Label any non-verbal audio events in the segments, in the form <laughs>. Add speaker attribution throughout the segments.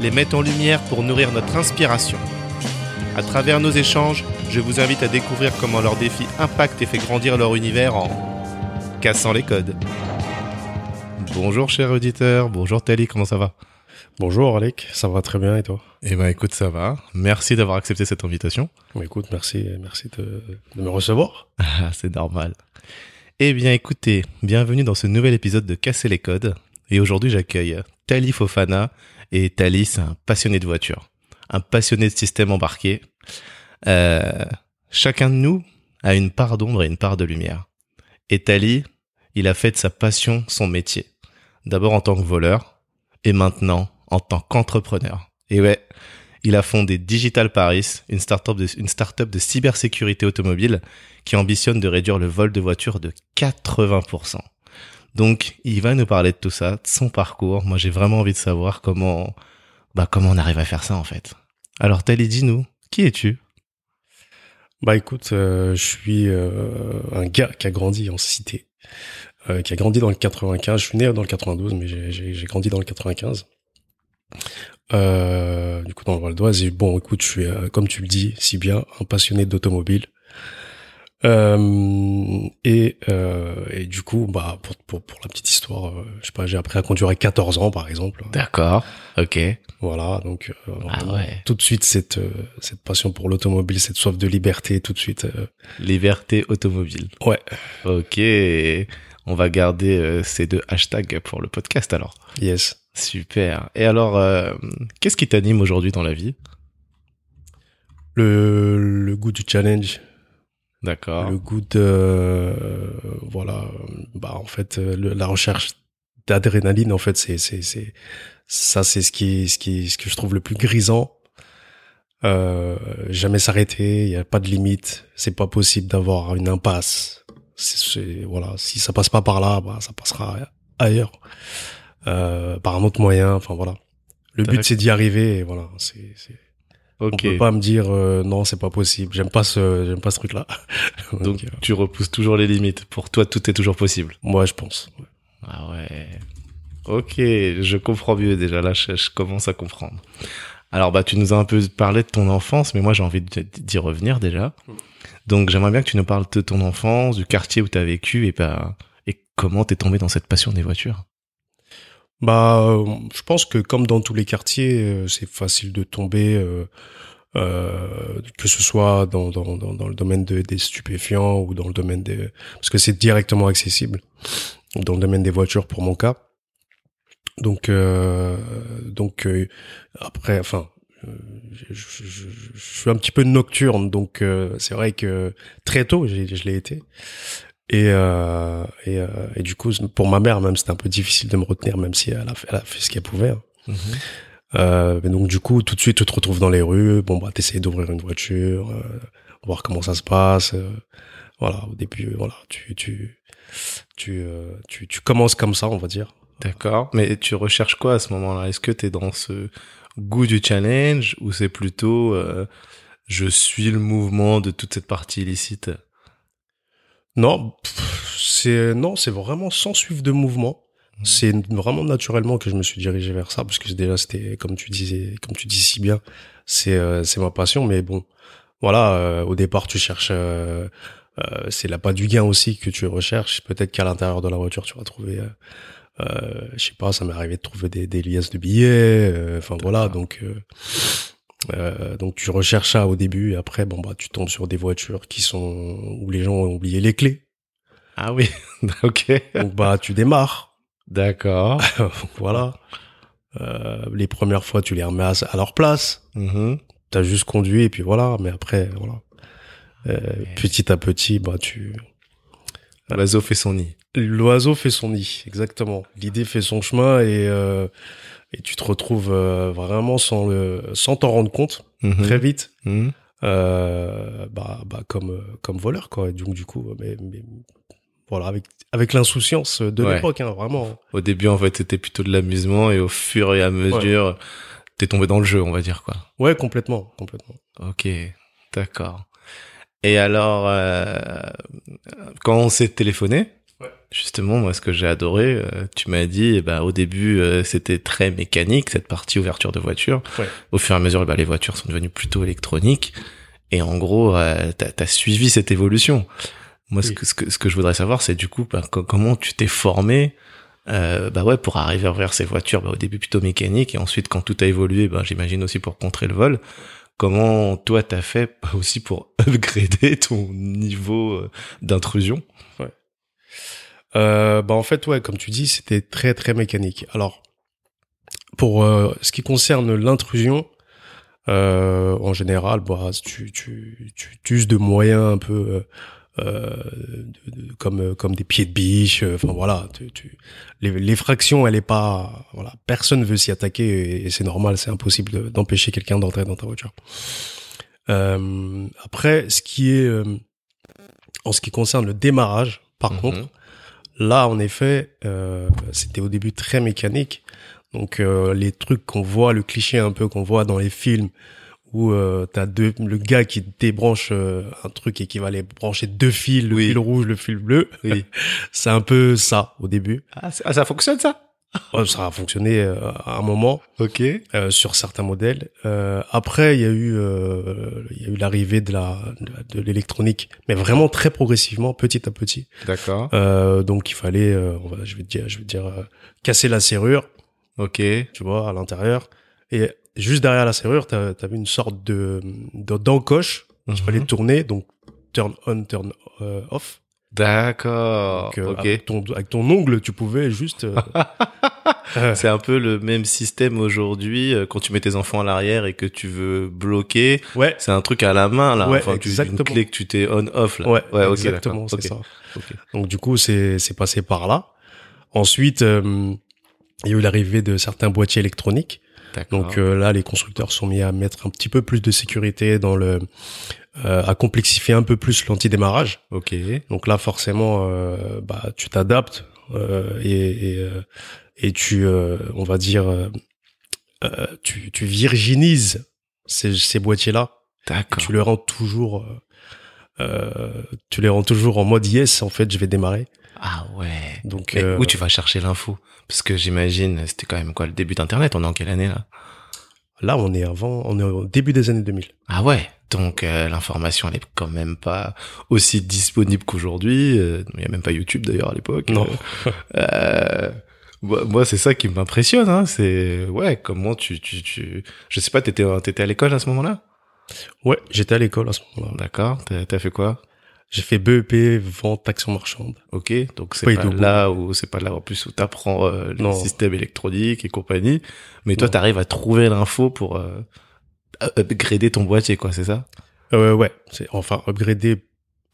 Speaker 1: les met en lumière pour nourrir notre inspiration. À travers nos échanges, je vous invite à découvrir comment leurs défis impactent et fait grandir leur univers en cassant les codes. Bonjour cher auditeur, bonjour Tali, comment ça va
Speaker 2: Bonjour Alec, ça va très bien et toi
Speaker 1: Eh ben écoute, ça va. Merci d'avoir accepté cette invitation.
Speaker 2: Bah, Écoute, merci, merci de, de me recevoir.
Speaker 1: Ah, <laughs> c'est normal. Eh bien écoutez, bienvenue dans ce nouvel épisode de Casser les codes. Et aujourd'hui j'accueille Tali Fofana. Et Tali, c'est un passionné de voiture, un passionné de système embarqué. Euh, chacun de nous a une part d'ombre et une part de lumière. Et Tali, il a fait de sa passion son métier. D'abord en tant que voleur et maintenant en tant qu'entrepreneur. Et ouais, il a fondé Digital Paris, une start-up de, une start-up de cybersécurité automobile qui ambitionne de réduire le vol de voitures de 80%. Donc, il va nous parler de tout ça, de son parcours. Moi, j'ai vraiment envie de savoir comment, bah, comment on arrive à faire ça, en fait. Alors, Tali, dis-nous, qui es-tu?
Speaker 2: Bah écoute, euh, je suis euh, un gars qui a grandi en cité, euh, qui a grandi dans le 95. Je suis né dans le 92, mais j'ai- j'ai j'ai grandi dans le 95. Euh, du coup, dans le Val d'Oise. Et bon, écoute, je suis, euh, comme tu le dis si bien, un passionné d'automobile. Euh, et, euh, et du coup, bah pour, pour, pour la petite histoire, euh, je sais pas, j'ai appris à conduire à 14 ans, par exemple.
Speaker 1: D'accord. Ok.
Speaker 2: Voilà, donc euh,
Speaker 1: Ah ouais.
Speaker 2: tout de suite cette euh, cette passion pour l'automobile, cette soif de liberté, tout de suite. euh,
Speaker 1: Liberté automobile.
Speaker 2: ouais,
Speaker 1: Ok. On va garder euh, ces deux hashtags pour le podcast, alors.
Speaker 2: yes.
Speaker 1: Super. Et alors, euh, qu'est-ce qui t'anime aujourd'hui dans la vie?
Speaker 2: Le le goût du challenge,
Speaker 1: D'accord.
Speaker 2: le goût de euh, voilà, euh, bah en fait euh, le- la recherche d'adrénaline en fait c'est c'est c'est ça c'est ce qui ce qui ce que je trouve le plus grisant. Euh, jamais s'arrêter, il y a pas de limite, c'est pas possible d'avoir une impasse. C'est- c'est- voilà, si ça passe pas par là, bah ça passera ailleurs, euh, par un autre moyen. Enfin voilà, le
Speaker 1: D'accord.
Speaker 2: but c'est d'y arriver. Et voilà, c'est c'est- on
Speaker 1: Ok.
Speaker 2: peut pas me dire euh, non c'est pas possible. J'aime pas ce j'aime pas ce euh, truc <laughs> là.
Speaker 1: Donc, tu repousses toujours les limites. Pour toi, tout est toujours possible.
Speaker 2: Moi, je pense.
Speaker 1: Ah ouais. Ok, je comprends mieux déjà. Là, je, je commence à comprendre. Alors, bah, tu nous as un peu parlé de ton enfance, mais moi, j'ai envie de- d'y revenir déjà. Donc, j'aimerais bien que tu nous parles de ton enfance, du quartier où tu as vécu et, bah, et comment t'es tombé dans cette passion des voitures.
Speaker 2: Bah, euh, je pense que comme dans tous les quartiers, euh, c'est facile de tomber, euh, euh, que ce soit dans, dans, dans, dans le domaine de- des stupéfiants ou dans le domaine des... Parce que c'est directement accessible dans le domaine des voitures pour mon cas. Donc, euh, donc euh, après, enfin, euh, je, je- je- je- je suis un petit peu nocturne, donc euh, c'est vrai que très tôt, j'ai- je l'ai été. Et, euh, et, euh, et du coup, pour ma mère, même, c'était un peu difficile de me retenir, même si elle a fait, elle a fait ce qu'elle pouvait. hein.
Speaker 1: Mm-hmm.
Speaker 2: Euh, mais donc, du coup, tout de suite, tu te retrouves dans les rues. Bon, bah, t'essayes d'ouvrir une voiture, euh, voir comment ça se passe. euh, voilà, au début, euh, voilà, tu, tu, tu, euh, tu, tu commences comme ça, on va dire.
Speaker 1: D'accord. Mais tu recherches quoi à ce moment-là Est-ce que t'es dans ce goût du challenge ou c'est plutôt euh, je suis le mouvement de toute cette partie illicite
Speaker 2: Non, pff, c'est non, c'est vraiment sans suivre de mouvement.
Speaker 1: Mhm.
Speaker 2: C'est vraiment naturellement que je me suis dirigé vers ça parce que déjà c'était comme tu disais, comme tu dis si bien, c'est euh, c'est ma passion. Mais bon, voilà, euh, au départ tu cherches, euh, euh, c'est la pas du gain aussi que tu recherches. Peut-être qu'à l'intérieur de la voiture tu vas trouver, euh, euh, je sais pas, ça m'est arrivé de trouver des, des liasses de billets. euh, Enfin voilà, donc euh, euh, donc tu recherches ça au début et après bon bah tu tombes sur des voitures qui sont où les gens ont oublié les clés.
Speaker 1: Ah oui, <laughs> ok.
Speaker 2: Donc bah tu démarres, <laughs>
Speaker 1: <laughs> D'accord.
Speaker 2: voilà. Euh, les premières fois tu les remets à, à leur place,
Speaker 1: Mhm.
Speaker 2: t'as juste conduit et puis voilà. Mais après voilà, Euh,
Speaker 1: Ouais.
Speaker 2: petit à petit bah tu
Speaker 1: L'oiseau fait son nid.
Speaker 2: l'oiseau fait son nid, exactement. L'idée fait son chemin et euh, et tu te retrouves euh, vraiment sans le sans t'en rendre compte
Speaker 1: Mhm.
Speaker 2: très vite.
Speaker 1: Mhm.
Speaker 2: euh, bah, bah comme euh, comme voleur quoi. Et donc du coup, euh, mais, mais voilà avec avec l'insouciance de
Speaker 1: Ouais.
Speaker 2: l'époque, hein, vraiment.
Speaker 1: Au début, en fait, c'était plutôt de l'amusement et au fur et à mesure, t'es tombé dans le jeu, on va dire quoi.
Speaker 2: Ouais, complètement, complètement.
Speaker 1: Ok, d'accord. Et alors, euh, quand on s'est téléphoné,
Speaker 2: Ouais.
Speaker 1: justement, moi, ce que j'ai adoré, euh, tu m'as dit, eh ben, au début, euh, c'était très mécanique, cette partie ouverture de voiture.
Speaker 2: Ouais.
Speaker 1: Au fur et à mesure, eh ben, les voitures sont devenues plutôt électroniques. Et en gros, euh, t'as as suivi cette évolution. Moi, ce,
Speaker 2: Oui.
Speaker 1: que, ce, que, ce que je voudrais savoir, c'est du coup, ben, co- comment tu t'es formé euh, bah ouais, pour arriver à ouvrir ces voitures, bah, au début plutôt mécanique, et ensuite quand tout a évolué, bah, j'imagine aussi pour contrer le vol. Comment toi t'as fait <laughs> aussi pour upgrader ton niveau euh, d'intrusion
Speaker 2: Euh, bah en fait ouais, comme tu dis, c'était très très mécanique. Alors pour euh, ce qui concerne l'intrusion, euh, en général, bah tu tu tu, tu uses de moyens un peu euh, euh, de- de- comme euh, comme des pieds de biche. euh, Enfin voilà, tu, tu, les- l'effraction, elle est pas voilà, personne veut s'y attaquer et, et c'est normal, c'est impossible de- d'empêcher quelqu'un d'entrer dans ta voiture. Euh, après, ce qui est euh, en ce qui concerne le démarrage, par
Speaker 1: Mhm.
Speaker 2: contre, là en effet, euh, c'était au début très mécanique. Donc euh, les trucs qu'on voit, le cliché un peu qu'on voit dans les films où euh, t'as deux, le gars qui débranche euh, un truc et qui va aller brancher deux fils, le
Speaker 1: Oui.
Speaker 2: fil rouge, le fil bleu.
Speaker 1: Oui.
Speaker 2: <laughs> C'est un peu ça au début.
Speaker 1: ah, ça- ah, ça fonctionne ça
Speaker 2: Euh, Ça a fonctionné euh, à un moment
Speaker 1: Ok.
Speaker 2: euh, sur certains modèles. Euh, après, il y a eu, euh, il y a eu l'arrivée de la de la- de l'électronique, mais vraiment très progressivement, petit à petit.
Speaker 1: D'accord.
Speaker 2: Euh, donc il fallait, euh, on va- je vais te dire, je vais te dire, euh, casser la serrure,
Speaker 1: Ok.
Speaker 2: tu vois, à l'intérieur, et juste derrière la serrure, t'as- t'avais une sorte de de- d'encoche. Il
Speaker 1: Mhm.
Speaker 2: fallait tourner, donc turn on, turn euh, off.
Speaker 1: D'accord.
Speaker 2: Donc, euh,
Speaker 1: Ah, ok.
Speaker 2: avec, ton, avec ton ongle, tu pouvais juste. euh, euh,
Speaker 1: C'est un peu le même système aujourd'hui euh, quand tu mets tes enfants à l'arrière et que tu veux bloquer.
Speaker 2: ouais,
Speaker 1: <laughs> C'est un truc à la main là.
Speaker 2: Ouais,
Speaker 1: enfin, tu, une
Speaker 2: exactement.
Speaker 1: clé que tu t'es on off là.
Speaker 2: ouais,
Speaker 1: ok,
Speaker 2: exactement,
Speaker 1: d'accord.
Speaker 2: c'est
Speaker 1: Ok,
Speaker 2: ça.
Speaker 1: ok.
Speaker 2: Donc du coup, c'est c'est passé par là. Ensuite, euh, il y a eu l'arrivée de certains boîtiers électroniques.
Speaker 1: D'accord.
Speaker 2: Donc euh, là, les constructeurs sont mis à mettre un petit peu plus de sécurité dans le, euh, à complexifier un peu plus l'anti-démarrage.
Speaker 1: ok.
Speaker 2: Donc là, forcément, euh, bah tu t'adaptes euh, et et, euh, et tu, euh, on va dire, euh, euh, tu tu virginises ces ces boîtiers là. Et
Speaker 1: D'accord.
Speaker 2: tu les rends toujours, euh, euh, tu les rends toujours en mode yes. En fait, je vais démarrer.
Speaker 1: Ah ouais.
Speaker 2: Donc
Speaker 1: Mais
Speaker 2: euh,
Speaker 1: où tu vas chercher l'info Parce que j'imagine, c'était quand même quoi le début d'Internet On est en quelle année là
Speaker 2: là, on est avant, on est au début des années 2000.
Speaker 1: Ah ouais. Donc euh, l'information, elle est quand même pas aussi disponible qu'aujourd'hui. Euh, Il y a même pas YouTube d'ailleurs à l'époque.
Speaker 2: Non.
Speaker 1: Euh, moi, moi, c'est ça qui m'impressionne. Hein. C'est ouais, comment tu tu tu. Je sais pas, t'étais t'étais à l'école à ce moment-là
Speaker 2: Ouais, j'étais à l'école à ce moment-là.
Speaker 1: D'accord. T'as t'as fait quoi
Speaker 2: J'ai fait BEP vente action marchande.
Speaker 1: Ok, donc c'est
Speaker 2: Oui,
Speaker 1: pas
Speaker 2: donc-
Speaker 1: là où c'est pas là en plus où t'apprends euh, les
Speaker 2: Non.
Speaker 1: systèmes électroniques et compagnie, mais toi
Speaker 2: Non.
Speaker 1: t'arrives à trouver l'info pour euh, upgrader ton boîtier quoi, c'est ça
Speaker 2: Euh, ouais, c'est enfin upgrader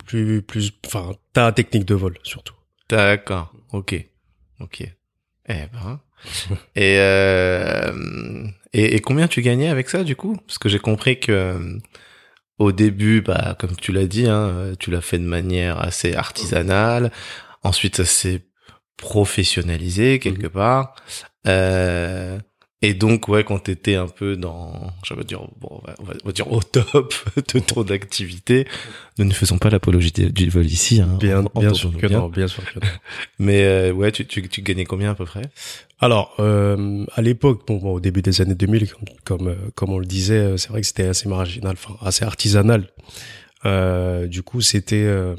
Speaker 2: plus plus enfin ta technique de vol surtout.
Speaker 1: D'accord, ok, ok. Eh ben. et, euh, et et combien tu gagnais avec ça du coup Parce que j'ai compris que euh, au début, bah comme tu l'as dit, hein, euh, tu l'as fait de manière assez artisanale. Ensuite, ça s'est professionnalisé quelque part. Euh, et donc, ouais, quand t'étais un peu dans, je veux dire, bon, on va- on va, on va dire au top <laughs> de ton activité, nous ne faisons pas l'apologie du du vol ici. Hein,
Speaker 2: Bien bien
Speaker 1: Entendons-nous
Speaker 2: sûr que
Speaker 1: bien.
Speaker 2: non, bien sûr que non.
Speaker 1: Mais euh, ouais, tu, tu, tu gagnais combien à peu près
Speaker 2: Alors euh, à l'époque, bon, bon, au début des années 2000, comme comme, euh, comme on le disait, euh, c'est vrai que c'était assez marginal, enfin assez artisanal. Euh, du coup, c'était euh,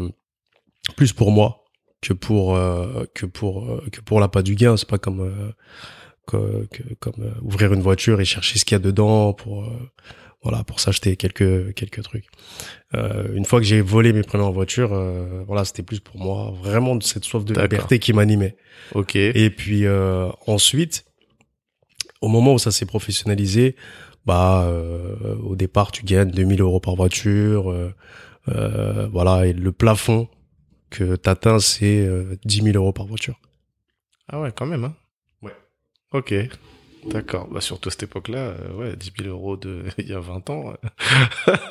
Speaker 2: plus pour moi que pour euh, que pour euh, que pour l'appât du gain. C'est pas comme euh, que- que- comme euh, ouvrir une voiture et chercher ce qu'il y a dedans pour euh, voilà pour s'acheter quelques quelques trucs. Euh, une fois que j'ai volé mes premières voitures, euh, voilà, c'était plus pour moi vraiment de cette soif de
Speaker 1: D'accord.
Speaker 2: liberté qui m'animait.
Speaker 1: Ok.
Speaker 2: Et puis euh, ensuite, au moment où ça s'est professionnalisé, bah euh, au départ tu gagnes 2000 euros par voiture, euh, euh, voilà, et le plafond que t'atteins c'est euh, 10 000 euros par voiture.
Speaker 1: Ah ouais, quand même. Hein.
Speaker 2: Ouais.
Speaker 1: Ok. D'accord. Bah, surtout à cette époque-là, euh, ouais, 10 000 euros de, <laughs> il y a 20 ans.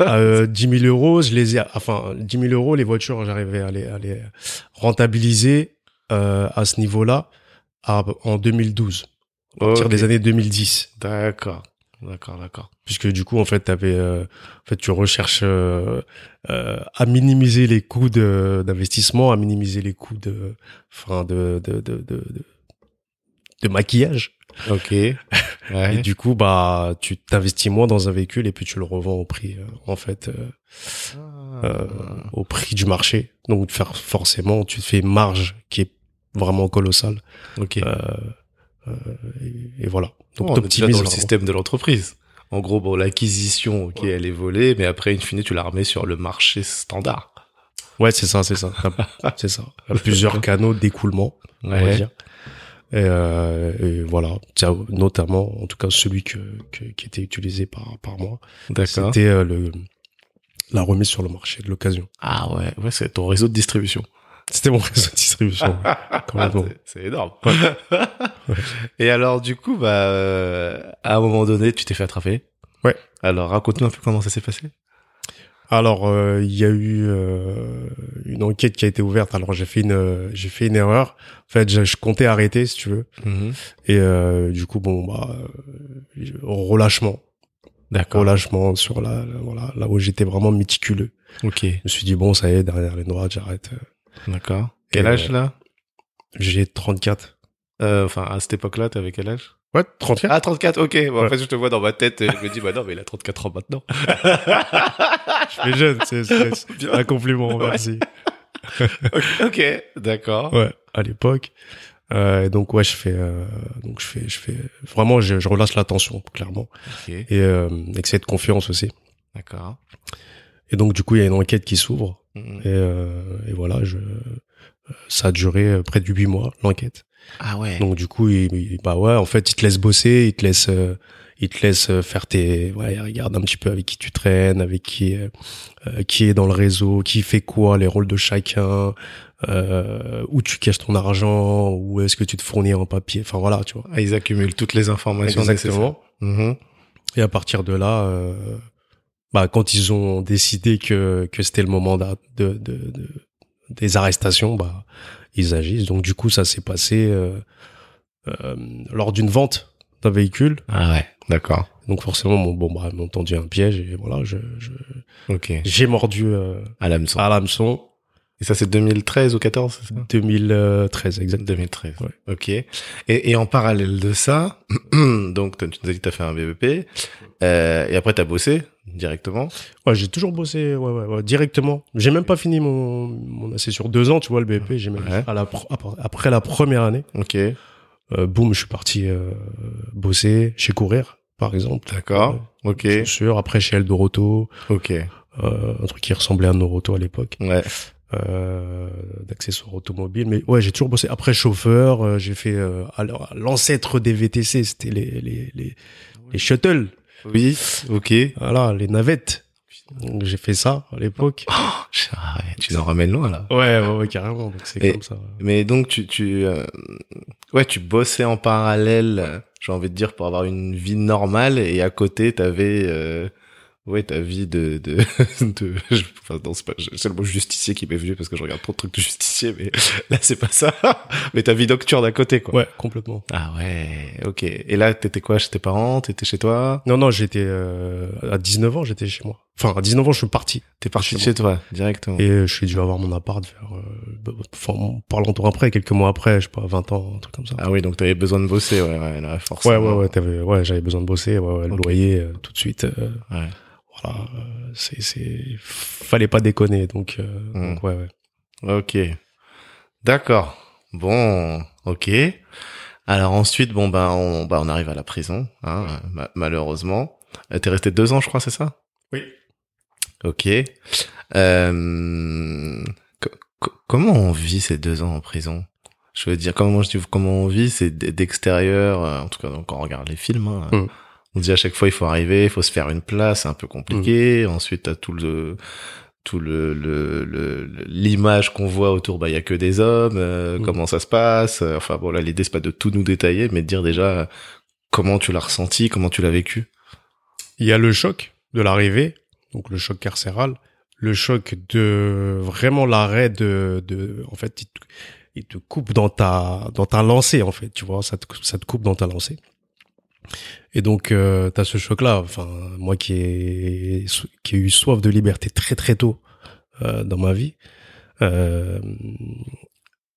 Speaker 2: Euh, 10 000 euros, je les ai, enfin, 10 000 euros, les voitures, j'arrivais à les, à les rentabiliser euh, à ce niveau-là à- en 2012, à partir
Speaker 1: Ok.
Speaker 2: des années 2010.
Speaker 1: D'accord. D'accord, d'accord.
Speaker 2: Puisque du coup, en fait, t'avais, euh, en fait, tu recherches euh, euh, à minimiser les coûts de- d'investissement, à minimiser les coûts de, enfin, de, de, de, de, de- de maquillage.
Speaker 1: <laughs> Ok. Ouais.
Speaker 2: Et du coup, bah, tu t'investis moins dans un véhicule et puis tu le revends au prix, euh, en fait, euh,
Speaker 1: Ah.
Speaker 2: euh, au prix du marché. Donc, faire forcément, tu te fais une marge qui est vraiment colossale.
Speaker 1: ok.
Speaker 2: Euh, euh, et, et voilà. Donc,
Speaker 1: Oh, on est déjà
Speaker 2: t'optimises
Speaker 1: dans le
Speaker 2: vraiment.
Speaker 1: système de l'entreprise. En gros, bon, l'acquisition, ok, elle est volée, mais après, in fine, tu la remets sur le marché standard.
Speaker 2: Ouais, c'est ça, c'est ça. T'as- c'est ça.
Speaker 1: <laughs>
Speaker 2: T'as plusieurs canaux d'écoulement, on va
Speaker 1: Ouais.
Speaker 2: dire. Et, euh, et voilà, Tiens, notamment, en tout cas, celui que, que- qui était utilisé par, par moi,
Speaker 1: D'accord.
Speaker 2: c'était euh, le, la remise sur le marché de l'occasion.
Speaker 1: Ah ouais, ouais, c'est ton réseau de distribution.
Speaker 2: C'était mon <laughs> réseau de distribution. ouais,
Speaker 1: <laughs>
Speaker 2: complètement.
Speaker 1: c'est- Ah, c'est énorme. <laughs> Et alors, du coup, bah, euh, à un moment donné, tu t'es fait attraper.
Speaker 2: Ouais.
Speaker 1: Alors, raconte-nous un peu comment ça s'est passé.
Speaker 2: Alors, euh, il y a eu euh, une enquête qui a été ouverte. Alors, j'ai fait une, euh, j'ai fait une erreur. En fait, je, je comptais arrêter, si tu veux.
Speaker 1: Mhm.
Speaker 2: Et euh, du coup, bon, bah, euh, relâchement,
Speaker 1: D'accord.
Speaker 2: relâchement sur la, la- voilà, là où j'étais vraiment méticuleux.
Speaker 1: Ok.
Speaker 2: Je me suis dit bon, ça y est, derrière les droites, j'arrête.
Speaker 1: D'accord. euh, Quel âge là
Speaker 2: J'ai 34.
Speaker 1: Euh, Enfin, à cette époque-là, t'avais quel âge
Speaker 2: Ouais, 34.
Speaker 1: Ah, 34, ok. Bon, En
Speaker 2: Ouais.
Speaker 1: fait, je te vois dans ma tête et je me dis, bah non, mais il a 34 ans <laughs> maintenant.
Speaker 2: Je suis jeune, c'est c'est- c'est
Speaker 1: Bien.
Speaker 2: un compliment,
Speaker 1: Ouais.
Speaker 2: merci.
Speaker 1: ok, d'accord.
Speaker 2: Ouais, à l'époque. Euh, et donc ouais, je fais, euh, donc je fais, je fais vraiment, je, je relâche la tension clairement
Speaker 1: Ok,
Speaker 2: et euh, excès de confiance aussi.
Speaker 1: d'accord.
Speaker 2: Et donc du coup, il y a une enquête qui s'ouvre
Speaker 1: Mhm.
Speaker 2: et, euh, et voilà, je, euh, ça a duré euh, près de huit mois l'enquête.
Speaker 1: Ah ouais.
Speaker 2: Donc du coup, il, il- bah ouais, en fait, il te laisse bosser, il te laisse, euh, il te laisse euh, faire tes, ouais, regarde un petit peu avec qui tu traînes, avec qui, euh, euh, qui est dans le réseau, qui fait quoi, les rôles de chacun, euh, où tu caches ton argent, où est-ce que tu te fournis en papier, enfin voilà, tu vois.
Speaker 1: Ah, ils accumulent toutes les informations nécessaires. Mhm.
Speaker 2: Et à partir de là, euh, bah quand ils ont décidé que que c'était le moment d'a- de, de, de- des arrestations, bah ils agissent. Donc du coup, ça s'est passé euh, euh, lors d'une vente d'un véhicule.
Speaker 1: Ah ouais, d'accord.
Speaker 2: Donc forcément, mon bon bah ils m'ont tendu un piège et voilà, je je-
Speaker 1: Ok.
Speaker 2: j'ai mordu euh,
Speaker 1: À l'hameçon.
Speaker 2: à l'hameçon.
Speaker 1: Et ça, c'est 2013 ou 14, c'est ça
Speaker 2: 2013 exact.
Speaker 1: 2013.
Speaker 2: Ouais.
Speaker 1: Ok. Et, et en parallèle de ça, <clears throat> donc t'as- tu nous as dit que t'as fait un BVP, euh, et après t'as bossé directement.
Speaker 2: Ouais, j'ai toujours bossé ouais, ouais, ouais, directement. J'ai même pas fini mon mon c'est sur deux ans, tu vois le BP. J'ai même
Speaker 1: Ouais.
Speaker 2: à la pro- après- après la première année.
Speaker 1: Ok.
Speaker 2: Euh, boum, je suis parti euh, bosser chez Courir, par exemple.
Speaker 1: D'accord. Ok.
Speaker 2: Bien sûr, après chez Eldoroto,
Speaker 1: Ok.
Speaker 2: euh, un truc qui ressemblait à Noroto à l'époque,
Speaker 1: Ouais.
Speaker 2: euh, d'accessoires automobiles. Mais ouais, j'ai toujours bossé. Après chauffeur, euh, j'ai fait euh, alors, l'ancêtre des VTC, c'était les, les, les, les shuttles,
Speaker 1: Oui. Ok.
Speaker 2: voilà, les navettes. Donc, J'ai fait ça à l'époque.
Speaker 1: Ah ouais, tu en ramènes loin là.
Speaker 2: Ouais, ouais, ouais, carrément. Donc c'est
Speaker 1: Et-
Speaker 2: comme ça.
Speaker 1: Mais donc tu tu euh, ouais tu bossais en parallèle, euh, j'ai envie de dire pour avoir une vie normale et à côté t'avais euh, ouais ta vie de de, <laughs> de je- enfin non c'est pas je- c'est le mot justicier qui m'est venu parce que je regarde trop de trucs de justicier mais <laughs> là c'est pas ça <laughs> mais ta vie nocturne à côté quoi.
Speaker 2: Ouais, complètement.
Speaker 1: Ah ouais ok et là t'étais quoi chez tes parents t'étais chez toi
Speaker 2: Non, non, j'étais euh, à 19 ans, j'étais chez moi. Enfin, à 19 ans, je suis parti.
Speaker 1: t'es parti
Speaker 2: Chez
Speaker 1: de chez toi directement.
Speaker 2: Et euh, je suis dû avoir mon appart vers, euh, bah, enfin, on parle longtemps après, quelques mois après, je sais pas, 20 ans, un truc comme ça.
Speaker 1: Ah oui donc t'avais besoin de bosser ouais ouais là,
Speaker 2: ouais,
Speaker 1: forcément.
Speaker 2: ouais, ouais, t'avais- ouais, j'avais besoin de bosser, ouais, ouais, le
Speaker 1: Ok.
Speaker 2: loyer, euh, tout de suite, euh,
Speaker 1: Ouais.
Speaker 2: voilà, euh, c'est, c'est, fallait pas déconner, donc, euh,
Speaker 1: Hmm.
Speaker 2: donc ouais, ouais.
Speaker 1: Ok. D'accord. Bon, ok. Alors ensuite, bon bah on, bah, on arrive à la prison, hein, ma- malheureusement. Euh, T'es resté deux ans, je crois, c'est ça
Speaker 2: Oui.
Speaker 1: Ok. Euh, co- co- comment on vit ces deux ans en prison Je veux dire, comment je dis comment on vit, c'est d- d'extérieur, euh, en tout cas donc, quand on regarde les films. hein,
Speaker 2: Mm.
Speaker 1: On dit à chaque fois il faut arriver, il faut se faire une place, c'est un peu compliqué. Ensuite, t'as tout le tout le le- le- le- l'image qu'on voit autour bah il y a que des hommes euh,
Speaker 2: Mm.
Speaker 1: comment ça se passe euh, enfin bon là l'idée c'est pas de tout nous détailler mais de dire déjà euh, Comment tu l'as ressenti Comment tu l'as vécu
Speaker 2: Il y a le choc de l'arrivée, donc le choc carcéral, le choc de vraiment l'arrêt de, de, en fait, il te, il te coupe dans ta, dans ta lancée, en fait, tu vois, ça te, ça te coupe dans ta lancée. Et donc, euh, tu as ce choc-là. Enfin, moi qui ai, qui ai eu soif de liberté très très tôt euh, dans ma vie, euh,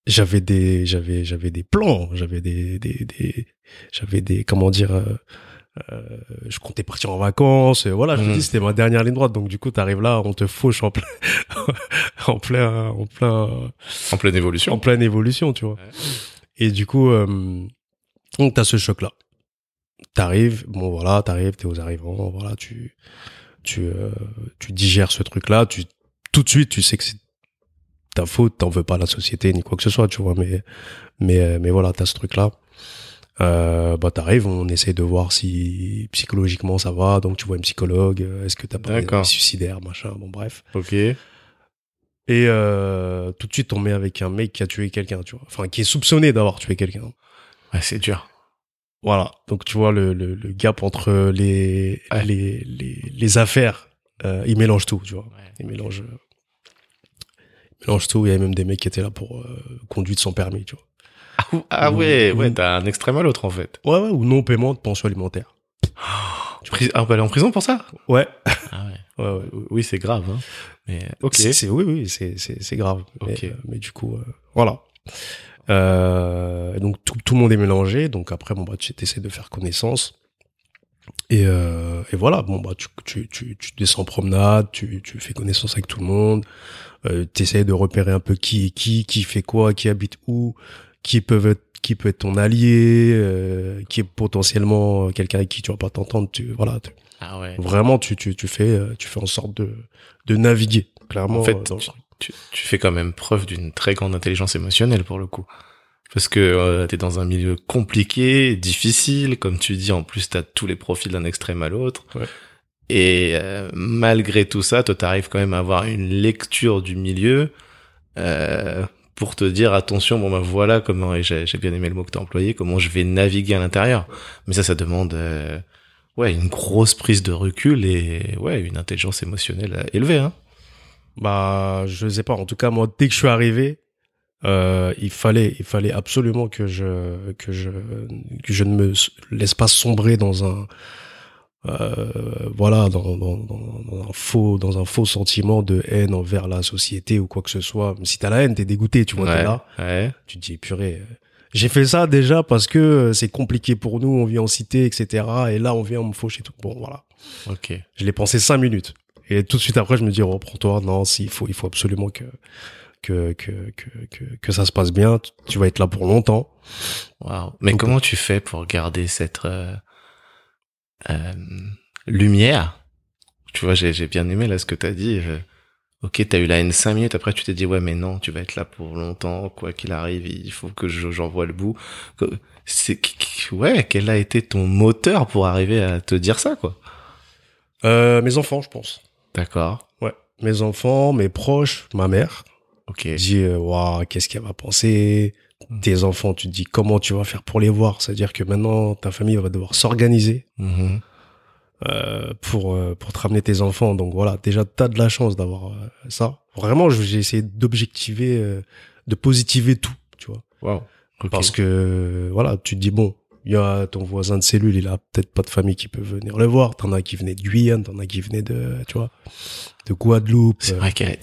Speaker 2: j'avais des j'avais j'avais des plans, j'avais des, des, des j'avais des comment dire. euh, je comptais partir en vacances, et voilà. Je mmh. me dis c'était ma dernière ligne droite, donc du coup t'arrives là, on te fauche en plein, <laughs> en plein, en plein,
Speaker 1: en pleine évolution,
Speaker 2: en pleine évolution, tu vois. Ouais. Et du coup, euh, donc t'as ce choc là t'arrives, bon voilà, t'arrives, t'es aux arrivants, voilà, tu tu euh, tu digères ce truc là, tu tout de suite tu sais que c'est ta faute, t'en veux pas à la société ni quoi que ce soit, tu vois, mais mais mais voilà, t'as ce truc là. Euh, bah t'arrives, on essaie de voir si psychologiquement ça va, donc tu vois un psychologue, euh, est-ce que t'as pas suicidaire, machin, bon bref.
Speaker 1: Ok.
Speaker 2: Et euh, tout de suite on met avec un mec qui a tué quelqu'un, tu vois, enfin qui est soupçonné d'avoir tué quelqu'un.
Speaker 1: Ouais, c'est dur.
Speaker 2: Voilà. Donc tu vois le, le, le gap entre les ouais. les, les, les affaires, euh, ils mélangent tout, tu vois. Ouais, ils okay. mélangent ils mélangent tout. Il y avait même des mecs qui étaient là pour euh, conduite sans permis, tu vois.
Speaker 1: Ah, ah ou, ouais, ou, ouais, t'as un extrême à l'autre en fait.
Speaker 2: Ouais, ouais, ou non paiement de pension alimentaire.
Speaker 1: Oh, tu pris, ah, bah, aller en prison pour ça
Speaker 2: Ouais.
Speaker 1: Ah ouais. ouais, ouais. Oui, c'est grave. Hein. Mais ok.
Speaker 2: C'est oui, oui, c'est c'est grave. Okay. Mais, euh, mais, du coup, voilà. Euh, donc tout, tout, le monde est mélangé. Donc après, bon bah tu essaies de faire connaissance. Et, euh, et voilà, bon bah tu, tu, tu, tu descends promenade, tu, tu fais connaissance avec tout le monde. Euh, tu essaies de repérer un peu qui est qui, qui fait quoi, qui habite où, qui peuvent être qui peut être ton allié, euh, qui est potentiellement euh, quelqu'un avec qui tu vas pas t'entendre, tu voilà. Tu,
Speaker 1: ah ouais.
Speaker 2: Vraiment, tu, tu, tu fais euh, tu fais en sorte de de naviguer clairement. euh,
Speaker 1: En fait, dans le... Tu, tu, fais quand même preuve d'une très grande intelligence émotionnelle pour le coup. Parce que euh, t'es dans un milieu compliqué, difficile, comme tu dis, en plus t'as tous les profils d'un extrême à l'autre.
Speaker 2: Ouais.
Speaker 1: Et euh, malgré tout ça, toi t'arrives quand même à avoir une lecture du milieu euh, pour te dire attention, bon ben voilà comment, et j'ai ai bien aimé le mot que t'as employé, comment je vais naviguer à l'intérieur. Mais ça, ça demande euh, ouais une grosse prise de recul et ouais une intelligence émotionnelle élevée. Hein
Speaker 2: bah je sais pas en tout cas moi dès que je suis arrivé euh, il fallait il fallait absolument que je que je que je ne me laisse pas sombrer dans un euh, voilà dans, dans, dans, un faux dans un faux sentiment de haine envers la société ou quoi que ce soit même si t'as la haine t'es dégoûté tu vois
Speaker 1: ouais,
Speaker 2: t'es là
Speaker 1: ouais.
Speaker 2: tu te dis purée euh, j'ai fait ça déjà parce que euh, c'est compliqué pour nous on vit en cité etc et là on vient on me fauche et tout bon voilà
Speaker 1: ok
Speaker 2: je l'ai pensé cinq minutes et tout de suite après, je me dis, reprends-toi. Oh, non, si, il faut, il faut absolument que, que, que, que, que, ça se passe bien. Tu, tu vas être là pour longtemps.
Speaker 1: Waouh. Mais Donc, comment tu fais pour garder cette, euh, euh, lumière? Tu vois, j'ai ai bien aimé là ce que t'as dit. Je... Ok, t'as eu la haine 5 minutes, après tu t'es dit, ouais, mais non, tu vas être là pour longtemps, quoi qu'il arrive, il faut que j'en vois le bout. C'est, ouais, quel a été ton moteur pour arriver à te dire ça, quoi?
Speaker 2: Euh, mes enfants, je pense.
Speaker 1: D'accord.
Speaker 2: Ouais. Mes enfants, mes proches, ma mère.
Speaker 1: Ok.
Speaker 2: Dit, waouh, wow, qu'est-ce qu'elle va penser mmh. Tes enfants, tu te dis comment tu vas faire pour les voir. C'est-à-dire que maintenant, ta famille va devoir s'organiser
Speaker 1: mmh.
Speaker 2: euh, pour pour te ramener tes enfants. Donc voilà, déjà, t'as de la chance d'avoir euh, ça. Vraiment, j'ai essayé d'objectiver, euh, de positiver tout, tu vois.
Speaker 1: Wow.
Speaker 2: Okay. Parce que voilà, tu te dis bon, il y a ton voisin de cellule, il a peut-être pas de famille qui peut venir le voir. T'en as qui venaient de Guyane, t'en as qui venaient de, tu vois, de Guadeloupe. euh,
Speaker 1: C'est vrai qu'à la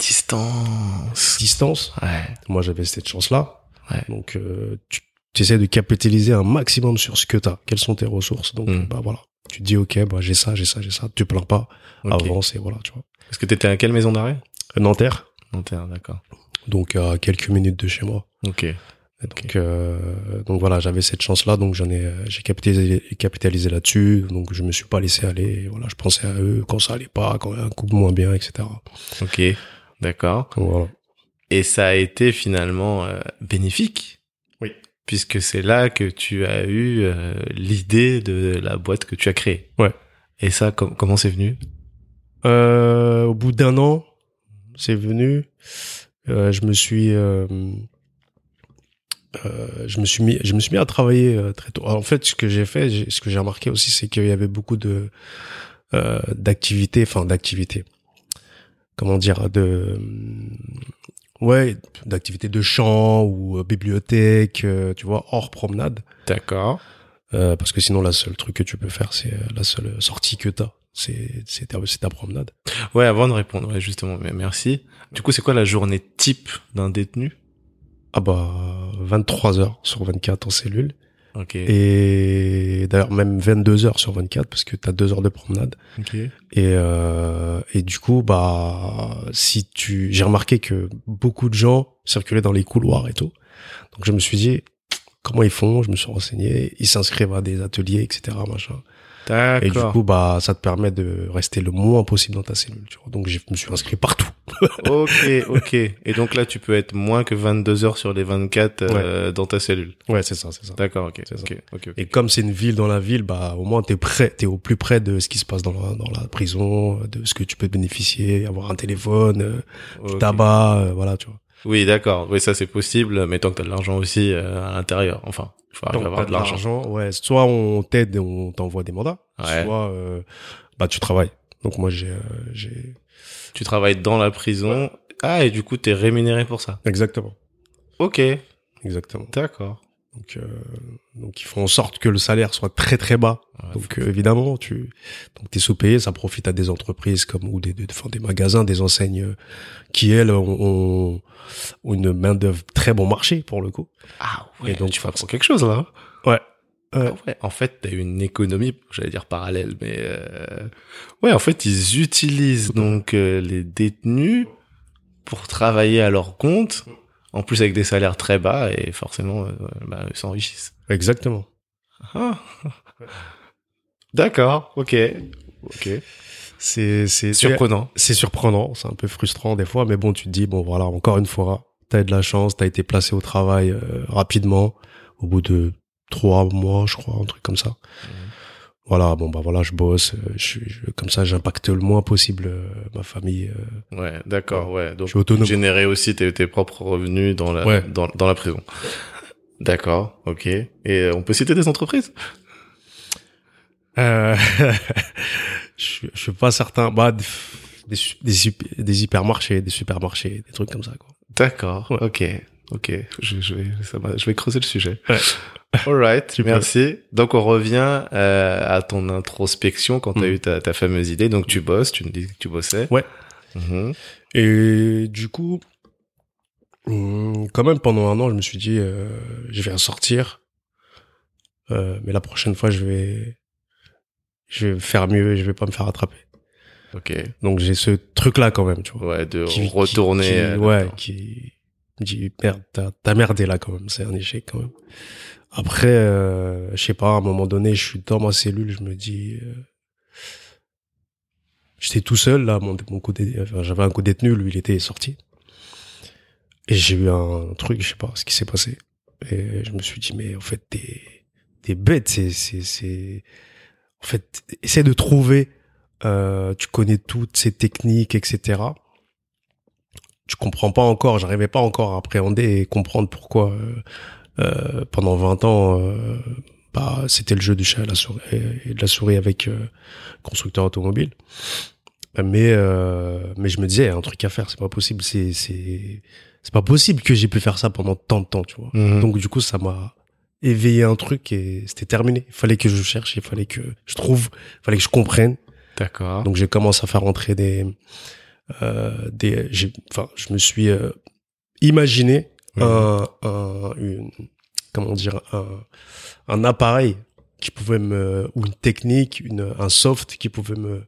Speaker 1: distance.
Speaker 2: Distance.
Speaker 1: Ouais.
Speaker 2: Moi, j'avais cette chance-là.
Speaker 1: Ouais.
Speaker 2: Donc, euh, tu essaies de capitaliser un maximum sur ce que t'as. Quelles sont tes ressources Donc,
Speaker 1: Hmm.
Speaker 2: mmh. bah voilà. Tu te dis, ok, bah j'ai ça, j'ai ça, j'ai ça. Tu plains pas. Okay. Avance et voilà, tu vois.
Speaker 1: Est-ce que t'étais à quelle maison d'arrêt
Speaker 2: Nanterre.
Speaker 1: Nanterre, d'accord.
Speaker 2: Donc, à quelques minutes de chez moi.
Speaker 1: Ok.
Speaker 2: Donc, okay. euh, donc voilà, j'avais cette chance-là, donc j'en ai, j'ai capitalisé, capitalisé là-dessus, donc je me suis pas laissé aller. Voilà, je pensais à eux quand ça allait pas, quand un couple moins bien, etc.
Speaker 1: Ok, d'accord.
Speaker 2: Voilà.
Speaker 1: Et ça a été finalement euh, bénéfique.
Speaker 2: Oui.
Speaker 1: Puisque c'est là que tu as eu euh, l'idée de la boîte que tu as créée.
Speaker 2: Ouais.
Speaker 1: Et ça, com comment c'est venu
Speaker 2: Euh, Au bout d'un an, Euh, c'est venu. je me suis euh, je me suis mis, je me suis mis à travailler euh, très tôt. Alors, en fait, ce que j'ai fait, j'ai- ce que j'ai remarqué aussi, c'est qu'il y avait beaucoup de euh, d'activités, enfin d'activités. Comment dire, de ouais, d'activités de chant ou euh, bibliothèque, euh, tu vois, hors promenade.
Speaker 1: D'accord.
Speaker 2: Euh, parce que sinon, la seule truc que tu peux faire, c'est euh, la seule sortie que t'as, c'est c'est ta, c'est ta promenade.
Speaker 1: Ouais, avant de répondre, ouais, justement, mais merci. Du coup, c'est quoi la journée type d'un détenu
Speaker 2: Ah bah, 23 heures sur 24 en cellule.
Speaker 1: Ok.
Speaker 2: Et d'ailleurs, même 22 heures sur 24, parce que t'as deux heures de promenade.
Speaker 1: Ok.
Speaker 2: Et, euh, et du coup, bah, si tu, j'ai remarqué que beaucoup de gens circulaient dans les couloirs et tout. Donc, je me suis dit, comment ils font? Je me suis renseigné. Ils s'inscrivent à des ateliers, etc., machin.
Speaker 1: D'accord.
Speaker 2: Et du coup, bah, ça te permet de rester le moins possible dans ta cellule, tu vois. Donc, je me suis inscrit partout.
Speaker 1: ok, ok. Et donc là, tu peux être moins que 22 heures sur les 24 euh, dans ta cellule.
Speaker 2: Ouais, c'est ça, c'est ça.
Speaker 1: D'accord, ok.
Speaker 2: C'est ça.
Speaker 1: Ok, ok, ok.
Speaker 2: Et comme c'est une ville dans la ville, bah, au moins, t'es prêt, t'es au plus près de ce qui se passe dans la, dans la prison, de ce que tu peux bénéficier, avoir un téléphone, euh, du
Speaker 1: Ok.
Speaker 2: tabac, euh, voilà, tu vois.
Speaker 1: Oui, d'accord. Oui, ça c'est possible, mais tant que t'as de l'argent aussi euh, à l'intérieur. Enfin, il faut arriver à avoir de l'argent.
Speaker 2: ouais. Soit on t'aide et on t'envoie des mandats,
Speaker 1: Ouais.
Speaker 2: soit, euh, bah, tu travailles. Donc, moi, j'ai, euh, j'ai,
Speaker 1: Tu travailles dans la prison. Ah, et du coup, t'es rémunéré pour ça.
Speaker 2: exactement,
Speaker 1: Ok,
Speaker 2: exactement.
Speaker 1: d'accord.
Speaker 2: Donc, euh, donc ils font en sorte que le salaire soit très très bas.
Speaker 1: Ouais,
Speaker 2: donc euh, évidemment, tu donc t'es sous-payé, ça profite à des entreprises comme ou des des, enfin, des magasins, des enseignes euh, qui elles ont, ont- ont une main d'œuvre très bon marché pour le coup.
Speaker 1: Ah
Speaker 2: Et donc,
Speaker 1: tu vas
Speaker 2: forcément-
Speaker 1: pour quelque chose là.
Speaker 2: Ouais. Ouais.
Speaker 1: Ah ouais. En fait, t'as une économie, j'allais dire parallèle, mais euh, ouais, en fait, ils utilisent donc euh, les détenus pour travailler à leur compte, en plus avec des salaires très bas et forcément, euh, bah, ils s'enrichissent.
Speaker 2: Exactement.
Speaker 1: Ah. D'accord. Ok. Ok.
Speaker 2: C'est c'est
Speaker 1: Surprenant.
Speaker 2: c'est surprenant, c'est un peu frustrant des fois, mais bon, tu te dis bon voilà, encore une fois, t'as eu de la chance, t'as été placé au travail euh, rapidement, au bout de trois mois, je crois, un truc comme ça. Voilà, bon bah voilà, je bosse, euh, je, suis- je- comme ça, j'impacte le moins possible euh, ma famille. euh,
Speaker 1: Ouais, d'accord, ouais.
Speaker 2: je
Speaker 1: Donc,
Speaker 2: suis autonome.
Speaker 1: générer aussi tes, tes propres revenus dans la,
Speaker 2: Ouais.
Speaker 1: dans, dans la prison. D'accord, ok. Et euh, on peut citer des entreprises
Speaker 2: Euh, <laughs> je, suis- je suis pas certain. Bah des, des, su- des sup- des hypermarchés, des supermarchés, des trucs comme ça quoi.
Speaker 1: D'accord, ok, ok. Je, je vais, ça va- je vais creuser le sujet.
Speaker 2: <laughs> Ouais.
Speaker 1: Alright,
Speaker 2: Tu peux.
Speaker 1: merci. Donc, on revient euh, à ton introspection quand t'as
Speaker 2: Mm.
Speaker 1: eu ta, ta fameuse idée. Donc, tu bosses, tu me dis que tu bossais.
Speaker 2: Ouais.
Speaker 1: Mhm.
Speaker 2: Et du coup, hum, quand même pendant un an, je me suis dit, euh, je vais en sortir. Euh, mais la prochaine fois, je vais, je vais faire mieux et je vais pas me faire attraper.
Speaker 1: Ok,
Speaker 2: Donc j'ai ce truc-là quand même, tu vois.
Speaker 1: ouais, de
Speaker 2: Qui- qui-
Speaker 1: retourner.
Speaker 2: qui-
Speaker 1: euh,
Speaker 2: ouais,
Speaker 1: là-dedans.
Speaker 2: qui me dit, merde, t'as, t'as merdé là quand même, c'est un échec quand même. Après, euh, je sais pas, à un moment donné, je suis dans ma cellule, je me dis, euh, j'étais tout seul là, mon, mon côté, enfin, j'avais un co-détenu, lui il était sorti. Et j'ai eu un truc, je sais pas ce qui s'est passé. Et je me suis dit, mais en fait, t'es, t'es bête, c'est, c'est, c'est, en fait, essaie de trouver, euh, tu connais toutes ces techniques, etc. Tu comprends pas encore, j'arrivais pas encore à appréhender et comprendre pourquoi, euh, euh, pendant 20 ans, euh, bah, c'était le jeu du chat et, la souris, et- et de la souris avec euh, constructeur automobile. Mais euh, mais je me disais il y a un truc à faire, c'est pas possible, c'est c'est c'est pas possible que j'ai pu faire ça pendant tant de temps, tu vois.
Speaker 1: Mhm.
Speaker 2: Donc du coup, ça m'a éveillé un truc et c'était terminé. Il fallait que je cherche, il fallait que je trouve, il fallait que je comprenne.
Speaker 1: D'accord.
Speaker 2: Donc j'ai commencé à faire rentrer des, euh, des, j'ai- enfin, je me suis euh, imaginé
Speaker 1: Mhm.
Speaker 2: un, un- une- comment dire, un, un appareil qui pouvait me, ou une technique, une, un soft qui pouvait me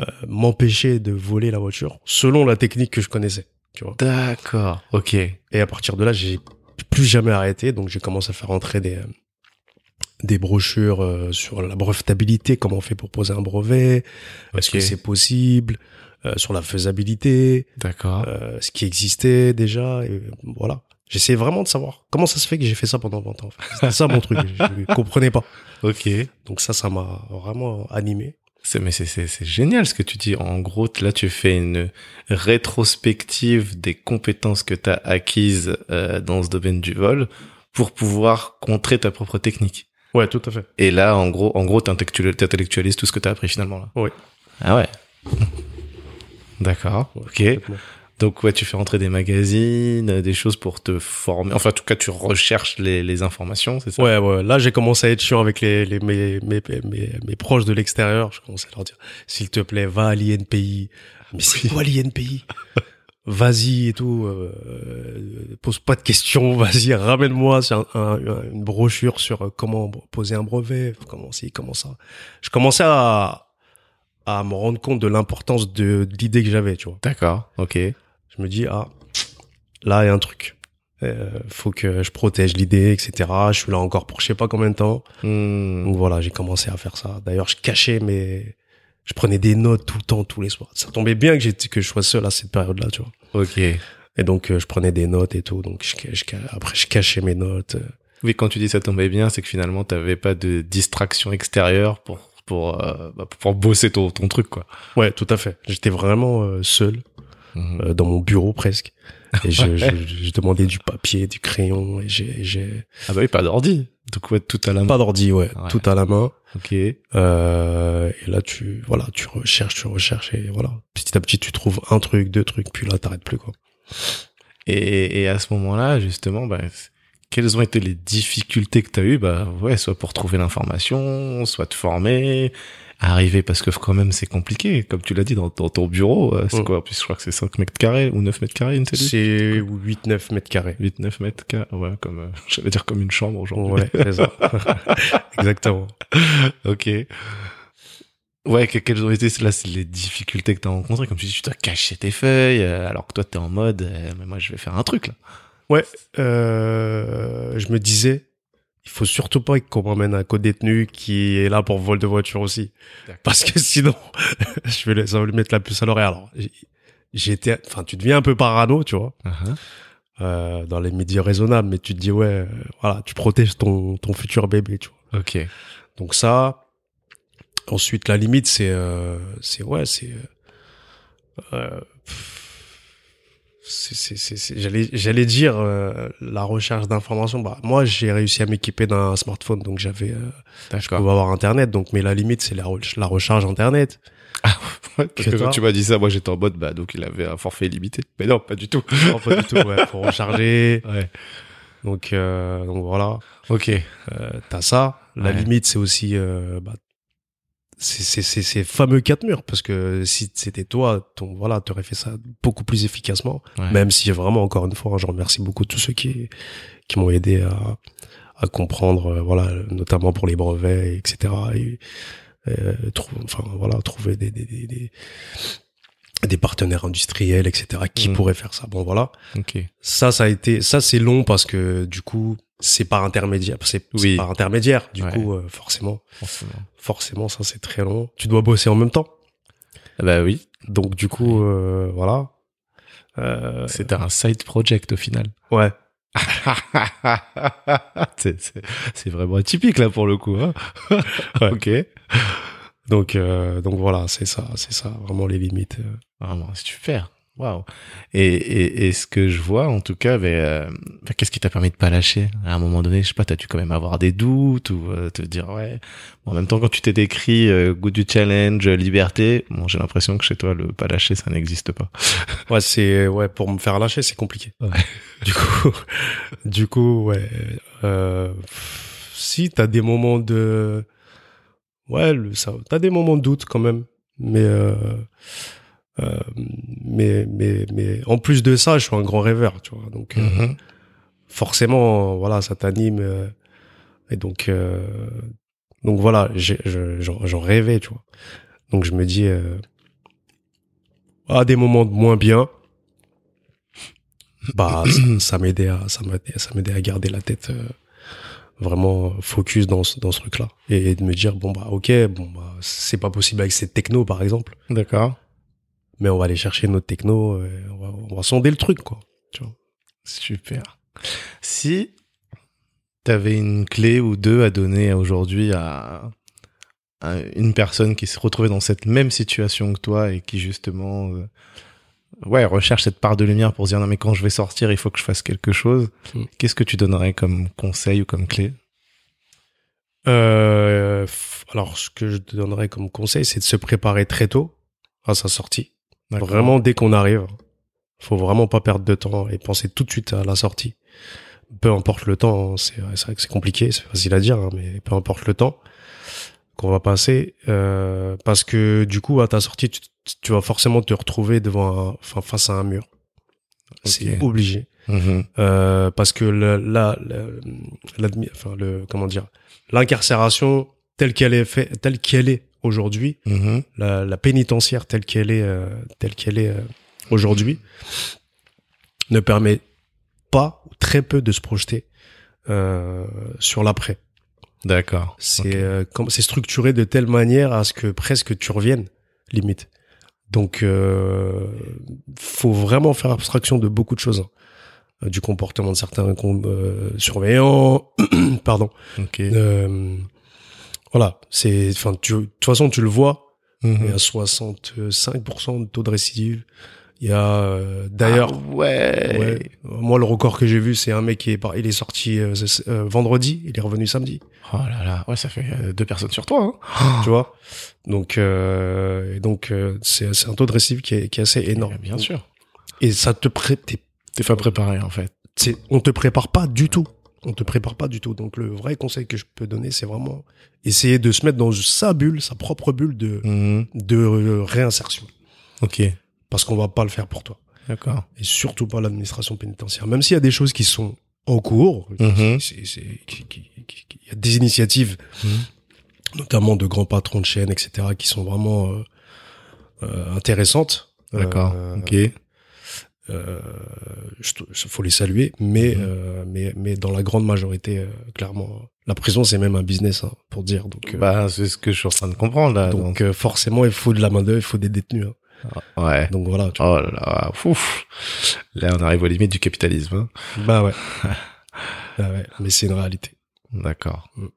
Speaker 2: euh, m'empêcher de voler la voiture selon la technique que je connaissais. Tu vois.
Speaker 1: D'accord, ok.
Speaker 2: Et à partir de là, j'ai plus jamais arrêté. Donc, j'ai commencé à faire entrer des, euh, des brochures euh, sur la brevetabilité, comment on fait pour poser un brevet, est-ce
Speaker 1: Ok.
Speaker 2: que c'est possible, euh, sur la faisabilité,
Speaker 1: D'accord.
Speaker 2: euh, ce qui existait déjà. Et voilà. J'essayais vraiment de savoir comment ça se fait que j'ai fait ça pendant 20 ans. en fait. C'était ça mon truc. <laughs> Je comprenais pas.
Speaker 1: Ok.
Speaker 2: Donc, ça, ça m'a vraiment animé.
Speaker 1: C'est, mais c'est, c'est, c'est génial ce que tu dis. En gros, t- là, tu fais une rétrospective des compétences que tu as acquises euh, dans ce domaine du vol pour pouvoir contrer ta propre technique.
Speaker 2: Ouais, tout à fait.
Speaker 1: Et là, en gros, en gros, t'intellectualises t'intellectualises tout ce que t'as appris finalement là.
Speaker 2: Oui.
Speaker 1: Ah ouais. D'accord.
Speaker 2: Ouais,
Speaker 1: Ok.
Speaker 2: complètement.
Speaker 1: Donc ouais, tu fais rentrer des magazines, euh, des choses pour te former. Enfin, en tout cas, tu recherches les, les informations, c'est ça
Speaker 2: Ouais, ouais. Là, j'ai commencé à être chiant avec les, les mes, mes, mes, mes proches de l'extérieur. Je commençais à leur dire, s'il te plaît, va à l'INPI. Mais c'est quoi l'INPI Vas-y et tout. euh, euh, pose pas de questions. <laughs> Vas-y, ramène-moi c'est un- un- une brochure sur euh, comment bro- poser un brevet, comment ci, comment ça. Je commençais à à me rendre compte de l'importance de, de l'idée que j'avais, tu vois.
Speaker 1: D'accord. Ok.
Speaker 2: Je me dis ah là il y a un truc. Euh, faut que je protège l'idée, etc. Je suis là encore pour je sais pas combien de temps.
Speaker 1: Hmm.
Speaker 2: Donc voilà, j'ai commencé à faire ça. D'ailleurs, je cachais mes, je prenais des notes tout le temps, tous les soirs. Ça tombait bien que j'étais, que je sois seul à cette période-là, tu vois.
Speaker 1: Ok.
Speaker 2: Et donc, euh, je prenais des notes et tout. Donc, je, ca- je ca- après, je cachais mes notes. euh.
Speaker 1: Oui, quand tu dis ça tombait bien, c'est que finalement, t'avais pas de distraction extérieure pour pour euh, bah, pour bosser ton ton truc quoi.
Speaker 2: Ouais, tout à fait. J'étais vraiment euh, seul
Speaker 1: Mhm.
Speaker 2: euh, dans mon bureau presque. Et je, je, je demandais du papier, du crayon. Et j'ai, j'ai
Speaker 1: Ah bah oui, pas d'ordi. Donc ouais, tout à la main.
Speaker 2: pas d'ordi, ouais,
Speaker 1: Mm. Ouais.
Speaker 2: tout à la main.
Speaker 1: Ok.
Speaker 2: Euh, et là, tu, voilà, tu recherches, tu recherches et voilà. Petit à petit, tu trouves un truc, deux trucs, puis là, t'arrêtes plus quoi.
Speaker 1: Et, et à ce moment-là, justement, bah, c- quelles ont été les difficultés que tu as eues bah, ouais, Soit pour trouver l'information, soit te former, arriver, parce que quand même c'est compliqué, comme tu l'as dit, dans, dans ton bureau, euh, c'est
Speaker 2: Mm.
Speaker 1: quoi En plus, je crois que c'est 5 mètres carrés ou 9 mètres carrés, une cellule
Speaker 2: C'est 8-9 mètres carrés.
Speaker 1: 8-9 mètres carrés, ouais, comme, euh, <laughs> j'allais dire comme une chambre aujourd'hui.
Speaker 2: <laughs> Ouais, c'est ça. Exactement.
Speaker 1: Ok. Ouais, que- quelles ont été là, c'est les difficultés que tu as rencontrées Comme tu dis, tu dois cacher tes feuilles, euh, alors que toi, tu es en mode, euh, mais moi, je vais faire un truc, là.
Speaker 2: Euh, je me disais, il faut surtout pas qu'on m'emmène un co-détenu qui est là pour vol de voiture aussi. Parce que sinon, <laughs> je vais, le- ça va lui mettre la puce à l'oreille. Alors, j'ai- j'étais, enfin, tu deviens un peu parano, tu vois,
Speaker 1: Uh-huh.
Speaker 2: euh, dans les médias raisonnables, mais tu te dis, ouais, euh, voilà, tu protèges ton, ton futur bébé, tu vois.
Speaker 1: Ok.
Speaker 2: Donc ça, ensuite la limite c'est euh, c'est ouais c'est euh, euh, c'est- c'est- c'est- c'est- j'allais j'allais dire euh, la recherche d'informations. Bah moi j'ai réussi à m'équiper d'un smartphone donc j'avais euh, je
Speaker 1: D'accord. <laughs>
Speaker 2: pouvais avoir internet donc mais la limite c'est la, re- la recharge internet.
Speaker 1: Ouais, parce
Speaker 2: Que
Speaker 1: que quand
Speaker 2: toi
Speaker 1: tu m'as dit ça, moi j'étais en mode, bah donc il avait un forfait illimité. Mais non, pas du <laughs> tout.
Speaker 2: <laughs> Non, pas du tout ouais, faut recharger
Speaker 1: Ouais.
Speaker 2: donc euh, donc voilà
Speaker 1: Ok.
Speaker 2: euh, t'as ça. La
Speaker 1: Ouais.
Speaker 2: limite c'est aussi euh, bah, c'est- c'est c'est- ces fameux quatre murs parce que si c'était toi ton voilà t'aurais fait ça beaucoup plus efficacement
Speaker 1: Ouais.
Speaker 2: même si vraiment encore une fois hein, je remercie beaucoup tous ceux qui qui m'ont aidé à à comprendre euh, voilà notamment pour les brevets etc et, euh, trou- enfin voilà trouver des des, des, des des partenaires industriels etc qui
Speaker 1: Mhm.
Speaker 2: pourraient faire ça bon voilà
Speaker 1: Ok.
Speaker 2: ça ça a été ça c'est long parce que du coup c'est par intermédiaire c'est c'est
Speaker 1: Oui.
Speaker 2: par intermédiaire du
Speaker 1: Ouais.
Speaker 2: coup euh, forcément
Speaker 1: forcément.
Speaker 2: forcément ça c'est très long tu dois bosser en même temps
Speaker 1: Ah Bah oui.
Speaker 2: donc du coup euh, voilà Euh,
Speaker 1: C'était un side project au final. <laughs>
Speaker 2: ouais
Speaker 1: c'est, c'est- c'est vraiment atypique là pour le coup. hein. <laughs> ok.
Speaker 2: Donc, euh, donc voilà, c'est ça, c'est ça, vraiment les limites. euh.
Speaker 1: Vraiment super. Waouh. Et, et, et ce que je vois en tout cas, mais, euh, bah, qu'est-ce qui t'a permis de pas lâcher À un moment donné, je sais pas, t'as dû quand même avoir des doutes ou euh, te dire ouais. Bon, en même temps, quand tu t'es décrit euh, goût du challenge, liberté, bon, j'ai l'impression que chez toi le pas lâcher ça n'existe pas.
Speaker 2: Ouais, c'est ouais pour me faire lâcher, c'est compliqué. <laughs> Du coup, du coup, ouais. Euh, pff, si t'as des moments de, ouais, le, ça, t'as des moments de doute quand même, mais euh, euh, mais mais mais en plus de ça, je suis un grand rêveur, tu vois. Donc euh, forcément, voilà, ça t'anime euh, et donc euh, donc voilà, j'ai- je- j'en j'en rêvais, tu vois. Donc je me dis euh, à des moments de moins bien, bah <clears throat> ça- ça m'aidait à ça m'aidait ça m'aidait à garder la tête euh, vraiment focus dans ce, dans ce truc là et, et de me dire bon bah ok bon bah c'est pas possible avec cette techno par exemple,
Speaker 1: D'accord.
Speaker 2: mais on va aller chercher notre techno, euh, on, va, on va sonder le truc quoi.
Speaker 1: Super. Si t'avais une clé ou deux à donner à aujourd'hui à, à une personne qui se retrouvait dans cette même situation que toi et qui justement euh, ouais, recherche cette part de lumière pour se dire non mais quand je vais sortir, il faut que je fasse quelque chose.
Speaker 2: Mm.
Speaker 1: Qu'est-ce que tu donnerais comme conseil ou comme clé
Speaker 2: Euh, f- alors, ce que je te donnerais comme conseil, c'est de se préparer très tôt à sa sortie.
Speaker 1: D'accord.
Speaker 2: Vraiment, dès qu'on arrive, faut vraiment pas perdre de temps et penser tout de suite à la sortie. Peu importe le temps, hein, c'est c'est vrai que c'est compliqué, c'est facile à dire, hein, mais peu importe le temps qu'on va passer, euh, parce que du coup, à ta sortie, tu, tu vas forcément te retrouver devant, un- enfin, face à un mur. C'est
Speaker 1: Ok.
Speaker 2: obligé.
Speaker 1: Mhm.
Speaker 2: Euh, parce que le- la, la- l'admi- enfin le comment dire, l'incarcération telle qu'elle est fait, telle qu'elle est aujourd'hui,
Speaker 1: Mhm.
Speaker 2: la, la pénitentiaire telle qu'elle est, euh, telle qu'elle est euh, aujourd'hui, ne permet pas ou très peu de se projeter euh, sur l'après.
Speaker 1: D'accord.
Speaker 2: C'est
Speaker 1: Ok.
Speaker 2: euh, comme- c'est structuré de telle manière à ce que presque tu reviennes limite. Donc euh, faut vraiment faire abstraction de beaucoup de choses, hein. Euh, du comportement de certains com- euh, surveillants, <clears throat> pardon.
Speaker 1: Ok.
Speaker 2: Euh, voilà, c'est enfin tu de toute façon tu le vois, il y
Speaker 1: Mhm.
Speaker 2: a 65 de taux de récidive. Il y a euh, d'ailleurs
Speaker 1: Ah ouais.
Speaker 2: Ouais. Moi, le record que j'ai vu, c'est un mec qui est, par- il est sorti euh, ce- euh, vendredi, il est revenu samedi.
Speaker 1: Oh là là. Ouais, ça fait euh, deux personnes sur toi. hein.
Speaker 2: tu vois donc euh, et donc euh, c'est c'est un taux de récidive qui est, qui est assez énorme
Speaker 1: Eh bien sûr.
Speaker 2: et ça te pré t'es-
Speaker 1: T'es pas préparé en fait.
Speaker 2: c'est- on te prépare pas du tout on te prépare pas du tout donc le vrai conseil que je peux donner c'est vraiment essayer de se mettre dans sa bulle sa propre bulle de
Speaker 1: Mhm.
Speaker 2: de euh, réinsertion
Speaker 1: Ok.
Speaker 2: parce qu'on va pas le faire pour toi
Speaker 1: D'accord.
Speaker 2: et surtout pas l'administration pénitentiaire même s'il y a des choses qui sont en cours
Speaker 1: Mhm.
Speaker 2: c'est- c'est- qui- qui- qui- qui- il y a des initiatives,
Speaker 1: Mhm.
Speaker 2: notamment de grands patrons de chaînes, etc., qui sont vraiment euh, euh, intéressantes.
Speaker 1: D'accord.
Speaker 2: Euh,
Speaker 1: ok.
Speaker 2: euh, je trou- faut les saluer, mais,
Speaker 1: Mhm.
Speaker 2: euh, mais, mais dans la grande majorité, euh, clairement, la prison, c'est même un business, hein, pour dire. Donc, euh,
Speaker 1: Bah, c'est ce que je suis en train de comprendre là.
Speaker 2: donc euh, forcément, il faut de la main-d'œuvre, il faut des détenus. hein.
Speaker 1: donc. Ouais.
Speaker 2: Donc voilà.
Speaker 1: <laughs>
Speaker 2: tu
Speaker 1: Oh là là, ouf. Là, on arrive aux limites du capitalisme. hein.
Speaker 2: vois. Bah <laughs> ouais. Bah ouais, mais c'est une réalité.
Speaker 1: D'accord.
Speaker 2: Mm.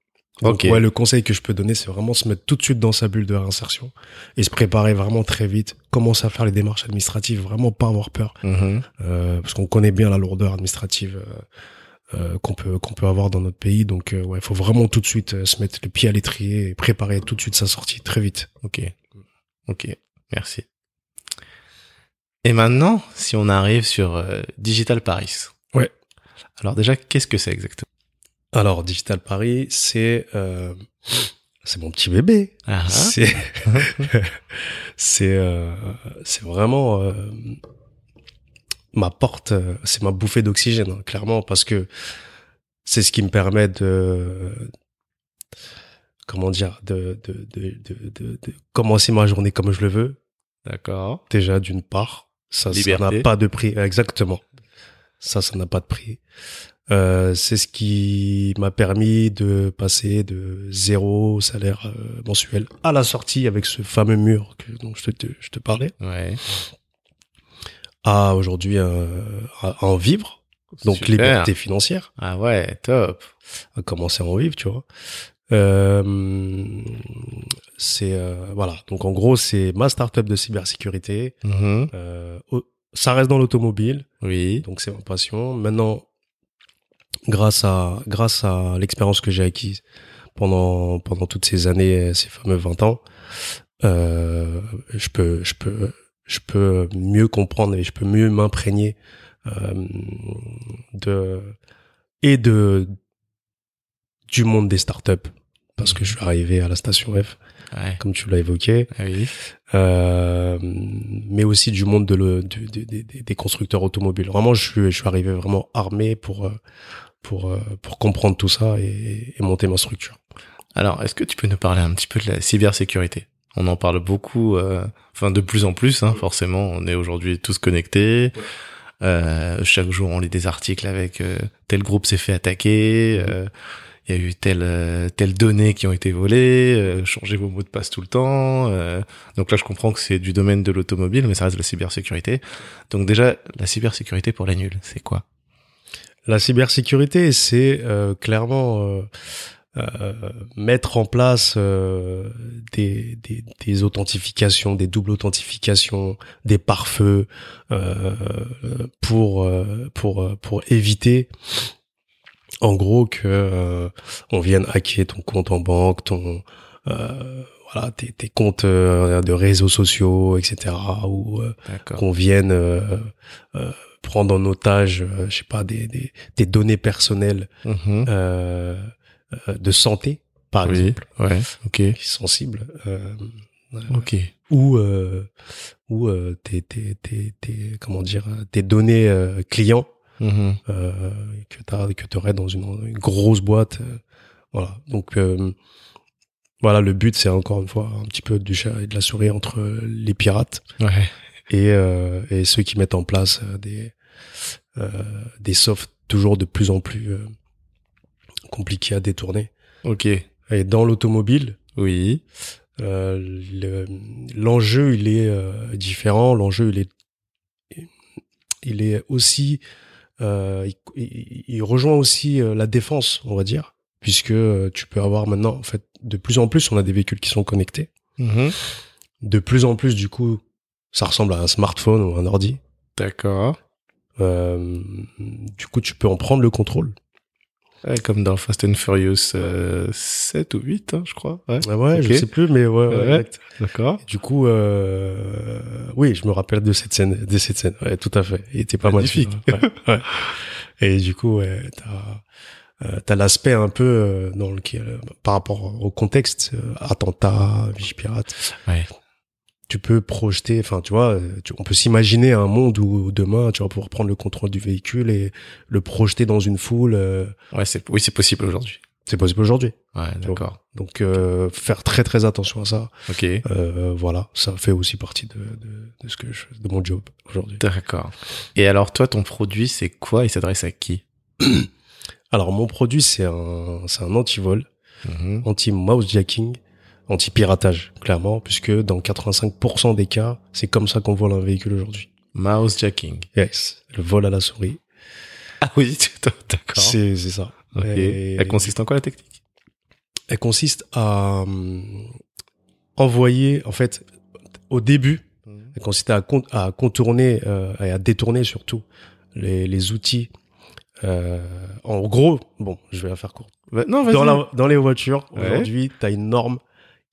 Speaker 1: Ok.
Speaker 2: Donc ouais, le conseil que je peux donner, c'est vraiment se mettre tout de suite dans sa bulle de réinsertion et se préparer vraiment très vite. Commencer à faire les démarches administratives, vraiment pas avoir peur,
Speaker 1: Mhm.
Speaker 2: euh, parce qu'on connaît bien la lourdeur administrative euh, euh, qu'on peut qu'on peut avoir dans notre pays. Donc euh, ouais, il faut vraiment tout de suite euh, se mettre le pied à l'étrier et préparer tout de suite sa sortie très vite.
Speaker 1: Ok. Ok. Merci. Et maintenant, si on arrive sur euh, Digital Paris.
Speaker 2: Ouais.
Speaker 1: Alors déjà, qu'est-ce que c'est exactement
Speaker 2: Alors Digital Paris, c'est euh, c'est mon petit bébé.
Speaker 1: Ah, ah.
Speaker 2: C'est <laughs> c'est euh, c'est vraiment euh, ma porte, euh, c'est ma bouffée d'oxygène hein, clairement parce que c'est ce qui me permet de comment dire de de, de, de, de- de commencer ma journée comme je le veux
Speaker 1: D'accord.
Speaker 2: déjà d'une part ça ça
Speaker 1: Liberté.
Speaker 2: n'a pas de prix exactement ça ça n'a pas de prix Euh, c'est ce qui m'a permis de passer de zéro salaire euh, mensuel à la sortie avec ce fameux mur que, dont je te, je te parlais
Speaker 1: Ouais.
Speaker 2: à aujourd'hui euh, à à en vivre donc
Speaker 1: Super.
Speaker 2: liberté financière
Speaker 1: Ah ouais, top.
Speaker 2: à commencer à en vivre, tu vois. Euh, c'est euh, voilà. Donc en gros, c'est ma startup de cybersécurité.
Speaker 1: Mhm.
Speaker 2: Euh, au- ça reste dans l'automobile,
Speaker 1: Oui.
Speaker 2: donc c'est ma passion. Maintenant, grâce à grâce à l'expérience que j'ai acquise pendant pendant toutes ces années, ces fameux 20 ans, euh, je peux je peux je peux mieux comprendre et je peux mieux m'imprégner euh, de et de du monde des startups parce que je suis arrivé à la station F
Speaker 1: Ouais.
Speaker 2: comme tu l'as évoqué
Speaker 1: Ah oui.
Speaker 2: euh, mais aussi du monde de le, du- du- des- des- des constructeurs automobiles vraiment je suis je suis arrivé vraiment armé pour euh, pour euh, pour comprendre tout ça et, et monter ma structure
Speaker 1: Alors, est-ce que tu peux nous parler un petit peu de la cybersécurité On en parle beaucoup, euh, enfin de plus en plus, hein, forcément. On est aujourd'hui tous connectés. Euh, chaque jour, on lit des articles avec euh, tel groupe s'est fait attaquer.
Speaker 2: Mhm.
Speaker 1: euh, Il y a eu telle euh, telle donnée qui ont été volées. euh, changez vos mots de passe tout le temps. euh. donc là, je comprends que c'est du domaine de l'automobile, mais ça reste de la cybersécurité. Donc déjà, la cybersécurité pour les nuls, c'est quoi
Speaker 2: la cybersécurité c'est euh, clairement euh, euh, mettre en place euh, des, des, des, authentifications, des doubles authentifications, des pare-feux euh, pour euh, pour pour éviter en gros que euh, on vienne hacker ton compte en banque, ton euh, voilà, tes, tes, comptes euh, de réseaux sociaux, etc. ou euh, qu'on vienne euh, prendre en otage, euh, je sais pas, des, des, des données personnelles mmh. euh, euh, de santé, par
Speaker 1: Mhm. oui,
Speaker 2: exemple,
Speaker 1: ouais, ok,
Speaker 2: qui sont sensibles. euh,
Speaker 1: ok.
Speaker 2: Ou euh, ou euh, tes, tes, tes, tes, comment dire tes données euh, clients mmh.
Speaker 1: Mhm.
Speaker 2: que t'as que t'aurais dans une, une, grosse boîte, euh, voilà. Donc euh, voilà, le but c'est encore une fois un petit peu du chat et de la souris entre les pirates.
Speaker 1: Ouais.
Speaker 2: Et, euh, et, ceux qui mettent en place des euh, des softs toujours de plus en plus euh, compliqués à détourner.
Speaker 1: Ok.
Speaker 2: Et dans l'automobile, euh,
Speaker 1: oui,
Speaker 2: l'enjeu le, il est euh, différent. L'enjeu il est il est aussi euh, il, il, rejoint aussi euh, la défense, on va dire, puisque euh, tu peux avoir maintenant en fait de plus en plus on a des véhicules qui sont connectés.
Speaker 1: Mmh.
Speaker 2: De plus en plus du coup ça ressemble à un smartphone ou un ordi.
Speaker 1: D'accord.
Speaker 2: Euh, du coup, tu peux en prendre le contrôle.
Speaker 1: Ouais, comme dans Fast and Furious euh, 7 ou 8, hein, je crois.
Speaker 2: Ouais, ah ouais okay. je sais plus, mais ouais. ouais
Speaker 1: D'accord.
Speaker 2: Du coup, euh, oui, je me rappelle de cette scène, de cette scène. Ouais, tout à fait. Il était pas
Speaker 1: Magnifique.
Speaker 2: mal. Et du coup, ouais, t'as as, l'aspect un peu euh, dans lequel, par rapport au contexte, euh, attentat, vie pirate.
Speaker 1: Ouais
Speaker 2: tu peux projeter, enfin, tu vois, euh, tu, on peut s'imaginer un monde où demain, tu vas pouvoir prendre le contrôle du véhicule et le projeter dans une foule. Euh,
Speaker 1: <laughs> ouais, c'est, oui, c'est possible aujourd'hui.
Speaker 2: C'est possible aujourd'hui.
Speaker 1: Ouais, d'accord.
Speaker 2: Donc, euh, faire très très attention à ça.
Speaker 1: Ok.
Speaker 2: Euh, voilà, ça fait aussi partie de, de, de, ce que je, de mon job aujourd'hui.
Speaker 1: D'accord. Et alors, toi, ton produit, c'est quoi Il s'adresse à qui
Speaker 2: Alors, mon produit, c'est un, c'est un anti-vol,
Speaker 1: Mm-hmm.
Speaker 2: mm -hmm. anti-mouse jacking anti-piratage, clairement, puisque dans 85% des cas, c'est comme ça qu'on vole un véhicule aujourd'hui.
Speaker 1: Mouse jacking.
Speaker 2: Yes, le vol à la souris.
Speaker 1: Ah oui, <laughs> d'accord.
Speaker 2: C'est ça.
Speaker 1: Okay. Et Elle consiste en quoi la technique
Speaker 2: Elle consiste à euh, envoyer, en fait, au début, mmh.
Speaker 1: Mm-hmm.
Speaker 2: elle consiste à, à contourner euh, et à détourner surtout les, les outils. Euh, en gros, bon, je vais la faire courte.
Speaker 1: Bah, Non,
Speaker 2: dans, la, dans les voitures, ouais. aujourd'hui, tu as une norme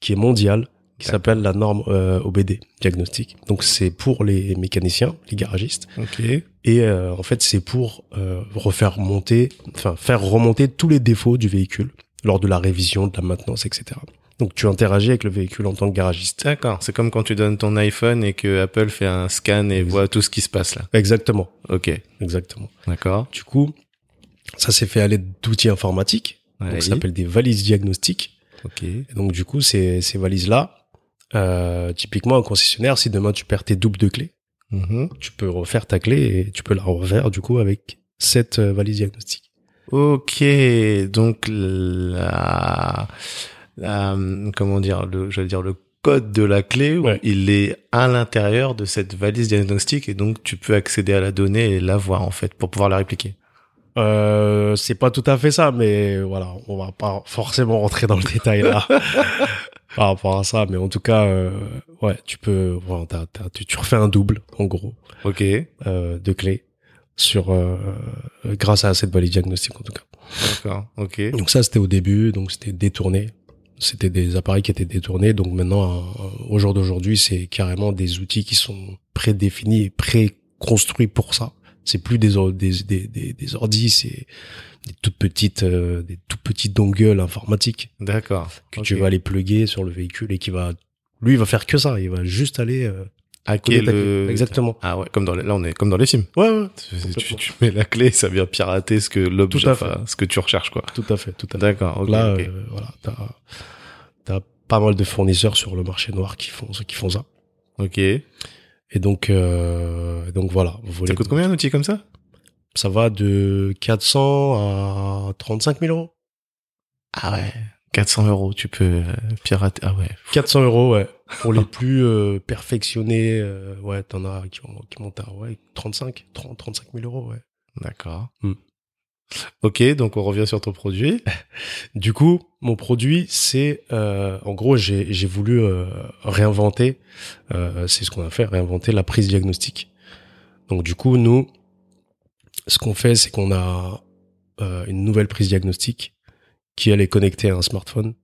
Speaker 2: qui est mondiale, qui s'appelle la norme euh, OBD, diagnostic. Donc c'est pour les mécaniciens, les garagistes.
Speaker 1: Okay.
Speaker 2: Et euh, en fait, c'est pour euh, refaire monter, enfin faire remonter tous les défauts du véhicule lors de la révision, de la maintenance, etc. Donc tu interagis avec le véhicule en tant que garagiste.
Speaker 1: D'accord. C'est comme quand tu donnes ton iPhone et que Apple fait un scan et voit tout ce qui se passe là.
Speaker 2: Exactement.
Speaker 1: Ok.
Speaker 2: Exactement.
Speaker 1: D'accord.
Speaker 2: Du coup, ça s'est fait à l'aide d'outils informatiques. Ouais. Donc ça s'appelle des valises diagnostiques.
Speaker 1: Okay.
Speaker 2: Et donc du coup, ces, ces valises-là, euh, typiquement un concessionnaire, si demain tu perds tes doubles de clés,
Speaker 1: mm -hmm.
Speaker 2: tu peux refaire ta clé et tu peux la refaire du coup avec cette euh, valise diagnostique.
Speaker 1: Ok, donc la, la euh, comment dire, le, je veux dire le code de la clé, ouais. il est à l'intérieur de cette valise diagnostique et donc tu peux accéder à la donnée et la voir en fait pour pouvoir la répliquer.
Speaker 2: Euh, c'est pas tout à fait ça, mais voilà, on va pas forcément rentrer dans le détail là <laughs> par rapport à ça, mais en tout cas, euh, ouais, tu peux, voilà, t as, t as, tu, tu, refais un double en gros,
Speaker 1: ok,
Speaker 2: euh, de clés sur euh, grâce à cette valise diagnostique en tout cas.
Speaker 1: D'accord, ok.
Speaker 2: Donc ça c'était au début, donc c'était détourné, c'était des appareils qui étaient détournés, donc maintenant euh, au jour d'aujourd'hui c'est carrément des outils qui sont prédéfinis et pré-construits pour ça c'est plus des des des des, des ordi c'est des toutes petites euh, des tout petits dongles informatiques
Speaker 1: d'accord
Speaker 2: que okay. tu vas aller plugger sur le véhicule et qui va lui il va faire que ça il va juste aller euh,
Speaker 1: hacker le...
Speaker 2: exactement
Speaker 1: ah ouais comme dans les... là on est comme dans les films
Speaker 2: ouais, ouais
Speaker 1: tu, tu, mets la clé ça vient pirater ce que l'objet enfin, ce que tu recherches quoi
Speaker 2: tout à fait tout à fait
Speaker 1: d'accord okay,
Speaker 2: là
Speaker 1: okay.
Speaker 2: Euh, voilà t'as t'as pas mal de fournisseurs sur le marché noir qui font qui font ça
Speaker 1: ok
Speaker 2: et donc, euh, donc voilà.
Speaker 1: Ça coûte combien un outil comme ça
Speaker 2: Ça va de 400 à 35 000 euros.
Speaker 1: Ah ouais. 400 euros, tu peux pirater. Ah ouais.
Speaker 2: 400 euros, ouais. <laughs> Pour les plus euh, perfectionnés, euh, ouais, t'en as qui, qui, montent à ouais, 35, 30, 35 000 euros, ouais.
Speaker 1: D'accord.
Speaker 2: Mm. Ok, donc on revient sur ton <laughs> produit. Du coup, mon produit, c'est euh, en gros, j'ai j'ai voulu euh, réinventer, euh, c'est ce qu'on a fait, réinventer la prise diagnostique. Donc du coup, nous, ce qu'on fait, c'est qu'on a euh, une nouvelle prise diagnostique qui elle est connectée à un smartphone.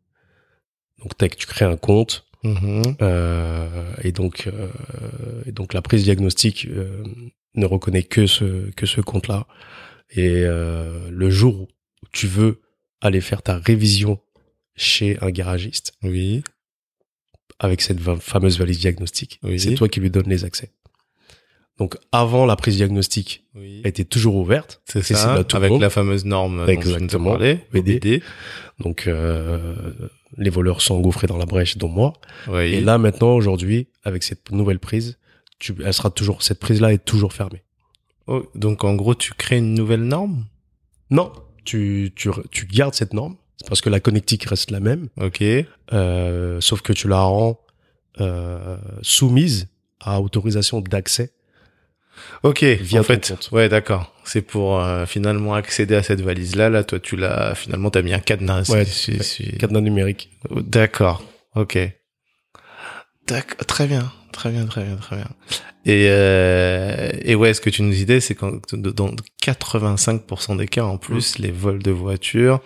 Speaker 2: Donc tac, tu crées un compte. Mmh.
Speaker 1: Mhm.
Speaker 2: Euh, et donc, et donc la prise diagnostique euh, ne reconnaît que ce que ce compte-là. Et euh, le jour où tu veux aller faire ta révision chez un garagiste,
Speaker 1: oui,
Speaker 2: avec cette fameuse valise diagnostique,
Speaker 1: oui.
Speaker 2: c'est toi qui lui donne les accès. Donc avant la prise diagnostique
Speaker 1: oui.
Speaker 2: était toujours ouverte,
Speaker 1: c'est ça,
Speaker 2: à tout le
Speaker 1: avec
Speaker 2: monde.
Speaker 1: la fameuse norme dont je viens de te
Speaker 2: Exactement.
Speaker 1: parler,
Speaker 2: BD.
Speaker 1: BD.
Speaker 2: Donc euh, les voleurs sont engouffrés dans la brèche, dont moi.
Speaker 1: Oui.
Speaker 2: Et là maintenant aujourd'hui, avec cette nouvelle prise, tu, elle sera toujours cette prise-là est toujours fermée.
Speaker 1: Oh, donc en gros, tu crées une nouvelle norme
Speaker 2: Non, tu tu tu gardes cette norme c'est parce que la connectique reste la même.
Speaker 1: Ok.
Speaker 2: Euh, sauf que tu la rends euh, soumise à autorisation d'accès.
Speaker 1: Ok,
Speaker 2: Via
Speaker 1: en
Speaker 2: ton
Speaker 1: fait,
Speaker 2: compte.
Speaker 1: ouais, d'accord. C'est pour euh, finalement accéder à cette valise là. Là, toi, tu l'as finalement, t'as mis un cadenas.
Speaker 2: Ouais,
Speaker 1: Si- si-
Speaker 2: Cadenas numérique.
Speaker 1: Oh, D'accord. Ok. D'ac- Très bien, très bien, très bien, très bien. Et euh, et ouais, ce que tu nous disais, c'est qu'en dans 85% des cas, en
Speaker 2: Mm.
Speaker 1: plus, les vols de voitures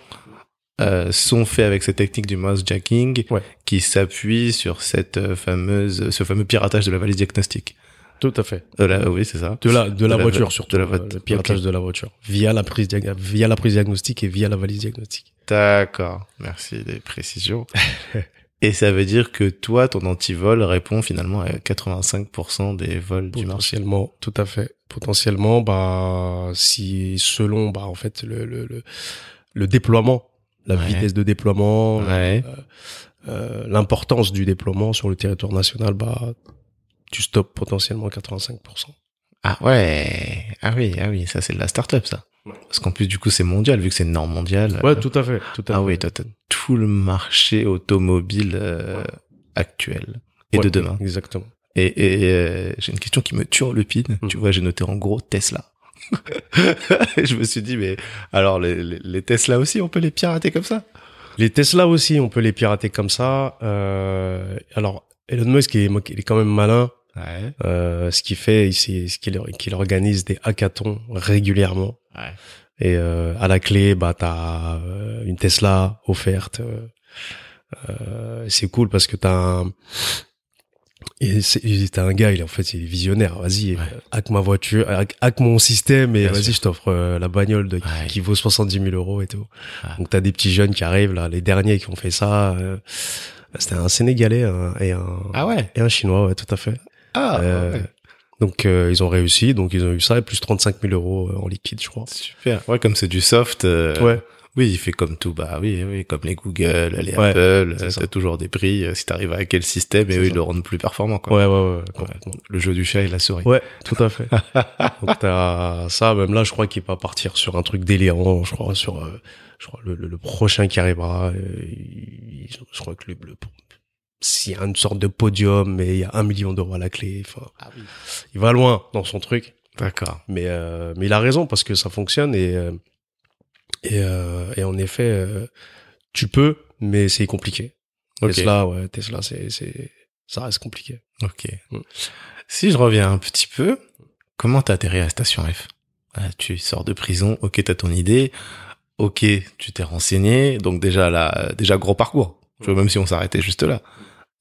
Speaker 1: euh, sont faits avec cette technique du mouse-jacking,
Speaker 2: Ouais.
Speaker 1: qui s'appuie sur cette euh, fameuse, ce fameux piratage de la valise diagnostique.
Speaker 2: Tout à fait.
Speaker 1: Euh, là, oui, c'est ça.
Speaker 2: De la de, la,
Speaker 1: la-
Speaker 2: voiture
Speaker 1: de
Speaker 2: surtout.
Speaker 1: la
Speaker 2: La
Speaker 1: voiture.
Speaker 2: le piratage de la voiture via la prise diag- via la prise diagnostique et via la valise diagnostique.
Speaker 1: D'accord, merci des
Speaker 2: <laughs>
Speaker 1: précisions. Et ça veut dire que toi, ton antivol répond finalement à 85% des vols du marché.
Speaker 2: Potentiellement, tout à fait. Potentiellement, bah si selon bah en fait le le le, le déploiement, la
Speaker 1: Ouais.
Speaker 2: vitesse de déploiement,
Speaker 1: Ouais.
Speaker 2: euh, l'importance du déploiement sur le territoire national, bah tu stoppes potentiellement 85%.
Speaker 1: Ah ouais. Ah oui, ah oui, ça c'est de la start-up ça.
Speaker 2: Ouais.
Speaker 1: Parce qu'en plus du coup c'est mondial vu que c'est une norme mondiale.
Speaker 2: Ouais, tout à fait. Tout à
Speaker 1: ah
Speaker 2: fait.
Speaker 1: oui, toi t'as tout le marché automobile euh, actuel et
Speaker 2: Ouais,
Speaker 1: de demain.
Speaker 2: Exactement.
Speaker 1: Et, et, euh, j'ai une question qui me tue en lupine.
Speaker 2: Mm.
Speaker 1: Tu vois, j'ai noté en gros Tesla. <laughs> Et je me suis dit, mais alors les, les, les Tesla aussi, on peut les pirater comme ça
Speaker 2: Les Tesla aussi, on peut les pirater comme ça. Euh, alors, Elon Musk, il est, il est quand même malin.
Speaker 1: Ouais.
Speaker 2: Euh, ce qu'il fait, il- c'est ce qu'il qu'il organise des hackathons régulièrement.
Speaker 1: Ouais.
Speaker 2: Et euh, à la clé, bah, t'as euh, une Tesla offerte. euh, euh, c'est cool parce que t'as un... Et c'est- et t'as un gars, il est en fait, il est visionnaire. Vas-y,
Speaker 1: Ouais.
Speaker 2: euh, hack ma voiture, hack, hack mon système et
Speaker 1: Bien
Speaker 2: vas-y,
Speaker 1: sûr.
Speaker 2: je t'offre euh, la bagnole de,
Speaker 1: Ouais.
Speaker 2: qui vaut 70 000 euros et tout.
Speaker 1: Ouais.
Speaker 2: Donc t'as des petits jeunes qui arrivent là, les derniers qui ont fait ça. euh, c'était un Sénégalais un- et un
Speaker 1: Ah ouais
Speaker 2: et un Chinois, ouais, tout à fait.
Speaker 1: Ah
Speaker 2: Euh,
Speaker 1: ouais.
Speaker 2: Donc euh, ils ont réussi, donc ils ont eu ça et plus 35 000 euros euh, en liquide, je crois.
Speaker 1: Super. Ouais, comme c'est du soft. euh,
Speaker 2: Ouais.
Speaker 1: Oui, il fait comme tout. Bah oui, oui, comme les Google, les
Speaker 2: Ouais,
Speaker 1: Apple.
Speaker 2: c'est
Speaker 1: euh,
Speaker 2: ça.
Speaker 1: T'as toujours des prix. euh, Si t'arrives à hacker le système, et
Speaker 2: C'est
Speaker 1: eux,
Speaker 2: ça.
Speaker 1: ils le rendent plus performant. Quoi.
Speaker 2: Ouais, ouais, ouais,
Speaker 1: complètement. Le jeu du chat et la souris.
Speaker 2: Ouais, tout à fait. <laughs> Donc t'as ça, même là, je crois qu'il va partir sur un truc délirant, je crois, sur euh, je crois le, le- le prochain qui arrivera. euh, il- il- je crois que le, le- s'il y a une sorte de podium, mais il y a un million d'euros à la clé. Enfin, il va loin dans son truc,
Speaker 1: Ah D'accord.
Speaker 2: mais euh, mais il a raison parce que ça fonctionne et euh, et, euh, et en effet, euh, tu peux, mais c'est compliqué.
Speaker 1: Ok.
Speaker 2: Tesla, ouais, Tesla, c'est c'est ça reste compliqué.
Speaker 1: Ok.
Speaker 2: Mm.
Speaker 1: Si je reviens un petit peu, comment t'as atterri à Station F Ah, Tu sors de prison, ok, t'as ton idée, ok, tu t'es renseigné, donc déjà là, euh, déjà gros parcours. Tu vois, même si on s'arrêtait juste là.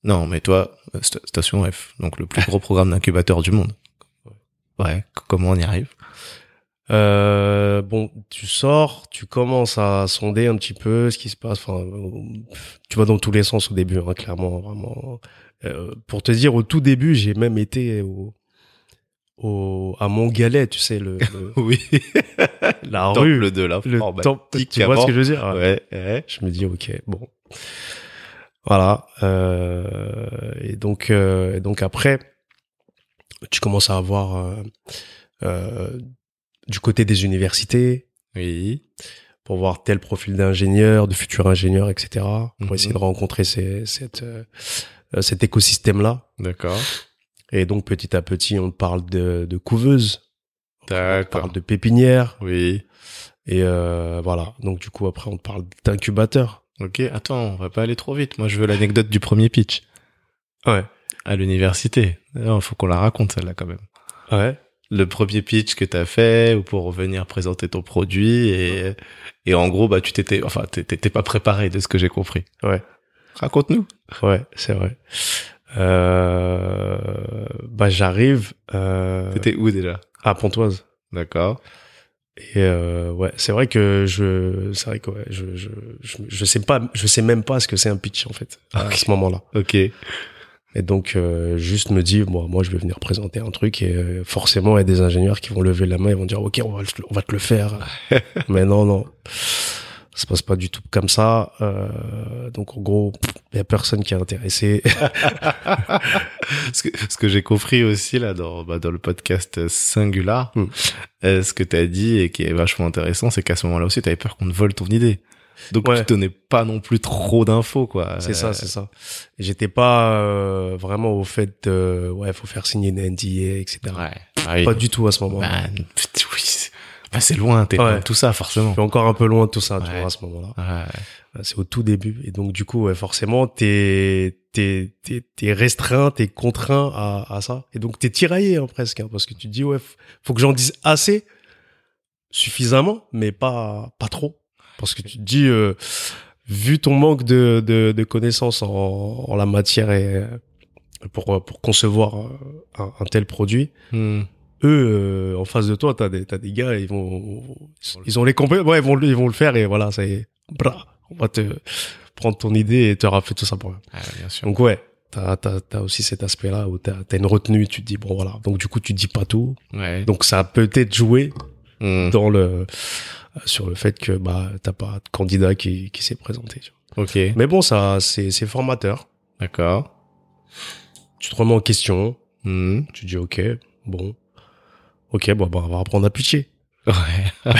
Speaker 1: Non, mais toi, euh, Sta- Station F, donc le plus gros programme d'incubateur du monde. Ouais, c- comment on y arrive
Speaker 2: Euh, bon, tu sors, tu commences à sonder un petit peu ce qui se passe. Enfin, euh, tu vas dans tous les sens au début, hein, clairement, vraiment. Euh, pour te dire, au tout début, j'ai même été au, au à Montgalet, tu sais, le,
Speaker 1: <laughs>
Speaker 2: le-
Speaker 1: <laughs> Oui,
Speaker 2: la rue,
Speaker 1: temple de la
Speaker 2: le temple. Tu vois ce que je veux dire hein.
Speaker 1: Ouais, ouais.
Speaker 2: Je me dis, ok, bon, voilà. euh, et donc, euh, et donc après, tu commences à avoir euh, euh, du côté des universités
Speaker 1: Oui,
Speaker 2: pour voir tel profil d'ingénieur, de futur ingénieur, etc. Pour
Speaker 1: Mhm.
Speaker 2: essayer de rencontrer ces, cette, euh, euh, cet écosystème-là.
Speaker 1: d'accord.
Speaker 2: Et donc, petit à petit, on parle de, de couveuse, on
Speaker 1: D'accord.
Speaker 2: parle de pépinière,
Speaker 1: Oui,
Speaker 2: Et euh, voilà. Donc du coup, après, on parle d'incubateur.
Speaker 1: Ok, attends, on va pas aller trop vite. Moi, je veux l'anecdote du premier pitch
Speaker 2: Ouais.
Speaker 1: à l'université. Il faut qu'on la raconte, celle-là, quand même.
Speaker 2: Ouais.
Speaker 1: Le premier pitch que t'as fait ou pour venir présenter ton produit et, et en gros, bah, tu t'étais, enfin, t'é- t'étais pas préparé de ce que j'ai compris.
Speaker 2: Ouais.
Speaker 1: Raconte-nous.
Speaker 2: Ouais, c'est vrai. Euh, bah, j'arrive euh,
Speaker 1: T'étais où déjà?
Speaker 2: à Pontoise.
Speaker 1: D'accord.
Speaker 2: Et euh, ouais, c'est vrai que je, c'est vrai que ouais, je, je, je, je sais pas, je sais même pas ce que c'est un pitch en fait à
Speaker 1: Ok.
Speaker 2: ce moment-là.
Speaker 1: Ok.
Speaker 2: Et donc euh, juste me dire, moi, moi, je vais venir présenter un truc et euh, forcément, il y a des ingénieurs qui vont lever la main et vont dire, ok, on va, le- on va te
Speaker 1: <laughs>
Speaker 2: le faire. Mais non, non, ça se passe pas du tout comme ça. Euh, donc en gros, il y a personne qui est intéressé.
Speaker 1: ce que, ce que j'ai compris aussi là dans, bah, dans le podcast Singular,
Speaker 2: Mm.
Speaker 1: euh, ce que t'as dit et qui est vachement intéressant, c'est qu'à ce moment-là aussi, t'avais peur qu'on te vole ton idée. Donc
Speaker 2: Ouais.
Speaker 1: tu donnais pas non plus trop d'infos quoi.
Speaker 2: C'est ça, c'est ça. Et J'étais pas euh, vraiment au fait de, ouais, faut faire signer des NDA, etc.
Speaker 1: Ouais. Ah oui.
Speaker 2: Pas du tout à ce moment-là.
Speaker 1: Bah, putain, oui, c'est bah, c'est loin, t'es
Speaker 2: Ouais.
Speaker 1: loin de tout ça forcément.
Speaker 2: Je suis encore un peu loin de tout ça, tu
Speaker 1: Ouais.
Speaker 2: vois, à ce moment-là.
Speaker 1: Ouais.
Speaker 2: Euh, C'est au tout début. Et donc, du coup, ouais, forcément, t'es, t'es, t'es, t'es restreint, t'es contraint à, à ça. Et donc, t'es tiraillé, hein, presque, hein, parce que tu te dis, ouais, f- faut que j'en dise assez, suffisamment, mais pas, pas trop. Parce que tu te dis, euh, vu ton manque de, de, de connaissances en, en la matière et euh, pour, pour concevoir euh, un, un tel produit,
Speaker 1: Hmm.
Speaker 2: eux euh, en face de toi t'as des t'as des gars ils vont ils ont les compétences ouais ils vont ils vont le faire et voilà ça y est Bra, on va te prendre ton idée et te rappeler tout ça pour rien.
Speaker 1: Ah, bien sûr.
Speaker 2: donc ouais t'as t'as t'as aussi cet aspect là où t'as t'as une retenue tu te dis bon voilà donc du coup tu dis pas tout
Speaker 1: Ouais.
Speaker 2: donc ça a peut-être joué
Speaker 1: Hmm.
Speaker 2: dans le sur le fait que bah t'as pas de candidat qui qui s'est présenté tu vois.
Speaker 1: Ok.
Speaker 2: mais bon ça c'est c'est formateur
Speaker 1: D'accord.
Speaker 2: tu te remets en question
Speaker 1: Hmm.
Speaker 2: tu dis ok bon ok bon bah on va apprendre à pitcher
Speaker 1: Ouais. <laughs>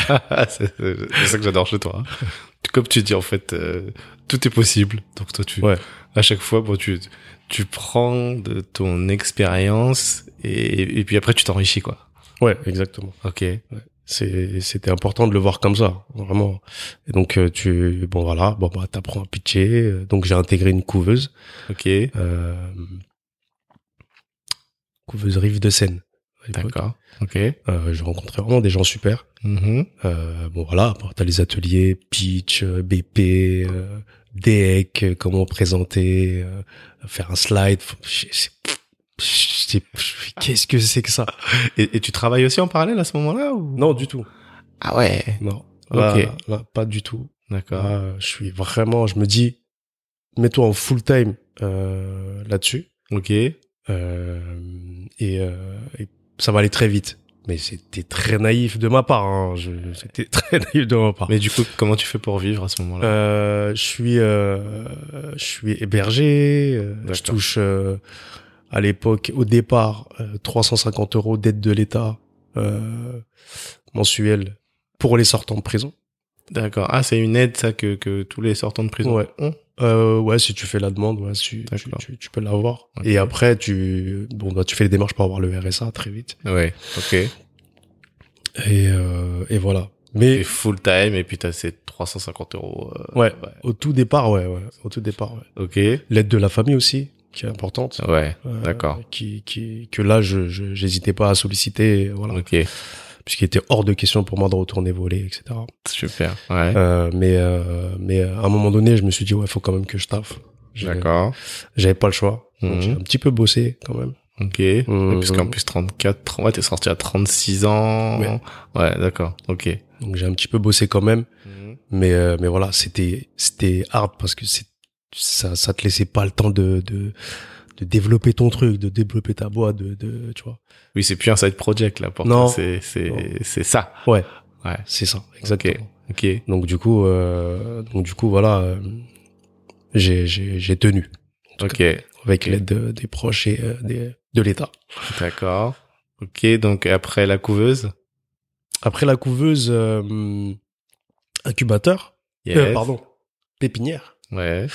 Speaker 1: c'est c'est- c'est ça que j'adore chez toi. hein. Comme tu dis, en fait, euh, tout est possible. Donc toi, tu,
Speaker 2: Ouais.
Speaker 1: à chaque fois, bon, tu, tu prends de ton expérience et, et puis après, tu t'enrichis, quoi.
Speaker 2: ouais exactement
Speaker 1: Ok.
Speaker 2: c'est c'était important de le voir comme ça vraiment et donc euh, tu bon voilà bon bah t'apprends à pitcher euh, donc j'ai intégré une couveuse
Speaker 1: Ok.
Speaker 2: euh, couveuse rive de Seine à l'époque.
Speaker 1: D'accord. Ok.
Speaker 2: euh, j'ai rencontré vraiment des gens super
Speaker 1: Mhm.
Speaker 2: euh, bon voilà bon, t'as les ateliers pitch euh, BP euh, DEC euh, comment présenter euh, faire un slide Je- je- je- je- qu'est-ce que c'est que ça
Speaker 1: Et, et tu travailles aussi en parallèle à ce moment-là ou
Speaker 2: non du tout
Speaker 1: Ah ouais.
Speaker 2: non
Speaker 1: Ok.
Speaker 2: Là- là, pas du tout
Speaker 1: D'accord.
Speaker 2: Là, Bah, je suis vraiment, je me dis, mets-toi en full time euh, là-dessus
Speaker 1: Ok.
Speaker 2: Euh, et, euh, et ça va aller très vite. Mais c'était très naïf de ma part. hein. Je- C'était <laughs> très naïf de ma part.
Speaker 1: Mais du coup, comment tu fais pour vivre à ce moment-là
Speaker 2: Euh, je suis, euh, je suis hébergé. euh, Je
Speaker 1: D'accord.
Speaker 2: touche euh, à l'époque, au départ, euh, 350 euros d'aide de l'État euh, mensuelle pour les sortants de prison.
Speaker 1: D'accord. Ah, c'est une aide, ça, que, que tous les sortants de prison
Speaker 2: Ouais.
Speaker 1: ont
Speaker 2: Euh, ouais, si tu fais la demande, ouais, tu, tu,
Speaker 1: D'accord.
Speaker 2: tu, tu peux l'avoir.
Speaker 1: Ok.
Speaker 2: Et après, tu, bon, bah, tu fais les démarches pour avoir le RSA très vite.
Speaker 1: Ouais. Ok.
Speaker 2: Et, euh, et voilà. Mais
Speaker 1: Et full time, et puis t'as ces 350 euros. euh,
Speaker 2: Ouais. au tout départ, ouais, ouais, au tout départ, ouais.
Speaker 1: Ok.
Speaker 2: L'aide de la famille aussi, qui est importante.
Speaker 1: Ouais.
Speaker 2: euh,
Speaker 1: d'accord.
Speaker 2: Qui, qui, que là, je, je- j'hésitais pas à solliciter, voilà.
Speaker 1: Ok.
Speaker 2: Puisqu'il était hors de question pour moi de retourner voler, etc.
Speaker 1: Super. Ouais.
Speaker 2: Euh, mais, euh, mais à un moment donné, je me suis dit, ouais, faut quand même que je taffe. J'ai-
Speaker 1: D'accord.
Speaker 2: J'avais pas le choix. Donc,
Speaker 1: Mhm.
Speaker 2: j'ai un petit peu bossé, quand même.
Speaker 1: Ok.
Speaker 2: Mhm.
Speaker 1: Et Puisqu'en plus 34, 30, ouais, t'es sorti à 36 ans.
Speaker 2: Ouais.
Speaker 1: Ouais, d'accord. Ok.
Speaker 2: Donc, j'ai un petit peu bossé quand même. mais euh, mais voilà c'était c'était hard parce que c'est ça ça te laissait pas le temps de de de développer ton truc de développer ta boîte de, de tu vois
Speaker 1: Oui, c'est plus un side project là. Pour
Speaker 2: Non.
Speaker 1: toi, c'est c'est
Speaker 2: Non.
Speaker 1: c'est ça.
Speaker 2: Ouais.
Speaker 1: Ouais.
Speaker 2: c'est ça exactement
Speaker 1: Ok.
Speaker 2: donc du coup euh, donc du coup voilà euh, j'ai j'ai j'ai tenu
Speaker 1: Ok.
Speaker 2: avec
Speaker 1: Ok.
Speaker 2: l'aide de- des proches et euh, des, de l'État
Speaker 1: D'accord. Ok. Donc après la couveuse.
Speaker 2: Euh, après la couveuse euh, incubateur
Speaker 1: Yes.
Speaker 2: euh, pardon pépinière
Speaker 1: Ouais.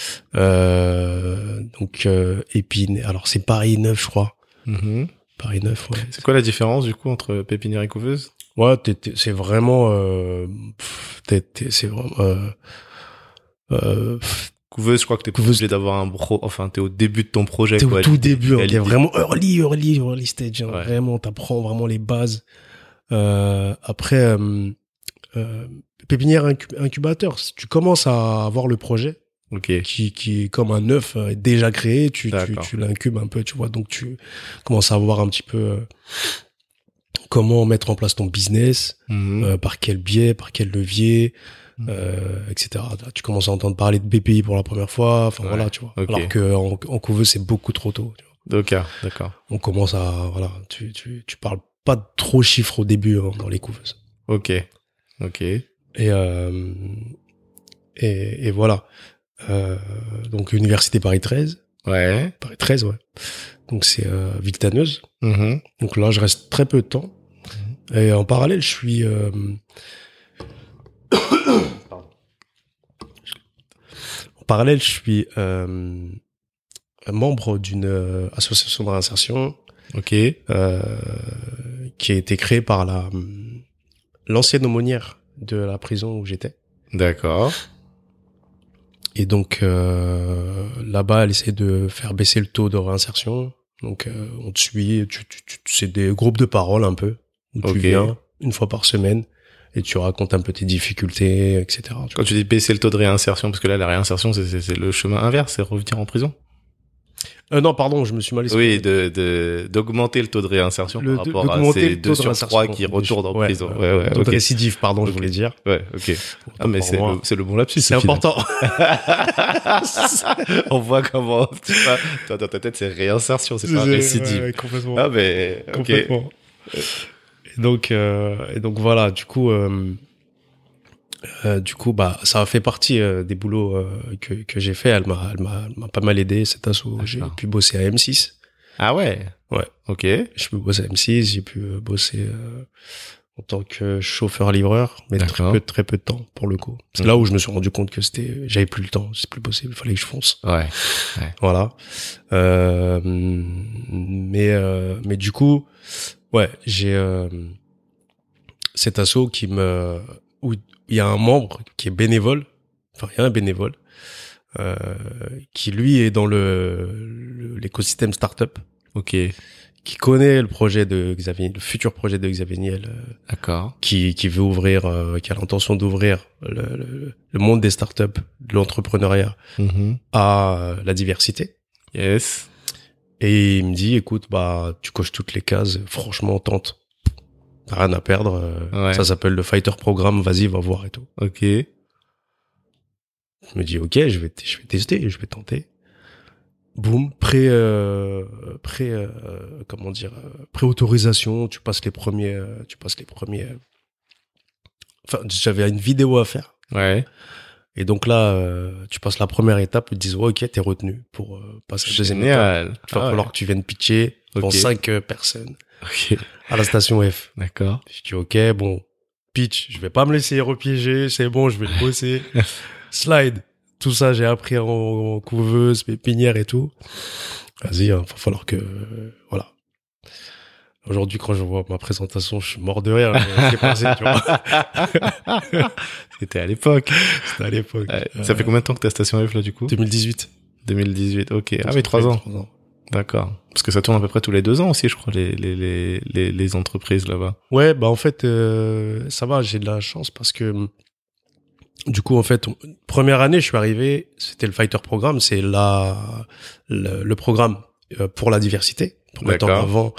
Speaker 2: euh, donc euh, épine alors c'est Paris 9 je crois
Speaker 1: Mhm.
Speaker 2: Paris 9 ouais
Speaker 1: C'est quoi la différence du coup entre pépinière et couveuse
Speaker 2: Ouais, t'es- t'es- c'est vraiment, euh, pff, t'es- t'es- c'est vraiment, euh, euh, pff,
Speaker 1: Couveuse, je crois que t'es
Speaker 2: Couveuse.
Speaker 1: obligé d'avoir un pro, enfin, t'es au début de ton projet,
Speaker 2: t'es au
Speaker 1: quoi.
Speaker 2: tout début, hein,
Speaker 1: elle
Speaker 2: t'es
Speaker 1: dit-
Speaker 2: vraiment early, early, early stage, hein,
Speaker 1: Ouais.
Speaker 2: vraiment, t'apprends vraiment les bases. Euh, après, euh, euh, pépinière incu- incubateur, si tu commences à avoir le projet
Speaker 1: Ok.
Speaker 2: qui, qui est comme un œuf euh, déjà créé, tu, tu,
Speaker 1: D'accord.
Speaker 2: tu l'incubes un peu, tu vois, donc tu commences à voir un petit peu euh, comment mettre en place ton business.
Speaker 1: Mhm.
Speaker 2: Euh, par quel biais, par quel levier,
Speaker 1: Mhm.
Speaker 2: euh, etc. Là, tu commences à entendre parler de BPI pour la première fois, enfin
Speaker 1: Ouais,
Speaker 2: voilà, tu vois.
Speaker 1: ok.
Speaker 2: Alors que en, en couveuse, c'est beaucoup trop tôt. tu vois.
Speaker 1: Ok, d'accord.
Speaker 2: On commence à voilà, tu tu tu parles pas de trop chiffres au début hein, dans les couveuses.
Speaker 1: Ok. Ok.
Speaker 2: Et euh, et, et voilà. Euh, donc université Paris 13,
Speaker 1: Ouais.
Speaker 2: Paris 13 ouais. Donc c'est euh, Villetaneuse.
Speaker 1: Mhm.
Speaker 2: Donc là, je reste très peu de temps. Et en parallèle, je suis. euh, En parallèle, je suis euh, un membre d'une euh, association de réinsertion
Speaker 1: Ok.
Speaker 2: euh, qui a été créée par la l'ancienne aumônière de la prison où j'étais.
Speaker 1: D'accord.
Speaker 2: Et donc euh, là-bas, elle essaie de faire baisser le taux de réinsertion. Donc euh, on te suit, tu, tu, tu, c'est des groupes de parole un peu où
Speaker 1: Ok.
Speaker 2: tu viens une fois par semaine et tu racontes un peu tes difficultés, etc. tu vois.
Speaker 1: Quand tu dis baisser le taux de réinsertion, parce que là, la réinsertion, c'est- c'est c'est le chemin inverse, c'est revenir en prison.
Speaker 2: Euh, non, pardon, je me suis mal exprimé.
Speaker 1: Oui, de de- d'augmenter le taux de réinsertion
Speaker 2: Le-
Speaker 1: par
Speaker 2: de-
Speaker 1: rapport à
Speaker 2: d'augmenter
Speaker 1: ces
Speaker 2: le taux
Speaker 1: deux
Speaker 2: de
Speaker 1: sur
Speaker 2: réinsertion.
Speaker 1: trois qui retournent en
Speaker 2: Ouais,
Speaker 1: prison.
Speaker 2: euh,
Speaker 1: Ouais, ouais,
Speaker 2: Taux de
Speaker 1: ok.
Speaker 2: récidive, pardon, je
Speaker 1: Ok.
Speaker 2: voulais dire.
Speaker 1: Ouais, ok. Ah, mais
Speaker 2: Pour
Speaker 1: c'est
Speaker 2: moi.
Speaker 1: le, c'est le bon lapsus.
Speaker 2: C'est
Speaker 1: au final.
Speaker 2: important.
Speaker 1: <laughs> On voit comment,
Speaker 2: <laughs>
Speaker 1: tu vois, toi, dans ta tête, c'est réinsertion, c'est pas récidive.
Speaker 2: complètement.
Speaker 1: Ah, mais, ok.
Speaker 2: Complètement. Et donc, euh, et donc voilà, du coup, euh, euh, du coup, bah, ça a fait partie euh, des boulots euh, que, que j'ai fait. Elle m'a, elle m'a, elle m'a pas mal aidé cette asso. J'ai
Speaker 1: D'accord.
Speaker 2: pu bosser à M6.
Speaker 1: Ah ouais.
Speaker 2: Ouais.
Speaker 1: Ok.
Speaker 2: J'ai pu bosser à M6. J'ai pu euh, bosser euh, en tant que chauffeur livreur, mais très
Speaker 1: D'accord.
Speaker 2: peu, très peu de temps pour le coup. C'est
Speaker 1: Mhm.
Speaker 2: là où je me suis rendu compte que c'était, j'avais plus le temps, c'est plus possible. Fallait que je fonce.
Speaker 1: Ouais.
Speaker 2: Voilà. Euh, mais euh, mais du coup, ouais, j'ai euh, cet assaut qui me où il y a un membre qui est bénévole. Enfin, il y a un bénévole euh, qui lui est dans le le- l'écosystème startup,
Speaker 1: Ok.
Speaker 2: qui connaît le projet de Xavier, le futur projet de Xavier Niel, euh,
Speaker 1: D'accord.
Speaker 2: qui qui veut ouvrir, euh, qui a l'intention d'ouvrir le, le, le monde des startups, de l'entrepreneuriat
Speaker 1: Mhm.
Speaker 2: à euh, la diversité.
Speaker 1: Yes.
Speaker 2: Et il me dit, écoute, bah, tu coches toutes les cases, franchement, tente. T'as rien à perdre. euh,
Speaker 1: Ouais.
Speaker 2: Ça s'appelle le Fighter Programme, vas-y, va voir et tout.
Speaker 1: Ok.
Speaker 2: Je me dis, ok, je vais, t- je vais tester, je vais tenter. Boum, pré, euh, pré, euh, comment dire, euh, pré-autorisation, tu passes les premiers, euh, tu passes les premiers. euh. Enfin, j'avais une vidéo à faire.
Speaker 1: Ouais.
Speaker 2: Et donc là, euh, tu passes la première étape, ils te disent, ouais, ok, t'es retenu pour euh, passer la deuxième étape.
Speaker 1: Génial.
Speaker 2: Il va
Speaker 1: Ah ouais.
Speaker 2: falloir que tu viennes pitcher devant
Speaker 1: Ok.
Speaker 2: cinq euh, personnes.
Speaker 1: Ok.
Speaker 2: à la station F.
Speaker 1: D'accord.
Speaker 2: Je dis ok, bon, pitch, je vais pas me laisser repiéger, c'est bon, je vais le
Speaker 1: <laughs>
Speaker 2: bosser. Slide, tout ça j'ai appris en, en couveuse, pépinière et tout. Vas-y, hein, va falloir que euh, voilà. Aujourd'hui, quand je vois ma présentation, je suis mort de rire. mais C'est passé,
Speaker 1: <laughs>
Speaker 2: tu vois.
Speaker 1: C'était à l'époque.
Speaker 2: C'était à l'époque.
Speaker 1: Ouais. Ça fait combien de temps que ta station F là du coup
Speaker 2: Euh, 2018.
Speaker 1: 2018. Ok. Ah
Speaker 2: Ça
Speaker 1: oui,
Speaker 2: fait
Speaker 1: trois ans.
Speaker 2: trois ans.
Speaker 1: D'accord. Parce que ça tourne à peu près tous les deux ans aussi, je crois, les les les les, les entreprises là-bas.
Speaker 2: Ouais, bah en fait, euh, ça va, j'ai de la chance parce que hum, du coup, en fait, on- première année, je suis arrivé, c'était le Fighter Programme, c'est la le, le programme euh, pour la diversité, pour mettre en
Speaker 1: D'accord.
Speaker 2: avant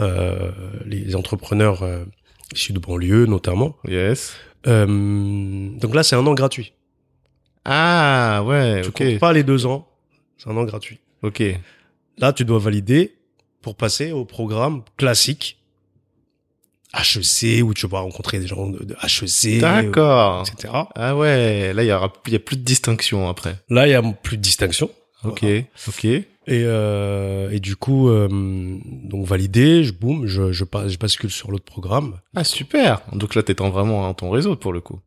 Speaker 2: euh, les entrepreneurs euh, issus de banlieue notamment.
Speaker 1: Yes.
Speaker 2: Euh, donc là, c'est un an gratuit.
Speaker 1: Ah ouais.
Speaker 2: Tu
Speaker 1: ok.
Speaker 2: comptes pas les deux ans, c'est un an gratuit.
Speaker 1: Ok.
Speaker 2: Là, tu dois valider pour passer au programme classique HEC où tu vas rencontrer des gens de, de HEC. euh,
Speaker 1: D'accord.
Speaker 2: etc.
Speaker 1: Ah ouais. Là, il y aura, il y a plus de distinction après.
Speaker 2: Là, il y a plus de distinction.
Speaker 1: Ok.
Speaker 2: Voilà.
Speaker 1: Ok.
Speaker 2: Et, euh, et du coup, euh, donc validé, je boum, je, je, passe, je bascule sur l'autre programme.
Speaker 1: Ah super. Donc là, t'étends vraiment hein, ton réseau pour le coup.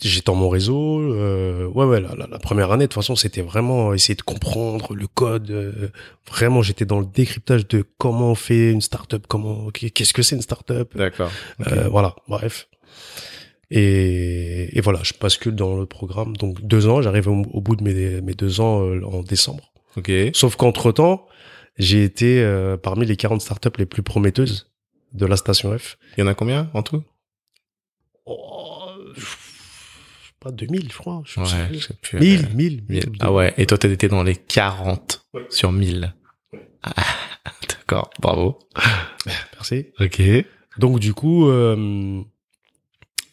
Speaker 2: j'étais dans mon réseau. Euh, ouais, ouais, la, la, la, première année, de toute façon, c'était vraiment essayer de comprendre le code. Euh, vraiment, j'étais dans le décryptage de comment on fait une startup, comment, qu'est-ce que c'est une startup.
Speaker 1: D'accord.
Speaker 2: Okay. Euh, voilà, bref. Et, et, voilà, je bascule dans le programme. Donc deux ans, j'arrive au, au, bout de mes, mes deux ans euh, en décembre.
Speaker 1: Ok.
Speaker 2: Sauf qu'entre temps, j'ai été euh, parmi les 40 startups les plus prometteuses de la station F.
Speaker 1: Il y en a combien en tout
Speaker 2: oh, je pas 2000, je crois. Je
Speaker 1: ouais, je sais plus.
Speaker 2: 1000, 1000, 1000.
Speaker 1: Ah ouais, et toi, t'étais dans les 40
Speaker 2: ouais.
Speaker 1: sur 1000.
Speaker 2: Ouais.
Speaker 1: Ah, <laughs> D'accord, bravo.
Speaker 2: Merci.
Speaker 1: Ok.
Speaker 2: Donc, du coup, euh,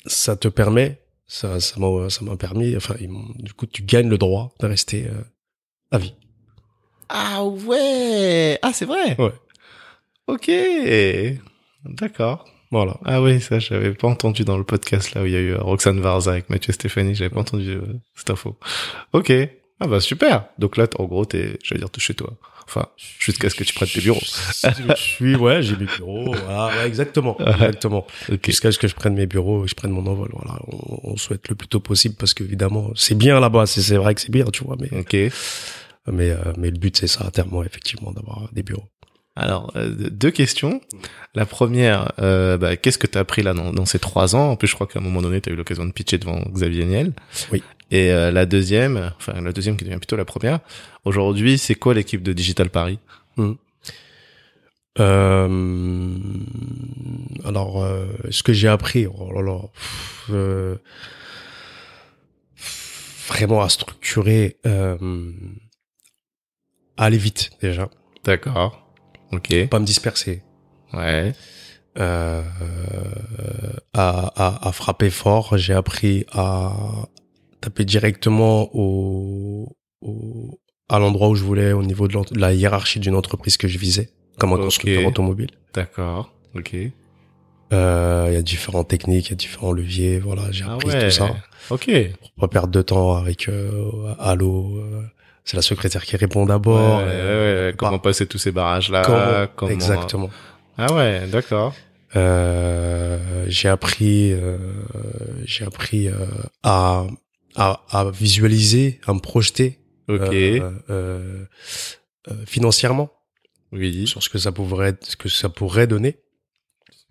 Speaker 2: ça te permet, ça ça m'a permis, enfin, du coup, tu gagnes le droit de rester euh, à vie.
Speaker 1: Ah ouais Ah, c'est vrai
Speaker 2: Ouais.
Speaker 1: Ok D'accord.
Speaker 2: Voilà.
Speaker 1: Ah oui, ça, j'avais pas entendu dans le podcast là où il y a eu euh, Roxane Varza avec Mathieu Stéphanie, j'avais pas entendu euh, cette info. Ok. Ah bah super. Donc là, en gros, t'es, je veux dire, t'es chez toi. Enfin, jusqu'à ce que tu prêtes tes bureaux.
Speaker 2: je suis, ouais, j'ai mes bureaux. Voilà,
Speaker 1: <laughs>
Speaker 2: ouais, exactement, ouais. exactement.
Speaker 1: Okay.
Speaker 2: Jusqu'à ce que je prenne mes bureaux et je prenne mon envol. Voilà, on, on souhaite le plus tôt possible parce qu'évidemment, c'est bien là-bas. C'est vrai que c'est bien, tu vois. Mais,
Speaker 1: ok.
Speaker 2: Mais, euh, mais le but, c'est ça à terme, ouais, effectivement, d'avoir des bureaux.
Speaker 1: Alors, euh, deux questions. La première, euh, bah, qu'est-ce que tu as appris là dans, dans, ces trois ans En plus, je crois qu'à un moment donné, tu as eu l'occasion de pitcher devant Xavier Niel.
Speaker 2: Oui.
Speaker 1: Et euh, la deuxième, enfin la deuxième qui devient plutôt la première, aujourd'hui, c'est quoi l'équipe de Digital Paris
Speaker 2: mmh. Euh, alors, euh, ce que j'ai appris, oh là là, pff, vraiment à structurer, à aller vite déjà.
Speaker 1: D'accord. Ok.
Speaker 2: Pas me disperser.
Speaker 1: Ouais.
Speaker 2: Euh, à, à, à, frapper fort. J'ai appris à taper directement au, au à l'endroit où je voulais, au niveau de, de la hiérarchie d'une entreprise que je visais, comme un
Speaker 1: okay.
Speaker 2: constructeur automobile.
Speaker 1: D'accord. Ok. Il
Speaker 2: euh, y a différentes techniques, il y a différents leviers. Voilà, j'ai
Speaker 1: ah
Speaker 2: appris
Speaker 1: ouais.
Speaker 2: tout ça.
Speaker 1: Ok.
Speaker 2: Pour pas perdre de temps avec euh, Halo c'est la secrétaire qui répond d'abord.
Speaker 1: Ouais, ouais, ouais. Comment passer tous ces barrages là
Speaker 2: euh, bah, comment, comment... Exactement.
Speaker 1: Ah ouais, d'accord.
Speaker 2: Euh, j'ai appris, euh, j'ai appris euh, à, à, à visualiser, à me projeter.
Speaker 1: Ok.
Speaker 2: Euh, financièrement.
Speaker 1: Oui.
Speaker 2: Sur ce que ça pourrait, ce que ça pourrait donner.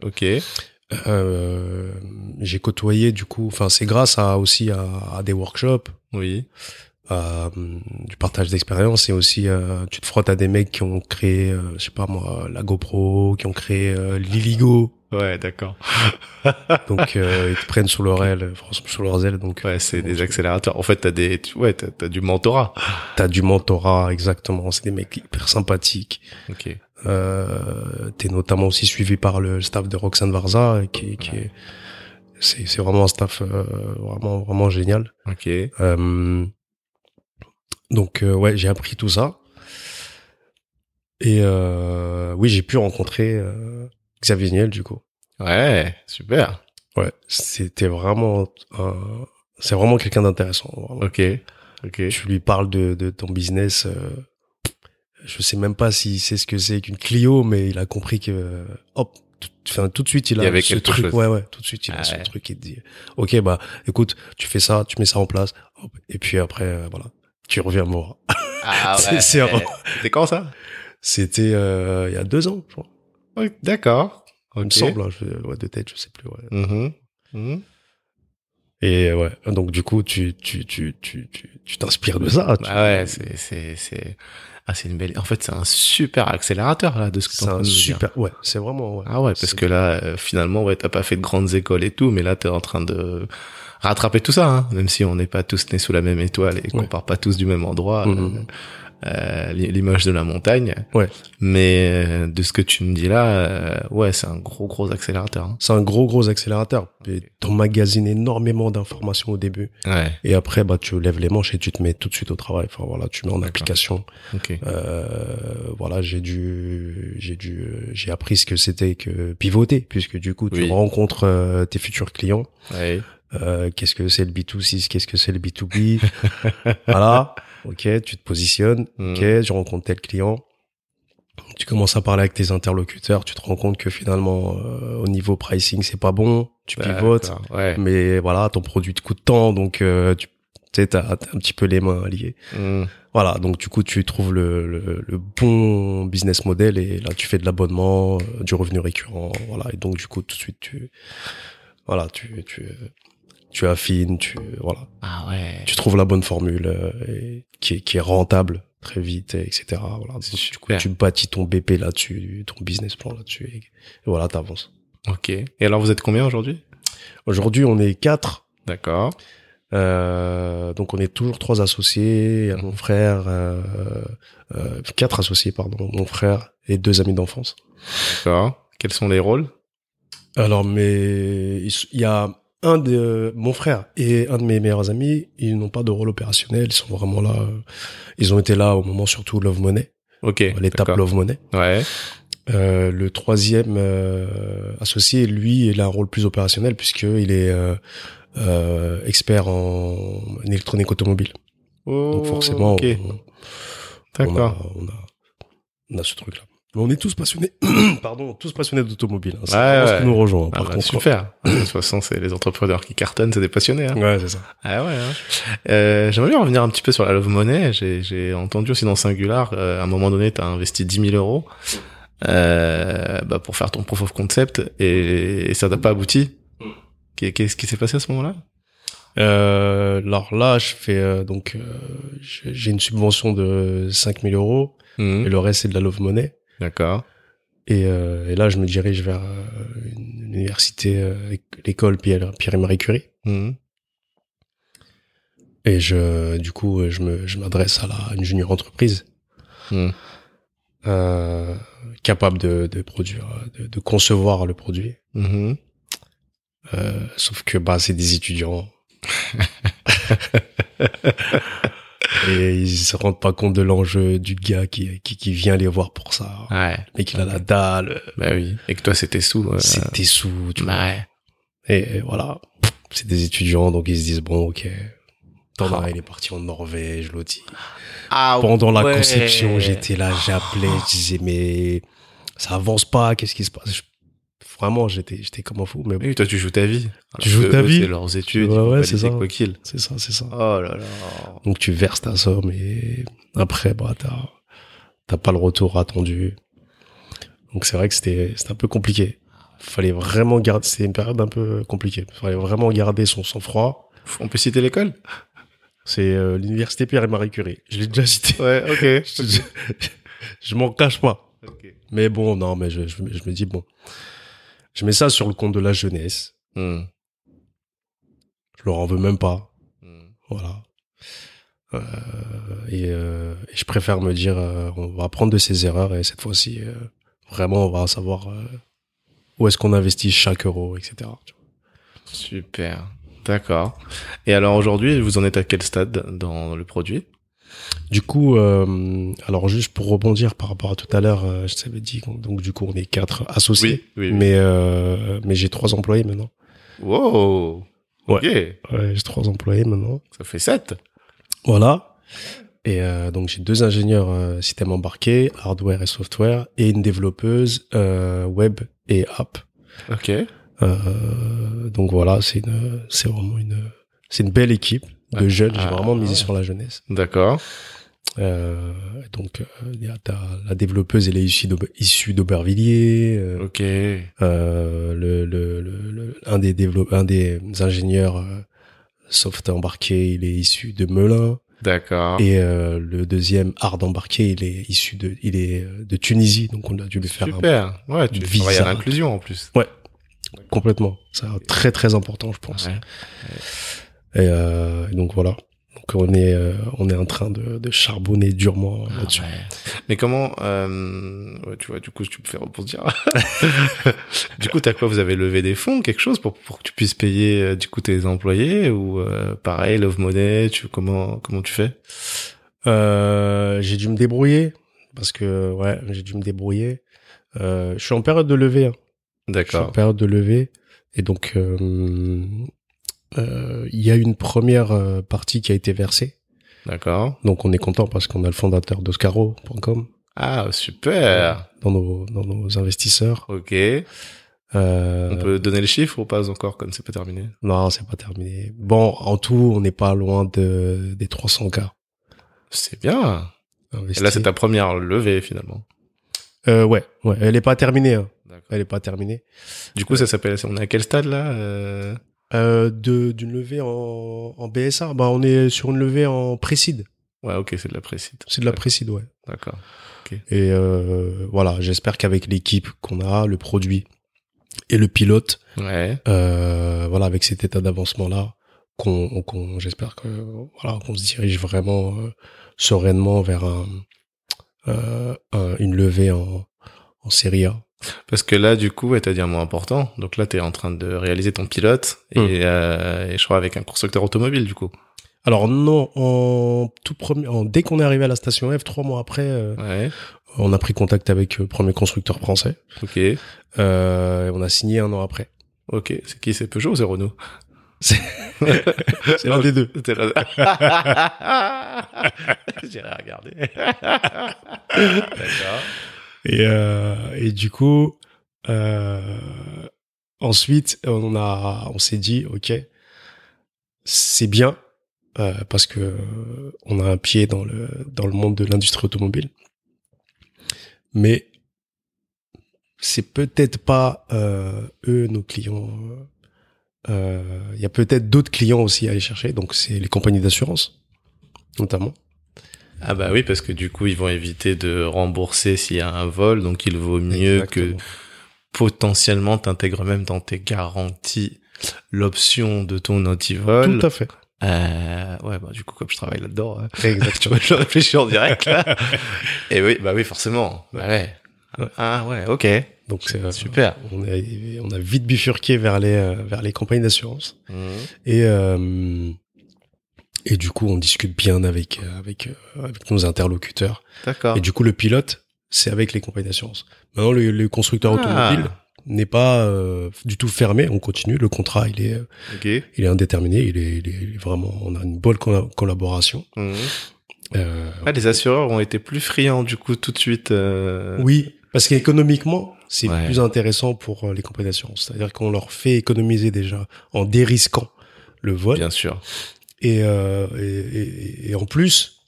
Speaker 2: Euh,
Speaker 1: Ok.
Speaker 2: j'ai côtoyé du coup, enfin c'est grâce à aussi à, à des workshops.
Speaker 1: Oui.
Speaker 2: Euh, du partage d'expérience et aussi euh, tu te frottes à des mecs qui ont créé euh, je sais pas moi la GoPro qui ont créé euh, l'Iligo
Speaker 1: ouais d'accord
Speaker 2: donc euh, ils te prennent sous leur aile euh, franchement sous leurs ailes donc
Speaker 1: ouais c'est des accélérateurs en fait t'as des tu, ouais t'as as du mentorat
Speaker 2: t'as du mentorat exactement c'est des mecs hyper sympathiques Euh,
Speaker 1: ok
Speaker 2: t'es notamment aussi suivi par le staff de Roxane Varza qui, qui est c'est c'est vraiment un staff euh, vraiment vraiment génial
Speaker 1: ok
Speaker 2: euh, donc euh, ouais, j'ai appris tout ça. Et euh, oui, j'ai pu rencontrer euh, Xavier Niel du coup.
Speaker 1: Ouais, super.
Speaker 2: Ouais, c'était vraiment, c'est vraiment quelqu'un d'intéressant.
Speaker 1: Ok, ok.
Speaker 2: Tu lui parles de, de ton business. euh, je sais même pas si c'est ce que c'est qu'une Clio, mais il a compris que euh, hop, enfin tout de suite il a
Speaker 1: il y avait
Speaker 2: ce truc
Speaker 1: chose.
Speaker 2: ouais ouais tout de suite il a
Speaker 1: ah
Speaker 2: ce
Speaker 1: ouais.
Speaker 2: truc il te dit ok bah écoute tu fais ça tu mets ça en place hop, et puis après euh, voilà tu reviens me voir.
Speaker 1: <laughs> Ah ouais. C'était quand ça
Speaker 2: C'était euh, il y a deux ans, je crois.
Speaker 1: Oui, d'accord.
Speaker 2: Il me
Speaker 1: Ok.
Speaker 2: semble, hein, je, ouais, de tête, je sais plus. Ouais.
Speaker 1: Mhm. Mhm.
Speaker 2: Et euh, ouais, donc du coup, tu tu tu tu tu tu t'inspires de ça. tu-
Speaker 1: Bah ouais, c'est c'est c'est ah c'est une belle. En fait, c'est un super accélérateur là de ce que
Speaker 2: c'est
Speaker 1: t'es en train
Speaker 2: un
Speaker 1: de nous dire.
Speaker 2: super. Ouais, c'est vraiment. Ouais.
Speaker 1: Ah ouais, parce
Speaker 2: C'est-
Speaker 1: que là, euh, finalement, ouais, t'as pas fait de grandes écoles et tout, mais là, t'es en train de rattraper tout ça, hein, même si on n'est pas tous nés sous la même étoile et qu'on
Speaker 2: Ouais.
Speaker 1: part pas tous du même endroit. euh,
Speaker 2: Mhm.
Speaker 1: euh, l'i- l'image de la montagne.
Speaker 2: Ouais.
Speaker 1: Mais euh, de ce que tu me dis là, euh, ouais, c'est un gros gros accélérateur. hein.
Speaker 2: C'est un gros gros accélérateur. Et T'emmagasines énormément d'informations au début,
Speaker 1: Ouais.
Speaker 2: et après bah tu lèves les manches et tu te mets tout de suite au travail. Enfin voilà, tu mets en
Speaker 1: D'accord.
Speaker 2: application.
Speaker 1: Ok.
Speaker 2: Euh, voilà, j'ai dû, j'ai dû, euh, j'ai appris ce que c'était que pivoter, puisque du coup, tu
Speaker 1: Oui.
Speaker 2: rencontres euh, tes futurs clients.
Speaker 1: Ouais.
Speaker 2: Euh, qu'est-ce que c'est le B2C, qu'est-ce que c'est le
Speaker 1: <laughs>
Speaker 2: B2B, voilà. Ok, tu te positionnes.
Speaker 1: Mhm.
Speaker 2: Ok, je rencontre tel client. tu commences à parler avec tes interlocuteurs, tu te rends compte que finalement, euh, au niveau pricing, c'est pas bon, tu pivotes,
Speaker 1: D'accord, Ouais.
Speaker 2: mais voilà, ton produit te coûte tant, donc euh, tu tu sais, t'as t'as un petit peu les mains liées.
Speaker 1: Mm.
Speaker 2: Voilà, donc du coup, tu trouves le, le, le bon business model et là, tu fais de l'abonnement, euh, du revenu récurrent, voilà. Et donc, du coup, tout de suite, tu, voilà, tu, tu, tu affines, tu, voilà,
Speaker 1: Ah ouais.
Speaker 2: tu trouves la bonne formule euh, et qui, est, qui est rentable très vite, et etc. Voilà. Donc,
Speaker 1: C'est
Speaker 2: du coup,
Speaker 1: super.
Speaker 2: tu bâtis ton BP là-dessus, ton business plan là-dessus, et, et voilà, t'avances.
Speaker 1: Ok. Et alors, vous êtes combien aujourd'hui
Speaker 2: Aujourd'hui, on est quatre,
Speaker 1: D'accord.
Speaker 2: euh, donc on est toujours trois associés,
Speaker 1: Mmh.
Speaker 2: mon frère, euh, euh, quatre associés pardon, mon frère et deux amis d'enfance.
Speaker 1: D'accord. Quels sont les rôles
Speaker 2: Alors, mais ils s- il y a un de mon frère et un de mes meilleurs amis, ils n'ont pas de rôle opérationnel, ils sont vraiment là. euh, Ils ont été là au moment surtout Love Money,
Speaker 1: Ok.
Speaker 2: l'étape
Speaker 1: d'accord.
Speaker 2: Love Money.
Speaker 1: Ouais.
Speaker 2: Euh, le troisième euh, associé, lui, il a un rôle plus opérationnel puisque il est euh, euh, expert en électronique automobile. Donc forcément,
Speaker 1: Oh, Ok.
Speaker 2: on- on,
Speaker 1: D'accord.
Speaker 2: a, on a, on a ce truc-là. Mais on est tous passionnés, <coughs> pardon, tous passionnés d'automobile. Hein. C'est
Speaker 1: Ouais,
Speaker 2: vraiment ce
Speaker 1: ouais.
Speaker 2: qui nous rejoint. hein,
Speaker 1: Ah
Speaker 2: par
Speaker 1: bah,
Speaker 2: contre, quoi.
Speaker 1: super. <laughs> De toute façon, c'est les entrepreneurs qui cartonnent, c'est des passionnés. Hein.
Speaker 2: Ouais, c'est ça.
Speaker 1: Ah ouais. hein. Euh, J'aimerais bien revenir un petit peu sur la Love Money. J'ai j'ai entendu aussi dans Singular, euh, à un moment donné, tu as investi 10 000 euros euh, bah, pour faire ton proof of concept et, et ça n'a pas abouti.
Speaker 2: Mm.
Speaker 1: Qu'est- Qu'est-ce qui s'est passé à ce moment-là
Speaker 2: Euh, alors là, je fais euh, donc euh, j'ai j'ai une subvention de 5000 euros et
Speaker 1: Mhm.
Speaker 2: le reste c'est de la love money.
Speaker 1: D'accord.
Speaker 2: Et, euh, et là, je me dirige vers euh, une université, euh, éc- l'école Pierre, Pierre et Marie Curie.
Speaker 1: Mhm.
Speaker 2: Et je, du coup, euh, je me, je m'adresse à la à une junior entreprise
Speaker 1: Mhm.
Speaker 2: euh, capable de, de produire, euh, de, de concevoir le produit.
Speaker 1: Mhm.
Speaker 2: Euh, sauf que bah, c'est des
Speaker 1: <laughs>
Speaker 2: étudiants. et ils se rendent pas compte de l'enjeu du gars qui, qui, qui vient les voir pour ça.
Speaker 1: Ouais.
Speaker 2: Mais qu'il a la dalle,
Speaker 1: Bah oui. Et que toi, c'était sous. euh,
Speaker 2: c'est tes sous, tu vois.
Speaker 1: bah ouais.
Speaker 2: Et, et voilà, c'est des étudiants, donc ils se disent, bon, ok, t'en as,
Speaker 1: Ah.
Speaker 2: un, il est parti en Norvège, l'autre. il-
Speaker 1: Ah,
Speaker 2: Pendant la
Speaker 1: ouais.
Speaker 2: conception, j'étais là, j'appelais, je disais, mais ça avance pas, qu'est-ce qui se passe Je- Vraiment, j'étais j'étais comme un fou, mais bon,
Speaker 1: Oui, toi, tu joues ta vie.
Speaker 2: Tu joues
Speaker 1: que
Speaker 2: ta
Speaker 1: eux,
Speaker 2: vie.
Speaker 1: C'est leurs études.
Speaker 2: Ouais,
Speaker 1: ils vont
Speaker 2: ouais,
Speaker 1: pas
Speaker 2: c'est
Speaker 1: laisser
Speaker 2: ça.
Speaker 1: quoi qu'il.
Speaker 2: c'est ça, c'est ça.
Speaker 1: Oh là là.
Speaker 2: Donc tu verses ta somme et après, bah, t'as, t'as pas le retour attendu. Donc c'est vrai que c'était, c'était un peu compliqué. Fallait vraiment garder, c'est une période un peu compliquée. Fallait vraiment garder son sang-froid.
Speaker 1: On peut citer l'école
Speaker 2: C'est euh, l'université Pierre et Marie Curie. Je l'ai déjà cité. <laughs>
Speaker 1: Ouais, ok.
Speaker 2: Je, je- je m'en cache pas.
Speaker 1: <laughs> Ok.
Speaker 2: Mais bon, non, mais je, je, je me dis, bon, je mets ça sur le compte de la jeunesse.
Speaker 1: Mhm.
Speaker 2: Je leur en veux même pas.
Speaker 1: Mhm.
Speaker 2: Voilà. Euh, et, euh, et je préfère me dire, euh, on va apprendre de ses erreurs et cette fois-ci, euh, vraiment, on va savoir euh, où est-ce qu'on investit chaque euro, etc. tu vois.
Speaker 1: Super. D'accord. Et alors aujourd'hui, vous en êtes à quel stade dans le produit
Speaker 2: Du coup, euh, alors juste pour rebondir par rapport à tout à l'heure, euh, je t'avais dit, qu'on- donc du coup, on est quatre associés,
Speaker 1: oui.
Speaker 2: mais euh, mais j'ai trois employés maintenant.
Speaker 1: Wow. Ok.
Speaker 2: Ouais, j'ai trois employés maintenant.
Speaker 1: Ça fait 7.
Speaker 2: Voilà. Et euh, donc j'ai deux ingénieurs euh, système embarqué, hardware et software, et une développeuse euh, web et app.
Speaker 1: Ok.
Speaker 2: Euh, donc voilà, c'est une, c'est vraiment une, c'est une belle équipe de
Speaker 1: Ah,
Speaker 2: jeunes. J'ai
Speaker 1: ah,
Speaker 2: vraiment misé
Speaker 1: ouais.
Speaker 2: sur la jeunesse.
Speaker 1: D'accord.
Speaker 2: Euh, donc euh, il y a- t'as- la développeuse, elle est issue d'Aube- issue d'Aubervilliers. euh,
Speaker 1: Ok.
Speaker 2: euh, le, le, le, le- un des développe- un des ingénieurs euh, soft embarqué, il est issu de Melun.
Speaker 1: D'accord.
Speaker 2: Et euh, le deuxième, Hard embarqué, il est issu de, il est euh, de Tunisie, donc on a dû lui faire un-
Speaker 1: Super. Ouais, tu
Speaker 2: visa.
Speaker 1: travailles à l'inclusion en plus.
Speaker 2: euh, complètement. C'est un très très important, je pense.
Speaker 1: Ouais.
Speaker 2: Et euh, donc voilà. Donc on est, euh, on est en train de, de charbonner durement euh,
Speaker 1: Ah,
Speaker 2: là-dessus.
Speaker 1: ouais. Mais comment, euh, ouais, tu vois, du coup, tu me fais
Speaker 2: <laughs>
Speaker 1: rebondir. du coup, t'as quoi Vous avez levé des fonds, quelque chose pour pour que tu puisses payer euh, du coup tes employés ou euh, pareil, Love Money. Tu comment comment tu fais
Speaker 2: Euh, j'ai dû me débrouiller parce que ouais, j'ai dû me débrouiller. Euh, je suis en période de levée. hein. Je suis en
Speaker 1: D'accord.
Speaker 2: période de levée et donc euh, euh, il y a une première euh, partie qui a été versée.
Speaker 1: D'accord.
Speaker 2: Donc on est content parce qu'on a le fondateur d'Oscaro.com
Speaker 1: Ah, super.
Speaker 2: dans nos, dans nos investisseurs.
Speaker 1: Ok.
Speaker 2: Euh,
Speaker 1: On peut donner le chiffre ou pas encore comme c'est pas terminé
Speaker 2: Non, c'est pas terminé. Bon, en tout, on n'est pas loin de, des 300 gars
Speaker 1: C'est bien. Et
Speaker 2: investis.
Speaker 1: là, c'est ta première levée finalement.
Speaker 2: Euh, ouais, ouais. Elle est pas terminée. hein.
Speaker 1: D'accord.
Speaker 2: Elle est pas terminée.
Speaker 1: Du coup, ça s'appelle. On est à quel stade là euh,
Speaker 2: Euh, de- d'une levée en, en BSA. Bah, on est sur une levée en précide.
Speaker 1: Ouais, ok, c'est de la précise.
Speaker 2: C'est de la précide, ouais.
Speaker 1: D'accord.
Speaker 2: Et euh, voilà, j'espère qu'avec l'équipe qu'on a, le produit et le pilote,
Speaker 1: Ouais.
Speaker 2: euh, voilà, avec cet état d'avancement là, qu'on, qu'on- j'espère que voilà, qu'on se dirige vraiment euh, sereinement vers un, euh, un- une levée en, en série A.
Speaker 1: Parce que là, du coup, ouais, t'as dit un mot important. Donc là, t'es en train de réaliser ton pilote et,
Speaker 2: Mm.
Speaker 1: euh, et je crois avec un constructeur automobile, du coup.
Speaker 2: Alors non, en tout premier, en- dès qu'on est arrivé à la station F, trois mois après, euh,
Speaker 1: Ouais.
Speaker 2: on a pris contact avec le premier constructeur français.
Speaker 1: Ok.
Speaker 2: Euh, et on a signé un an après.
Speaker 1: Ok. C'est qui C'est Peugeot ou c'est Renault
Speaker 2: C'est l'un des deux.
Speaker 1: <laughs> T'es là- <laughs> J'irai regarder. D'accord.
Speaker 2: Et, euh, et du coup, euh, ensuite, on a, on s'est dit, ok, c'est bien euh, parce que euh, on a un pied dans le dans le monde de l'industrie automobile, mais c'est peut-être pas euh, eux nos clients. Euh, Il y a peut-être d'autres clients aussi à aller chercher, donc c'est les compagnies d'assurance, notamment.
Speaker 1: Ah bah oui, parce que du coup, ils vont éviter de rembourser s'il y a un vol, donc il vaut mieux que
Speaker 2: Exactement.
Speaker 1: potentiellement t'intègres même dans tes garanties l'option de ton antivol.
Speaker 2: Tout
Speaker 1: <laughs>
Speaker 2: à fait.
Speaker 1: Euh, ouais, bah du coup, comme je travaille là-dedans, hein, <laughs>
Speaker 2: Exactement.
Speaker 1: je réfléchis en direct. là. <laughs> Et oui, bah oui, forcément. Bah ouais.
Speaker 2: Ouais.
Speaker 1: Ah ouais, ok.
Speaker 2: Donc c'est euh,
Speaker 1: Super.
Speaker 2: On a, on a vite bifurqué vers les, euh, vers les compagnies d'assurance.
Speaker 1: Mhm.
Speaker 2: Et, euh, et du coup, on discute bien avec, euh, avec, euh, avec nos interlocuteurs.
Speaker 1: D'accord.
Speaker 2: Et du coup, le pilote, c'est avec les compagnies d'assurance. Maintenant, le, le constructeur
Speaker 1: Ah,
Speaker 2: automobile n'est pas euh, du tout fermé. On continue. Le contrat, il est, euh,
Speaker 1: Ok.
Speaker 2: il est indéterminé. Il est, il est- il est vraiment, on a une bonne colla- collaboration.
Speaker 1: Mhm.
Speaker 2: Euh,
Speaker 1: Ah, les assureurs ont été plus friands du coup tout de suite. euh,
Speaker 2: oui, parce qu'économiquement, c'est
Speaker 1: Ouais.
Speaker 2: plus intéressant pour euh, les compagnies d'assurance. C'est-à-dire qu'on leur fait économiser déjà en dérisquant le vol.
Speaker 1: Bien sûr.
Speaker 2: et, euh, et, et- et en plus,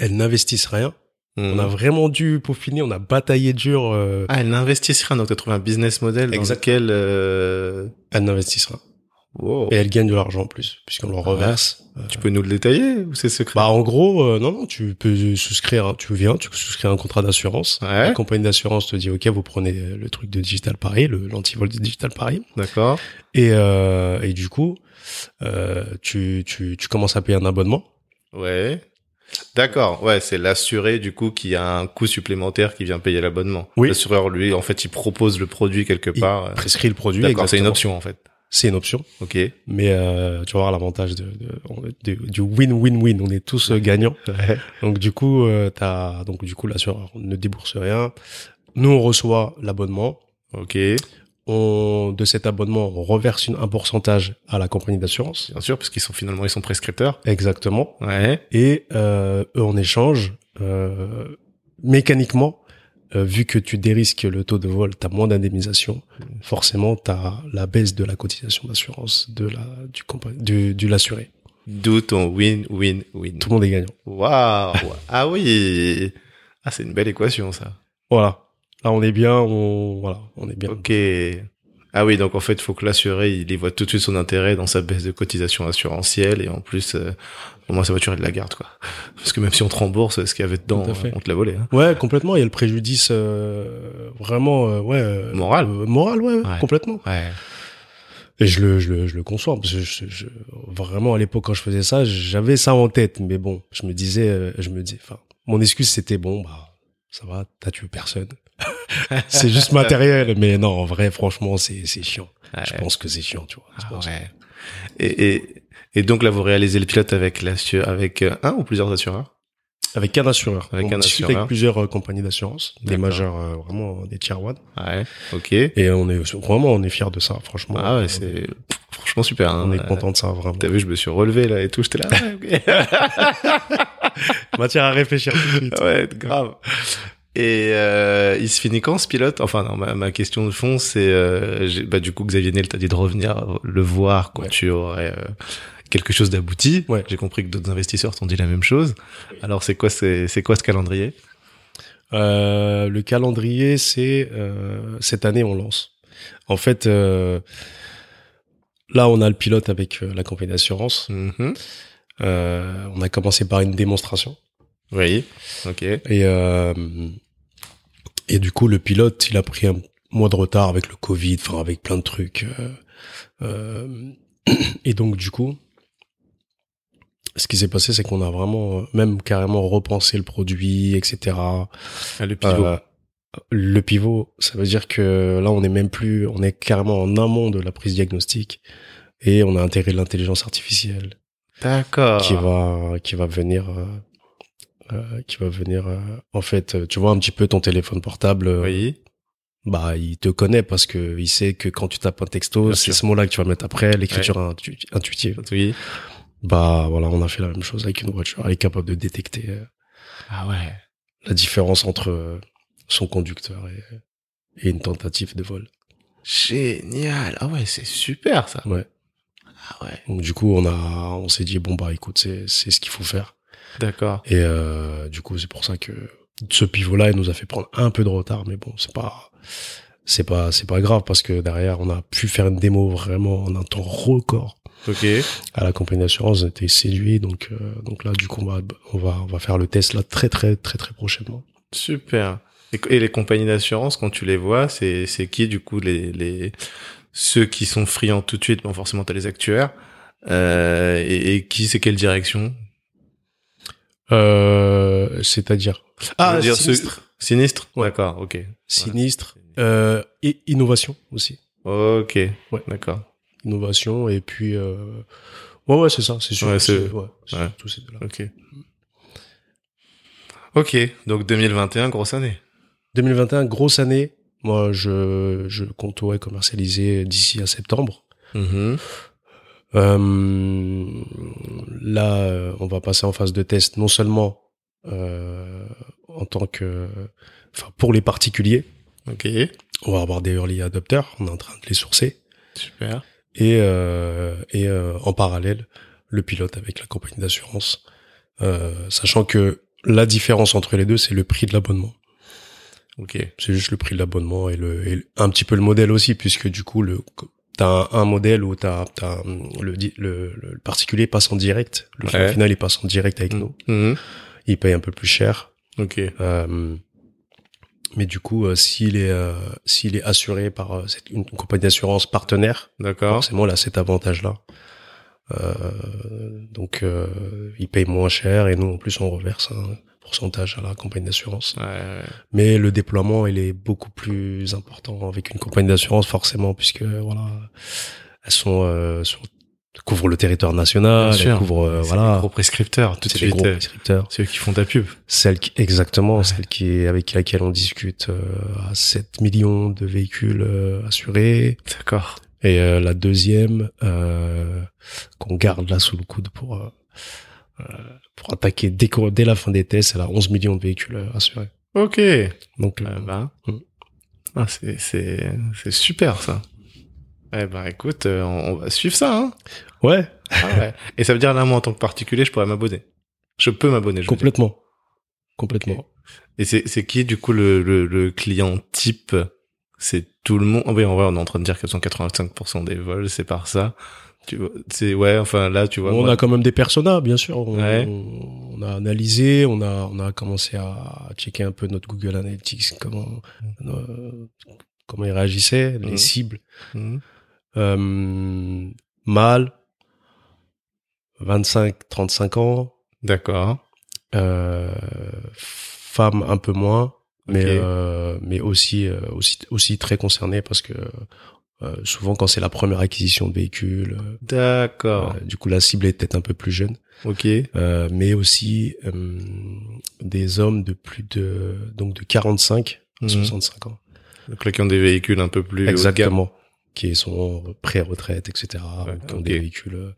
Speaker 2: elles n'investissent rien. On
Speaker 1: Mhm.
Speaker 2: a vraiment dû peaufiner, on a bataillé dur. euh,
Speaker 1: Ah, elles n'investissent rien, donc t'as trouvé un business model dans
Speaker 2: Exact.
Speaker 1: lequel... Euh...
Speaker 2: Elles n'investissent rien.
Speaker 1: wow.
Speaker 2: Et elles gagnent de l'argent en plus, puisqu'on leur
Speaker 1: Ah ouais.
Speaker 2: reverse. euh,
Speaker 1: Tu peux nous le détailler ou c'est secret
Speaker 2: bah en gros, euh, non, non, tu peux souscrire, hein, tu viens, tu peux souscrire un contrat d'assurance. La
Speaker 1: Ouais,
Speaker 2: compagnie d'assurance te dit, ok, vous prenez le truc de Digital Paris, le l'antivol de Digital Paris.
Speaker 1: d'accord.
Speaker 2: Et, euh, et du coup, euh, tu, tu, tu commences à payer un abonnement.
Speaker 1: Ouais. D'accord, ouais, c'est l'assuré du coup qui a un coût supplémentaire qui vient payer l'abonnement.
Speaker 2: Oui.
Speaker 1: L'assureur, lui, en fait, il propose le produit quelque
Speaker 2: Il
Speaker 1: part. euh,
Speaker 2: Prescrit le produit.
Speaker 1: D'accord, c'est une
Speaker 2: exactement.
Speaker 1: option en fait.
Speaker 2: C'est une option.
Speaker 1: Ok.
Speaker 2: Mais euh, tu vas voir l'avantage de, de- on est- du- du win-win-win. On est tous euh, gagnants. Donc du coup, euh, t'as donc du coup l'assureur ne débourse rien. Nous on reçoit l'abonnement.
Speaker 1: Ok,
Speaker 2: On de cet abonnement, on reverse une- un pourcentage à la compagnie d'assurance.
Speaker 1: bien sûr, parce qu'ils sont finalement, ils sont prescripteurs.
Speaker 2: Exactement.
Speaker 1: Ouais.
Speaker 2: Et euh, eux en échange, euh, mécaniquement, euh, vu que tu dérisques le taux de vol, t'as moins d'indemnisation. Forcément, t'as la baisse de la cotisation d'assurance de la du compa- du, du l'assuré.
Speaker 1: D'où ton win, win, win.
Speaker 2: Tout le monde est gagnant.
Speaker 1: Waouh Ah oui Ah, c'est une belle équation ça.
Speaker 2: Voilà. Là, on est bien, on, voilà, on est bien.
Speaker 1: Ok. Ah oui, donc en fait, il faut que l'assuré, il y voit tout de suite son intérêt dans sa baisse de cotisation assurantielle et en plus, euh, au moins sa voiture est de la garde, quoi. Parce que même si on te rembourse ce qu'il y avait dedans,
Speaker 2: Tout à fait.
Speaker 1: euh, on te l'a volé. Hein.
Speaker 2: Ouais, complètement. Il y a le préjudice, euh, vraiment, euh, ouais. euh,
Speaker 1: Moral.
Speaker 2: euh, moral, ouais, ouais,
Speaker 1: Ouais.
Speaker 2: complètement.
Speaker 1: Ouais.
Speaker 2: Et je le, je le, je le conçois. Parce que je, je- vraiment, à l'époque, quand je faisais ça, j'avais ça en tête. Mais bon, je me disais, euh, je me dis, enfin, mon excuse, c'était bon, bah, ça va, t'as
Speaker 1: <laughs>
Speaker 2: tué personne. c'est juste matériel. Mais non, en vrai, franchement, c'est, c'est chiant. Je
Speaker 1: Ouais.
Speaker 2: pense que c'est chiant, tu vois. Je
Speaker 1: Ah
Speaker 2: pense.
Speaker 1: ouais. Et, et, et donc là, vous réalisez le pilote avec, l'assu- avec euh, un ou plusieurs assureurs
Speaker 2: Avec un assureur.
Speaker 1: Avec
Speaker 2: On
Speaker 1: un
Speaker 2: discute
Speaker 1: assureur.
Speaker 2: avec plusieurs euh, compagnies d'assurance. Des
Speaker 1: D'accord.
Speaker 2: majeurs, euh, vraiment, des tier one.
Speaker 1: Ouais. Ok.
Speaker 2: Et on est vraiment, on est fier de ça, franchement.
Speaker 1: Ah
Speaker 2: On-
Speaker 1: ouais, c'est franchement super. Hein.
Speaker 2: On est content de ça, vraiment. <laughs>
Speaker 1: T'as vu, je me suis relevé là et tout, j'étais là. ouais, ok.
Speaker 2: Matière à réfléchir tout de suite.
Speaker 1: ouais, Bah grave. Et euh, il se finit quand ce pilote Enfin, non, ma, ma question de fond, c'est euh, j'ai- bah, du coup Xavier Niel t'a dit de revenir le voir quand
Speaker 2: Ouais.
Speaker 1: tu aurais euh, quelque chose d'abouti.
Speaker 2: Ouais.
Speaker 1: J'ai compris que d'autres investisseurs t'ont dit la même chose. Alors c'est quoi c'est c'est quoi ce calendrier
Speaker 2: Euh, le calendrier, c'est euh, cette année on lance. En fait, euh, là on a le pilote avec euh, la compagnie d'assurance.
Speaker 1: Mhm.
Speaker 2: Euh, on a commencé par une démonstration
Speaker 1: Oui. Ok.
Speaker 2: et euh, et du coup le pilote il a pris un mois de retard avec le Covid, enfin avec plein de trucs. euh, euh, <clears throat> et donc du coup, ce qui s'est passé c'est qu'on a vraiment euh, même carrément repensé le produit, etc.
Speaker 1: Ah, le pivot.
Speaker 2: Euh, le pivot, ça veut dire que là, on n'est même plus, on est carrément en amont de la prise diagnostique et on a intégré l'intelligence artificielle
Speaker 1: D'accord.
Speaker 2: qui va, qui va venir, euh, euh, qui va venir, euh, en fait, euh, tu vois un petit peu ton téléphone portable, euh,
Speaker 1: Oui.
Speaker 2: bah, il te connaît parce que il sait que quand tu tapes un texto,
Speaker 1: Bien
Speaker 2: c'est
Speaker 1: sûr.
Speaker 2: ce mot-là que tu vas mettre après, l'écriture intu- intuitive.
Speaker 1: Oui.
Speaker 2: Bah, voilà, on a fait la même chose avec une voiture. Elle est capable de détecter euh,
Speaker 1: Ah ouais.
Speaker 2: la différence entre euh, son conducteur et- et une tentative de vol.
Speaker 1: Génial. Ah ouais, c'est super ça.
Speaker 2: Ouais.
Speaker 1: Ah ouais.
Speaker 2: Donc du coup, on a, on s'est dit bon bah écoute, c'est c'est ce qu'il faut faire.
Speaker 1: D'accord.
Speaker 2: Et euh, du coup, c'est pour ça que ce pivot-là, il nous a fait prendre un peu de retard, mais bon, c'est pas, c'est pas, c'est pas grave parce que derrière, on a pu faire une démo vraiment en un temps record
Speaker 1: Ok.
Speaker 2: à la compagnie d'assurance. On était séduits, donc euh, donc là, du coup, on va, on va, on va faire le test là très très très très prochainement.
Speaker 1: Super. Et, et les compagnies d'assurance, quand tu les vois, c'est c'est qui du coup les les ceux qui sont friands tout de suite, bon forcément t'as les actuaires. Euh, et, et qui c'est quelle direction
Speaker 2: Euh, c'est-à-dire
Speaker 1: Je veux dire, ceux-
Speaker 2: sinistre,
Speaker 1: Sinistre. D'accord. Ok.
Speaker 2: sinistre, euh, et innovation aussi.
Speaker 1: Ok.
Speaker 2: Ouais.
Speaker 1: D'accord.
Speaker 2: innovation et puis euh, ouais ouais c'est ça c'est sûr
Speaker 1: Ouais, c'est-
Speaker 2: c'est ouais, c'est
Speaker 1: ouais.
Speaker 2: surtout ces deux-là.
Speaker 1: Ok. Ok. Donc 2021, grosse année.
Speaker 2: 2021 grosse année moi je je compte ouais, commercialiser d'ici à septembre
Speaker 1: Mm-hmm.
Speaker 2: Euh, là euh, on va passer en phase de test non seulement euh, en tant que enfin pour les particuliers
Speaker 1: Ok.
Speaker 2: on va avoir des early adopters on est en train de les sourcer
Speaker 1: Super.
Speaker 2: et euh, et euh, en parallèle le pilote avec la compagnie d'assurance euh, sachant que la différence entre les deux c'est le prix de l'abonnement
Speaker 1: Ok.
Speaker 2: c'est juste le prix de l'abonnement et le et le- un petit peu le modèle aussi puisque du coup le t'as un, un modèle où t'as t'as hum, le, di- le le particulier passe en direct le client
Speaker 1: Ouais.
Speaker 2: final il passe en direct avec nous
Speaker 1: Mhm.
Speaker 2: il paye un peu plus cher
Speaker 1: Ok.
Speaker 2: euh, mais du coup euh, s'il est euh, s'il est assuré par euh, cette- une compagnie d'assurance partenaire
Speaker 1: D'accord.
Speaker 2: forcément, elle a cet avantage-là. Euh, donc, euh, ils payent moins cher et nous, en plus, on reverse un pourcentage à la compagnie d'assurance.
Speaker 1: Ouais, ouais.
Speaker 2: Mais le déploiement, il est beaucoup plus important avec une compagnie d'assurance, forcément, puisque voilà, elles sont euh, sur- couvrent le territoire national,
Speaker 1: Bien sûr.
Speaker 2: elles couvrent euh,
Speaker 1: C'est
Speaker 2: voilà,
Speaker 1: des gros prescripteurs tout de
Speaker 2: c'est des
Speaker 1: suite.
Speaker 2: gros
Speaker 1: euh,
Speaker 2: prescripteurs.
Speaker 1: Ceux qui font ta pub.
Speaker 2: Celle qui, exactement, celle qui avec laquelle on discute euh, à 7 millions de véhicules euh, assurés.
Speaker 1: D'accord.
Speaker 2: Et euh, la deuxième, euh, qu'on garde là sous le coude pour, euh, euh, pour attaquer dès, qu'on- dès la fin des tests, elle a 11 millions de véhicules euh, assurés.
Speaker 1: Ok.
Speaker 2: Donc, euh,
Speaker 1: Ah bah.
Speaker 2: Mm.
Speaker 1: Ah, c'est, c'est, c'est super ça. Eh ben écoute, euh, on, on va suivre ça. <laughs> Hein
Speaker 2: ouais,
Speaker 1: Ah ouais. Et ça veut dire là, moi en tant que particulier, je pourrais m'abonner. Je peux m'abonner. je veux dire.
Speaker 2: complètement. Complètement.
Speaker 1: Et c'est, c'est qui du coup le, le, le client type C'est tout le monde. Ah oui, en vrai, on est en train de dire que 85% des vols, c'est par ça. Tu vois, c'est ouais. Enfin là, tu vois.
Speaker 2: on
Speaker 1: moi-
Speaker 2: a quand même des personas, bien sûr. On,
Speaker 1: Ouais.
Speaker 2: on- on a analysé, on a, on a commencé à checker un peu notre Google Analytics, comment,
Speaker 1: Mm.
Speaker 2: euh, comment ils réagissaient, les
Speaker 1: Mhm.
Speaker 2: cibles.
Speaker 1: Mhm.
Speaker 2: Euh, mâle, 25-35 ans,
Speaker 1: D'accord.
Speaker 2: euh, femmes un peu moins, mais
Speaker 1: Ok.
Speaker 2: euh, mais aussi euh, aussi aussi très concernées parce que euh, souvent quand c'est la première acquisition de véhicule, euh,
Speaker 1: D'accord.
Speaker 2: euh, du coup la cible est peut-être un peu plus jeune,
Speaker 1: Ok.
Speaker 2: Euh, mais aussi euh, des hommes de plus de donc de 45 à
Speaker 1: Mhm.
Speaker 2: 65 ans,
Speaker 1: Donc là, qui ont des véhicules un peu plus haut de gamme.
Speaker 2: exactement, qui sont pré-retraite etc,
Speaker 1: Ouais,
Speaker 2: ou qui ont
Speaker 1: ok.
Speaker 2: des véhicules euh,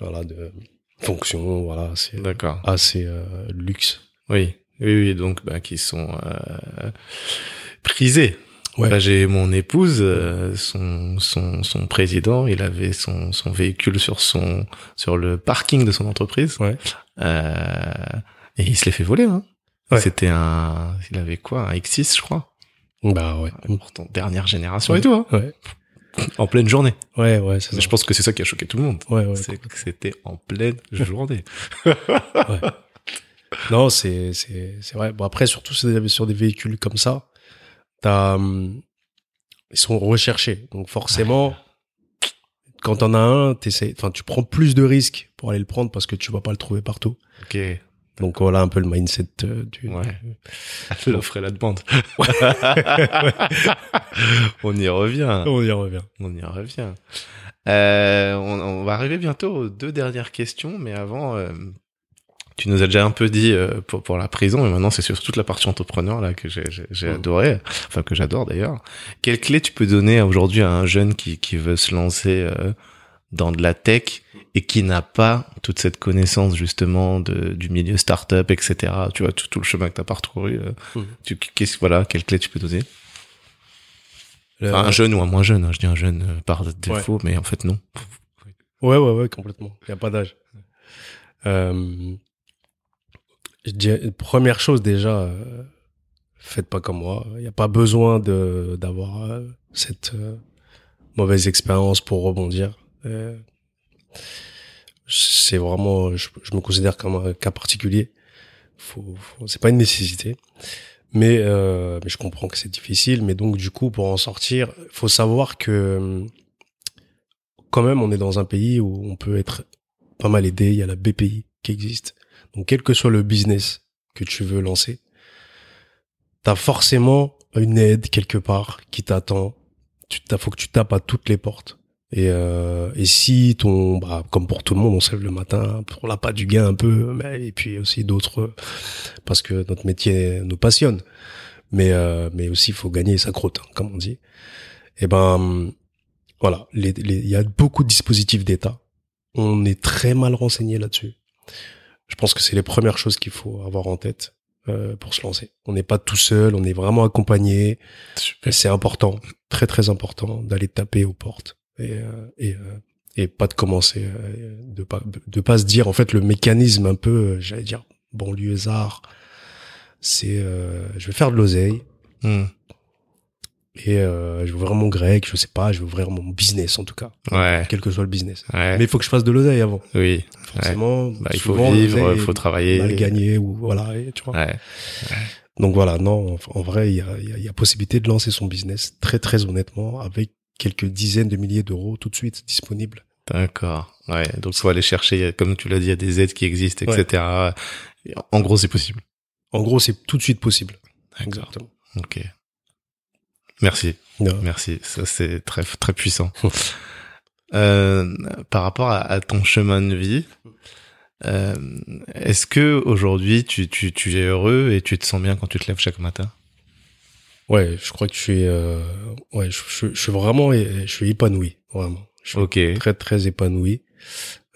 Speaker 2: voilà de fonction, voilà c'est
Speaker 1: D'accord.
Speaker 2: assez euh, luxe.
Speaker 1: Oui. Oui, oui, donc bah, qui sont euh, prisés.
Speaker 2: Ouais.
Speaker 1: Bah, j'ai mon épouse, euh, son, son, son président, il avait son, son véhicule sur son sur le parking de son entreprise.
Speaker 2: Ouais.
Speaker 1: Euh, et il se l'est fait voler. Hein.
Speaker 2: Ouais.
Speaker 1: C'était un, il avait quoi, un X6, je crois,
Speaker 2: Bah ouais.
Speaker 1: pourtant dernière génération
Speaker 2: Ouais.
Speaker 1: et tout, hein,
Speaker 2: Ouais,
Speaker 1: en pleine journée.
Speaker 2: ouais, ouais c'est ça.
Speaker 1: Mais je pense que c'est ça qui a choqué tout le monde.
Speaker 2: Ouais, ouais.
Speaker 1: C'est que c'était en pleine
Speaker 2: <laughs>
Speaker 1: journée.
Speaker 2: Non, c'est c'est c'est vrai. Bon après surtout sur des, sur des véhicules comme ça, t'as hum, ils sont recherchés. Donc forcément, quand t'en as un, t'essaies- enfin tu prends plus de risques pour aller le prendre parce que tu vas pas le trouver partout.
Speaker 1: Ok. Ouais.
Speaker 2: Donc voilà un peu le mindset euh, du.
Speaker 1: L'offre et la demande. <laughs> On y revient.
Speaker 2: On y revient.
Speaker 1: On y revient. Euh, on, on va arriver bientôt aux deux dernières questions, mais avant, euh, tu nous as déjà un peu dit euh, pour, pour la prison, et maintenant c'est sur toute la partie entrepreneur là que j'ai j'ai- j'ai
Speaker 2: Mhm.
Speaker 1: adoré, enfin que j'adore d'ailleurs. Quelle clé tu peux donner aujourd'hui à un jeune qui, qui veut se lancer euh, dans de la tech et qui n'a pas toute cette connaissance justement de, du milieu startup, etc. Tu vois tout, tout le chemin que t'as parcouru. euh,
Speaker 2: Mhm.
Speaker 1: tu- qu'est-ce voilà, quelle clé tu peux donner
Speaker 2: Le-
Speaker 1: Enfin, un jeune ou un moins jeune, hein. je dis un jeune euh, par défaut, mais en fait non.
Speaker 2: Ouais, ouais, ouais, complètement. Il n'y a pas d'âge. Euh, je dirais- première chose déjà, euh, faites pas comme moi. Il n'y a pas besoin de d'avoir euh, cette euh, mauvaise expérience pour rebondir. Euh, c'est vraiment, je, je me considère comme un cas particulier. Faut, faut- c'est pas une nécessité, mais euh, mais je comprends que c'est difficile. Mais donc du coup, pour en sortir, faut savoir que euh, quand même, on est dans un pays où on peut être pas mal aidé. Il y a la BPI qui existe. Donc, quel que soit le business que tu veux lancer, t'as forcément une aide quelque part qui t'attend. Tu t'as, faut que tu tapes à toutes les portes. Et, euh, et si ton, bah, comme pour tout le monde, on se lève le matin pour la pas du gain un peu, mais, et puis aussi d'autres, euh, parce que notre métier nous passionne. Mais, euh, mais aussi, il faut gagner sa crotte, hein, comme on dit. Et ben, voilà, les- les- il y a beaucoup de dispositifs d'État. On est très mal renseigné là-dessus. Je pense que c'est les premières choses qu'il faut avoir en tête euh, pour se lancer. On n'est pas tout seul, on est vraiment accompagné. Et C'est important, très très important d'aller taper aux portes et, euh, et, euh, et pas de commencer, euh, de pas de pas se dire en fait le mécanisme un peu, euh, j'allais dire banlieusard, c'est euh, je vais faire de l'oseille,
Speaker 1: Hmm.
Speaker 2: et euh, je vais ouvrir mon grec, je sais pas, je vais ouvrir mon business en tout cas,
Speaker 1: Ouais.
Speaker 2: quel que soit le business.
Speaker 1: Ouais.
Speaker 2: Mais il faut que je fasse de l'oseille avant,
Speaker 1: oui.
Speaker 2: forcément.
Speaker 1: Bah, il faut
Speaker 2: souvent,
Speaker 1: vivre, il
Speaker 2: l'oseille
Speaker 1: faut
Speaker 2: est
Speaker 1: travailler.
Speaker 2: Mal gagner ou voilà, et tu vois.
Speaker 1: Ouais.
Speaker 2: Donc voilà, non, en, en vrai, il y a, il y a- il y a possibilité de lancer son business très très honnêtement avec quelques dizaines de milliers d'euros tout de suite disponibles.
Speaker 1: D'accord. Ouais. Donc, faut aller chercher, il y a- comme tu l'as dit, il y a des aides qui existent, etc. Et en- En gros, c'est possible.
Speaker 2: En gros, c'est tout de suite possible.
Speaker 1: D'accord.
Speaker 2: Exactement.
Speaker 1: Ok. Merci.
Speaker 2: Ouais.
Speaker 1: Merci. Ça, c'est très, très
Speaker 2: <laughs>
Speaker 1: puissant. Euh, par rapport à, à ton chemin de vie, euh, est-ce que aujourd'hui tu, tu, tu es heureux et tu te sens bien quand tu te lèves chaque matin
Speaker 2: Ouais, je crois que je suis, euh, ouais, je, je- je suis vraiment, je suis épanoui, vraiment. Je suis
Speaker 1: Ok.
Speaker 2: très très épanoui.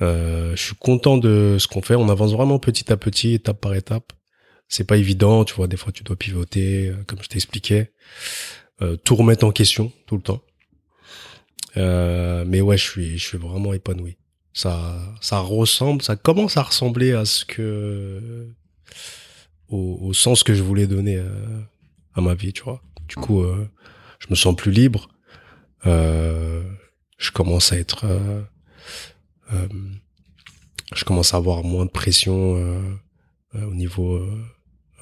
Speaker 2: Euh, je suis content de ce qu'on fait. On avance vraiment petit à petit, étape par étape. C'est pas évident, tu vois. Des fois, tu dois pivoter, euh, comme je t'expliquais, Euh, tout remettre en question tout le temps. Euh, mais ouais, je suis, je suis vraiment épanoui. Ça, ça ressemble, ça commence à ressembler à ce que, au, au sens que je voulais donner euh, à ma vie, tu vois. Du coup, euh, je me sens plus libre. Euh, je commence à être euh, euh, je commence à avoir moins de pression euh, euh, au niveau euh,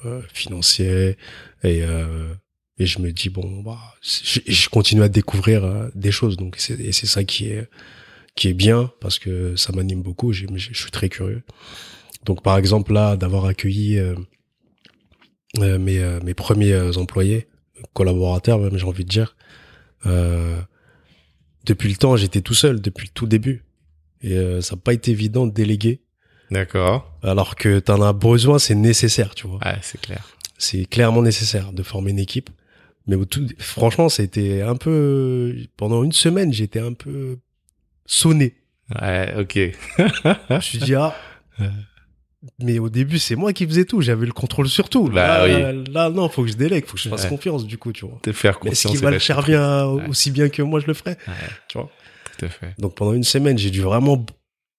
Speaker 2: euh, financier et euh, et je me dis bon bah je, je continue à découvrir euh, des choses donc c'est et c'est ça qui est qui est bien parce que ça m'anime beaucoup j'ai- je, suis très curieux donc par exemple là d'avoir accueilli euh, euh, mes euh, mes premiers euh, employés collaborateurs même j'ai envie de dire euh, depuis le temps, j'étais tout seul, depuis le tout début. Et euh, ça n'a pas été évident de déléguer.
Speaker 1: D'accord.
Speaker 2: Alors que t'en as besoin, c'est nécessaire, tu vois.
Speaker 1: Ouais, c'est clair.
Speaker 2: C'est clairement nécessaire de former une équipe. Mais au tout, franchement, c'était un peu, pendant une semaine, j'étais un peu sonné.
Speaker 1: Ouais, ok.
Speaker 2: Je me suis dit, ah, mais au début, c'est moi qui faisais tout. J'avais le contrôle sur tout.
Speaker 1: Bah
Speaker 2: là, là, non, faut que je délègue, faut que je fasse
Speaker 1: Ouais.
Speaker 2: confiance, du coup, tu vois.
Speaker 1: Te faire
Speaker 2: Mais Est-ce
Speaker 1: confiance. et
Speaker 2: qu'il va le
Speaker 1: lâcher
Speaker 2: faire
Speaker 1: prise.
Speaker 2: bien
Speaker 1: Ouais.
Speaker 2: aussi bien que moi je le ferais Tu vois.
Speaker 1: Tout à fait.
Speaker 2: Donc pendant une semaine, j'ai dû vraiment b-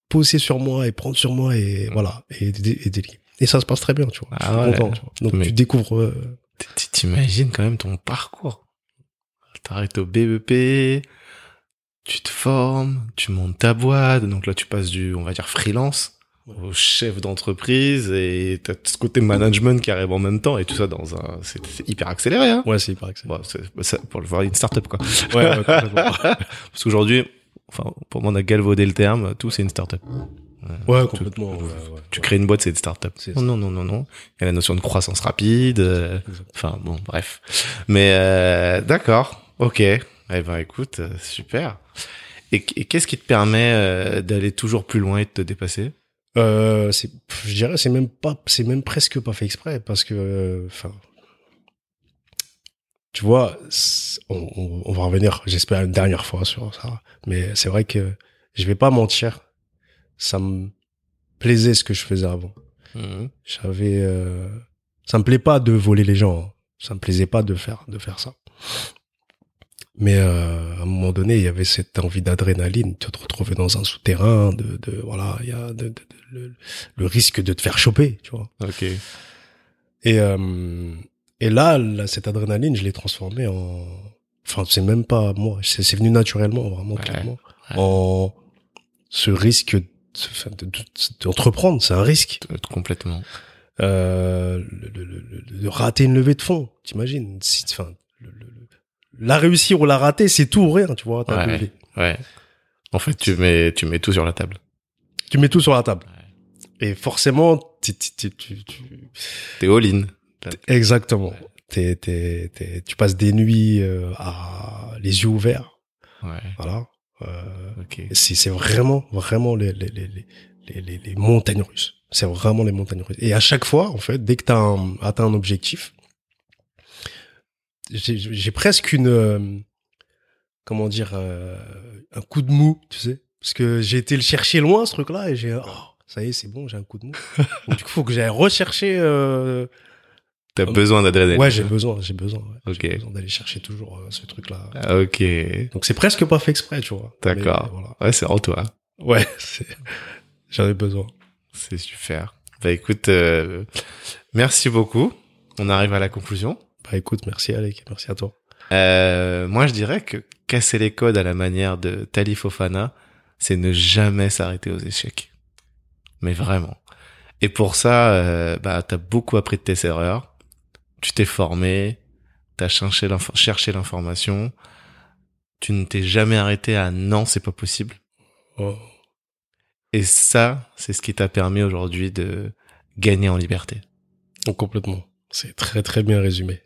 Speaker 2: poser sur moi et prendre sur moi et
Speaker 1: Mm.
Speaker 2: voilà et, dé- et délier. Et ça se passe très bien, tu vois.
Speaker 1: Ah
Speaker 2: je suis
Speaker 1: ouais.
Speaker 2: content. tu vois. Donc
Speaker 1: Mais-
Speaker 2: tu découvres. euh,
Speaker 1: T- t- T'imagines quand même ton parcours. T'arrêtes au BEP, tu te formes, tu montes ta boîte, donc là tu passes du, on va dire, freelance au chef d'entreprise et t'as ce côté management qui arrive en même temps et tout ça dans un, c'est c'est hyper accéléré, hein.
Speaker 2: Ouais, c'est hyper excellent.
Speaker 1: Bon, c'est- ça, pour le voir, une startup quoi.
Speaker 2: Ouais, ouais, complètement.
Speaker 1: <laughs> Parce qu'aujourd'hui, enfin, pour moi on a galvaudé le terme, tout c'est une startup.
Speaker 2: <laughs> Ouais,
Speaker 1: Tout-
Speaker 2: complètement. ouais, ouais,
Speaker 1: Tu
Speaker 2: ouais.
Speaker 1: crées une boîte, c'est une startup.
Speaker 2: C'est
Speaker 1: Non, non, non, non, non. Il y a la notion de croissance rapide. euh,
Speaker 2: Exact.
Speaker 1: Enfin bon, bref. Mais euh, d'accord, ok. Eh ben écoute, euh, super. Et, qu- et qu'est-ce qui te permet euh, d'aller toujours plus loin et de te dépasser
Speaker 2: Euh, c'est, pff, je dirais, c'est même pas, c'est même presque pas fait exprès parce que, euh, enfin, tu vois, c'est- on, on- on va revenir, j'espère une dernière fois sur ça, mais c'est vrai que je vais pas mentir, ça me plaisait ce que je faisais avant. Mhm. J'avais, euh, ça me plaît pas de voler les gens, hein. ça me plaisait pas de faire, de faire ça. Mais euh, à un moment donné, il y avait cette envie d'adrénaline, de te retrouver dans un souterrain, de, de voilà, il y a de- de- de- le, le risque de te faire choper, tu vois.
Speaker 1: Ok.
Speaker 2: Et euh, et là, là, cette adrénaline, je l'ai transformée en, enfin, c'est même pas moi, c'est c'est venu naturellement, vraiment
Speaker 1: Ouais.
Speaker 2: clairement,
Speaker 1: Ouais.
Speaker 2: en ce risque de- enfin, de- de- d'entreprendre, c'est un risque.
Speaker 1: Complètement.
Speaker 2: Euh, le, le- le- le- de rater une levée de fonds, t'imagines si, enfin, le- le- le- La réussir ou la rater, c'est tout ou rien, tu vois. ta
Speaker 1: Ouais.
Speaker 2: levée.
Speaker 1: Ouais. En fait, tu mets, tu mets tout sur la table.
Speaker 2: Tu mets tout sur la table. Et forcément, tu- tu- tu- tu- tu-
Speaker 1: T'es all-in.
Speaker 2: exactement.
Speaker 1: Ouais.
Speaker 2: T'es- t'es- t'es- tu passes des nuits euh, à les yeux ouverts,
Speaker 1: Ouais.
Speaker 2: voilà. Euh,
Speaker 1: Ok.
Speaker 2: c'est c'est vraiment, vraiment les, les, les, les- les, les, les montagnes russes. C'est vraiment les montagnes russes. Et à chaque fois, en fait, dès que tu as atteint un objectif, j'ai- j'ai presque une, euh, comment dire, euh, un coup de mou, tu sais. Parce que j'ai été le chercher loin, ce truc-là, et j'ai, oh, ça y est, c'est bon, j'ai un coup de mou.
Speaker 1: <laughs>
Speaker 2: Donc, du coup, faut que j'aille rechercher. euh,
Speaker 1: T'as besoin d'adrénaline.
Speaker 2: Ouais, j'ai besoin, j'ai besoin. ouais. J'ai
Speaker 1: Ok.
Speaker 2: besoin d'aller chercher toujours euh, ce truc-là.
Speaker 1: Ah, Ok.
Speaker 2: Donc, c'est presque pas fait exprès, tu vois. Mais,
Speaker 1: D'accord.
Speaker 2: voilà.
Speaker 1: Ouais, c'est en toi.
Speaker 2: Ouais, <laughs> c'est- j'en ai besoin.
Speaker 1: C'est super. Bah écoute, euh, merci beaucoup. On arrive à la conclusion.
Speaker 2: Bah écoute, merci Alec, merci à toi.
Speaker 1: Euh, moi, je dirais que casser les codes à la manière de Talif Ofana, c'est ne jamais s'arrêter aux échecs. Mais vraiment. Et pour ça, euh, bah, t'as beaucoup appris de tes erreurs. Tu t'es formé. T'as cherché l'info- cherché l'information. Tu ne t'es jamais arrêté à non, c'est pas possible.
Speaker 2: Oh,
Speaker 1: Et ça, c'est ce qui t'a permis aujourd'hui de gagner en liberté.
Speaker 2: oh, complètement. C'est très très bien résumé.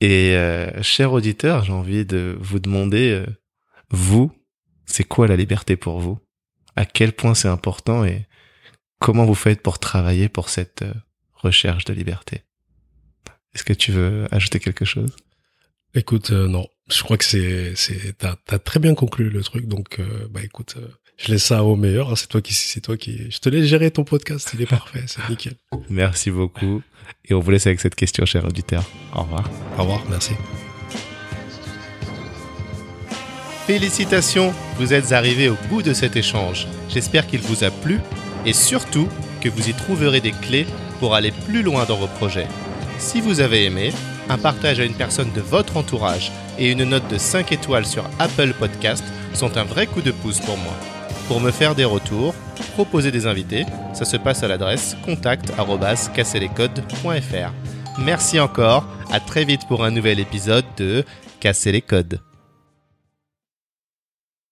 Speaker 1: Et euh, cher auditeur, j'ai envie de vous demander, euh, vous, c'est quoi la liberté pour vous À quel point c'est important et comment vous faites pour travailler pour cette euh, recherche de liberté Est-ce que tu veux ajouter quelque chose
Speaker 2: Écoute, euh, non, je crois que c'est c'est t'as t'as très bien conclu le truc. Donc euh, bah écoute, euh, je laisse ça au meilleur. hein, c'est toi qui c'est toi qui. Je te laisse gérer ton podcast. Il est parfait, c'est nickel.
Speaker 1: Merci beaucoup et on vous laisse avec cette question, cher auditeur. Au revoir.
Speaker 2: Au revoir, merci.
Speaker 1: Félicitations, vous êtes arrivés au bout de cet échange. J'espère qu'il vous a plu et surtout que vous y trouverez des clés pour aller plus loin dans vos projets. Si vous avez aimé, un partage à une personne de votre entourage et une note de 5 étoiles sur Apple Podcast sont un vrai coup de pouce pour moi. Pour me faire des retours, proposer des invités, ça se passe à l'adresse contact@casserlescodes.fr. Merci encore, à très vite pour un nouvel épisode de Casser les codes.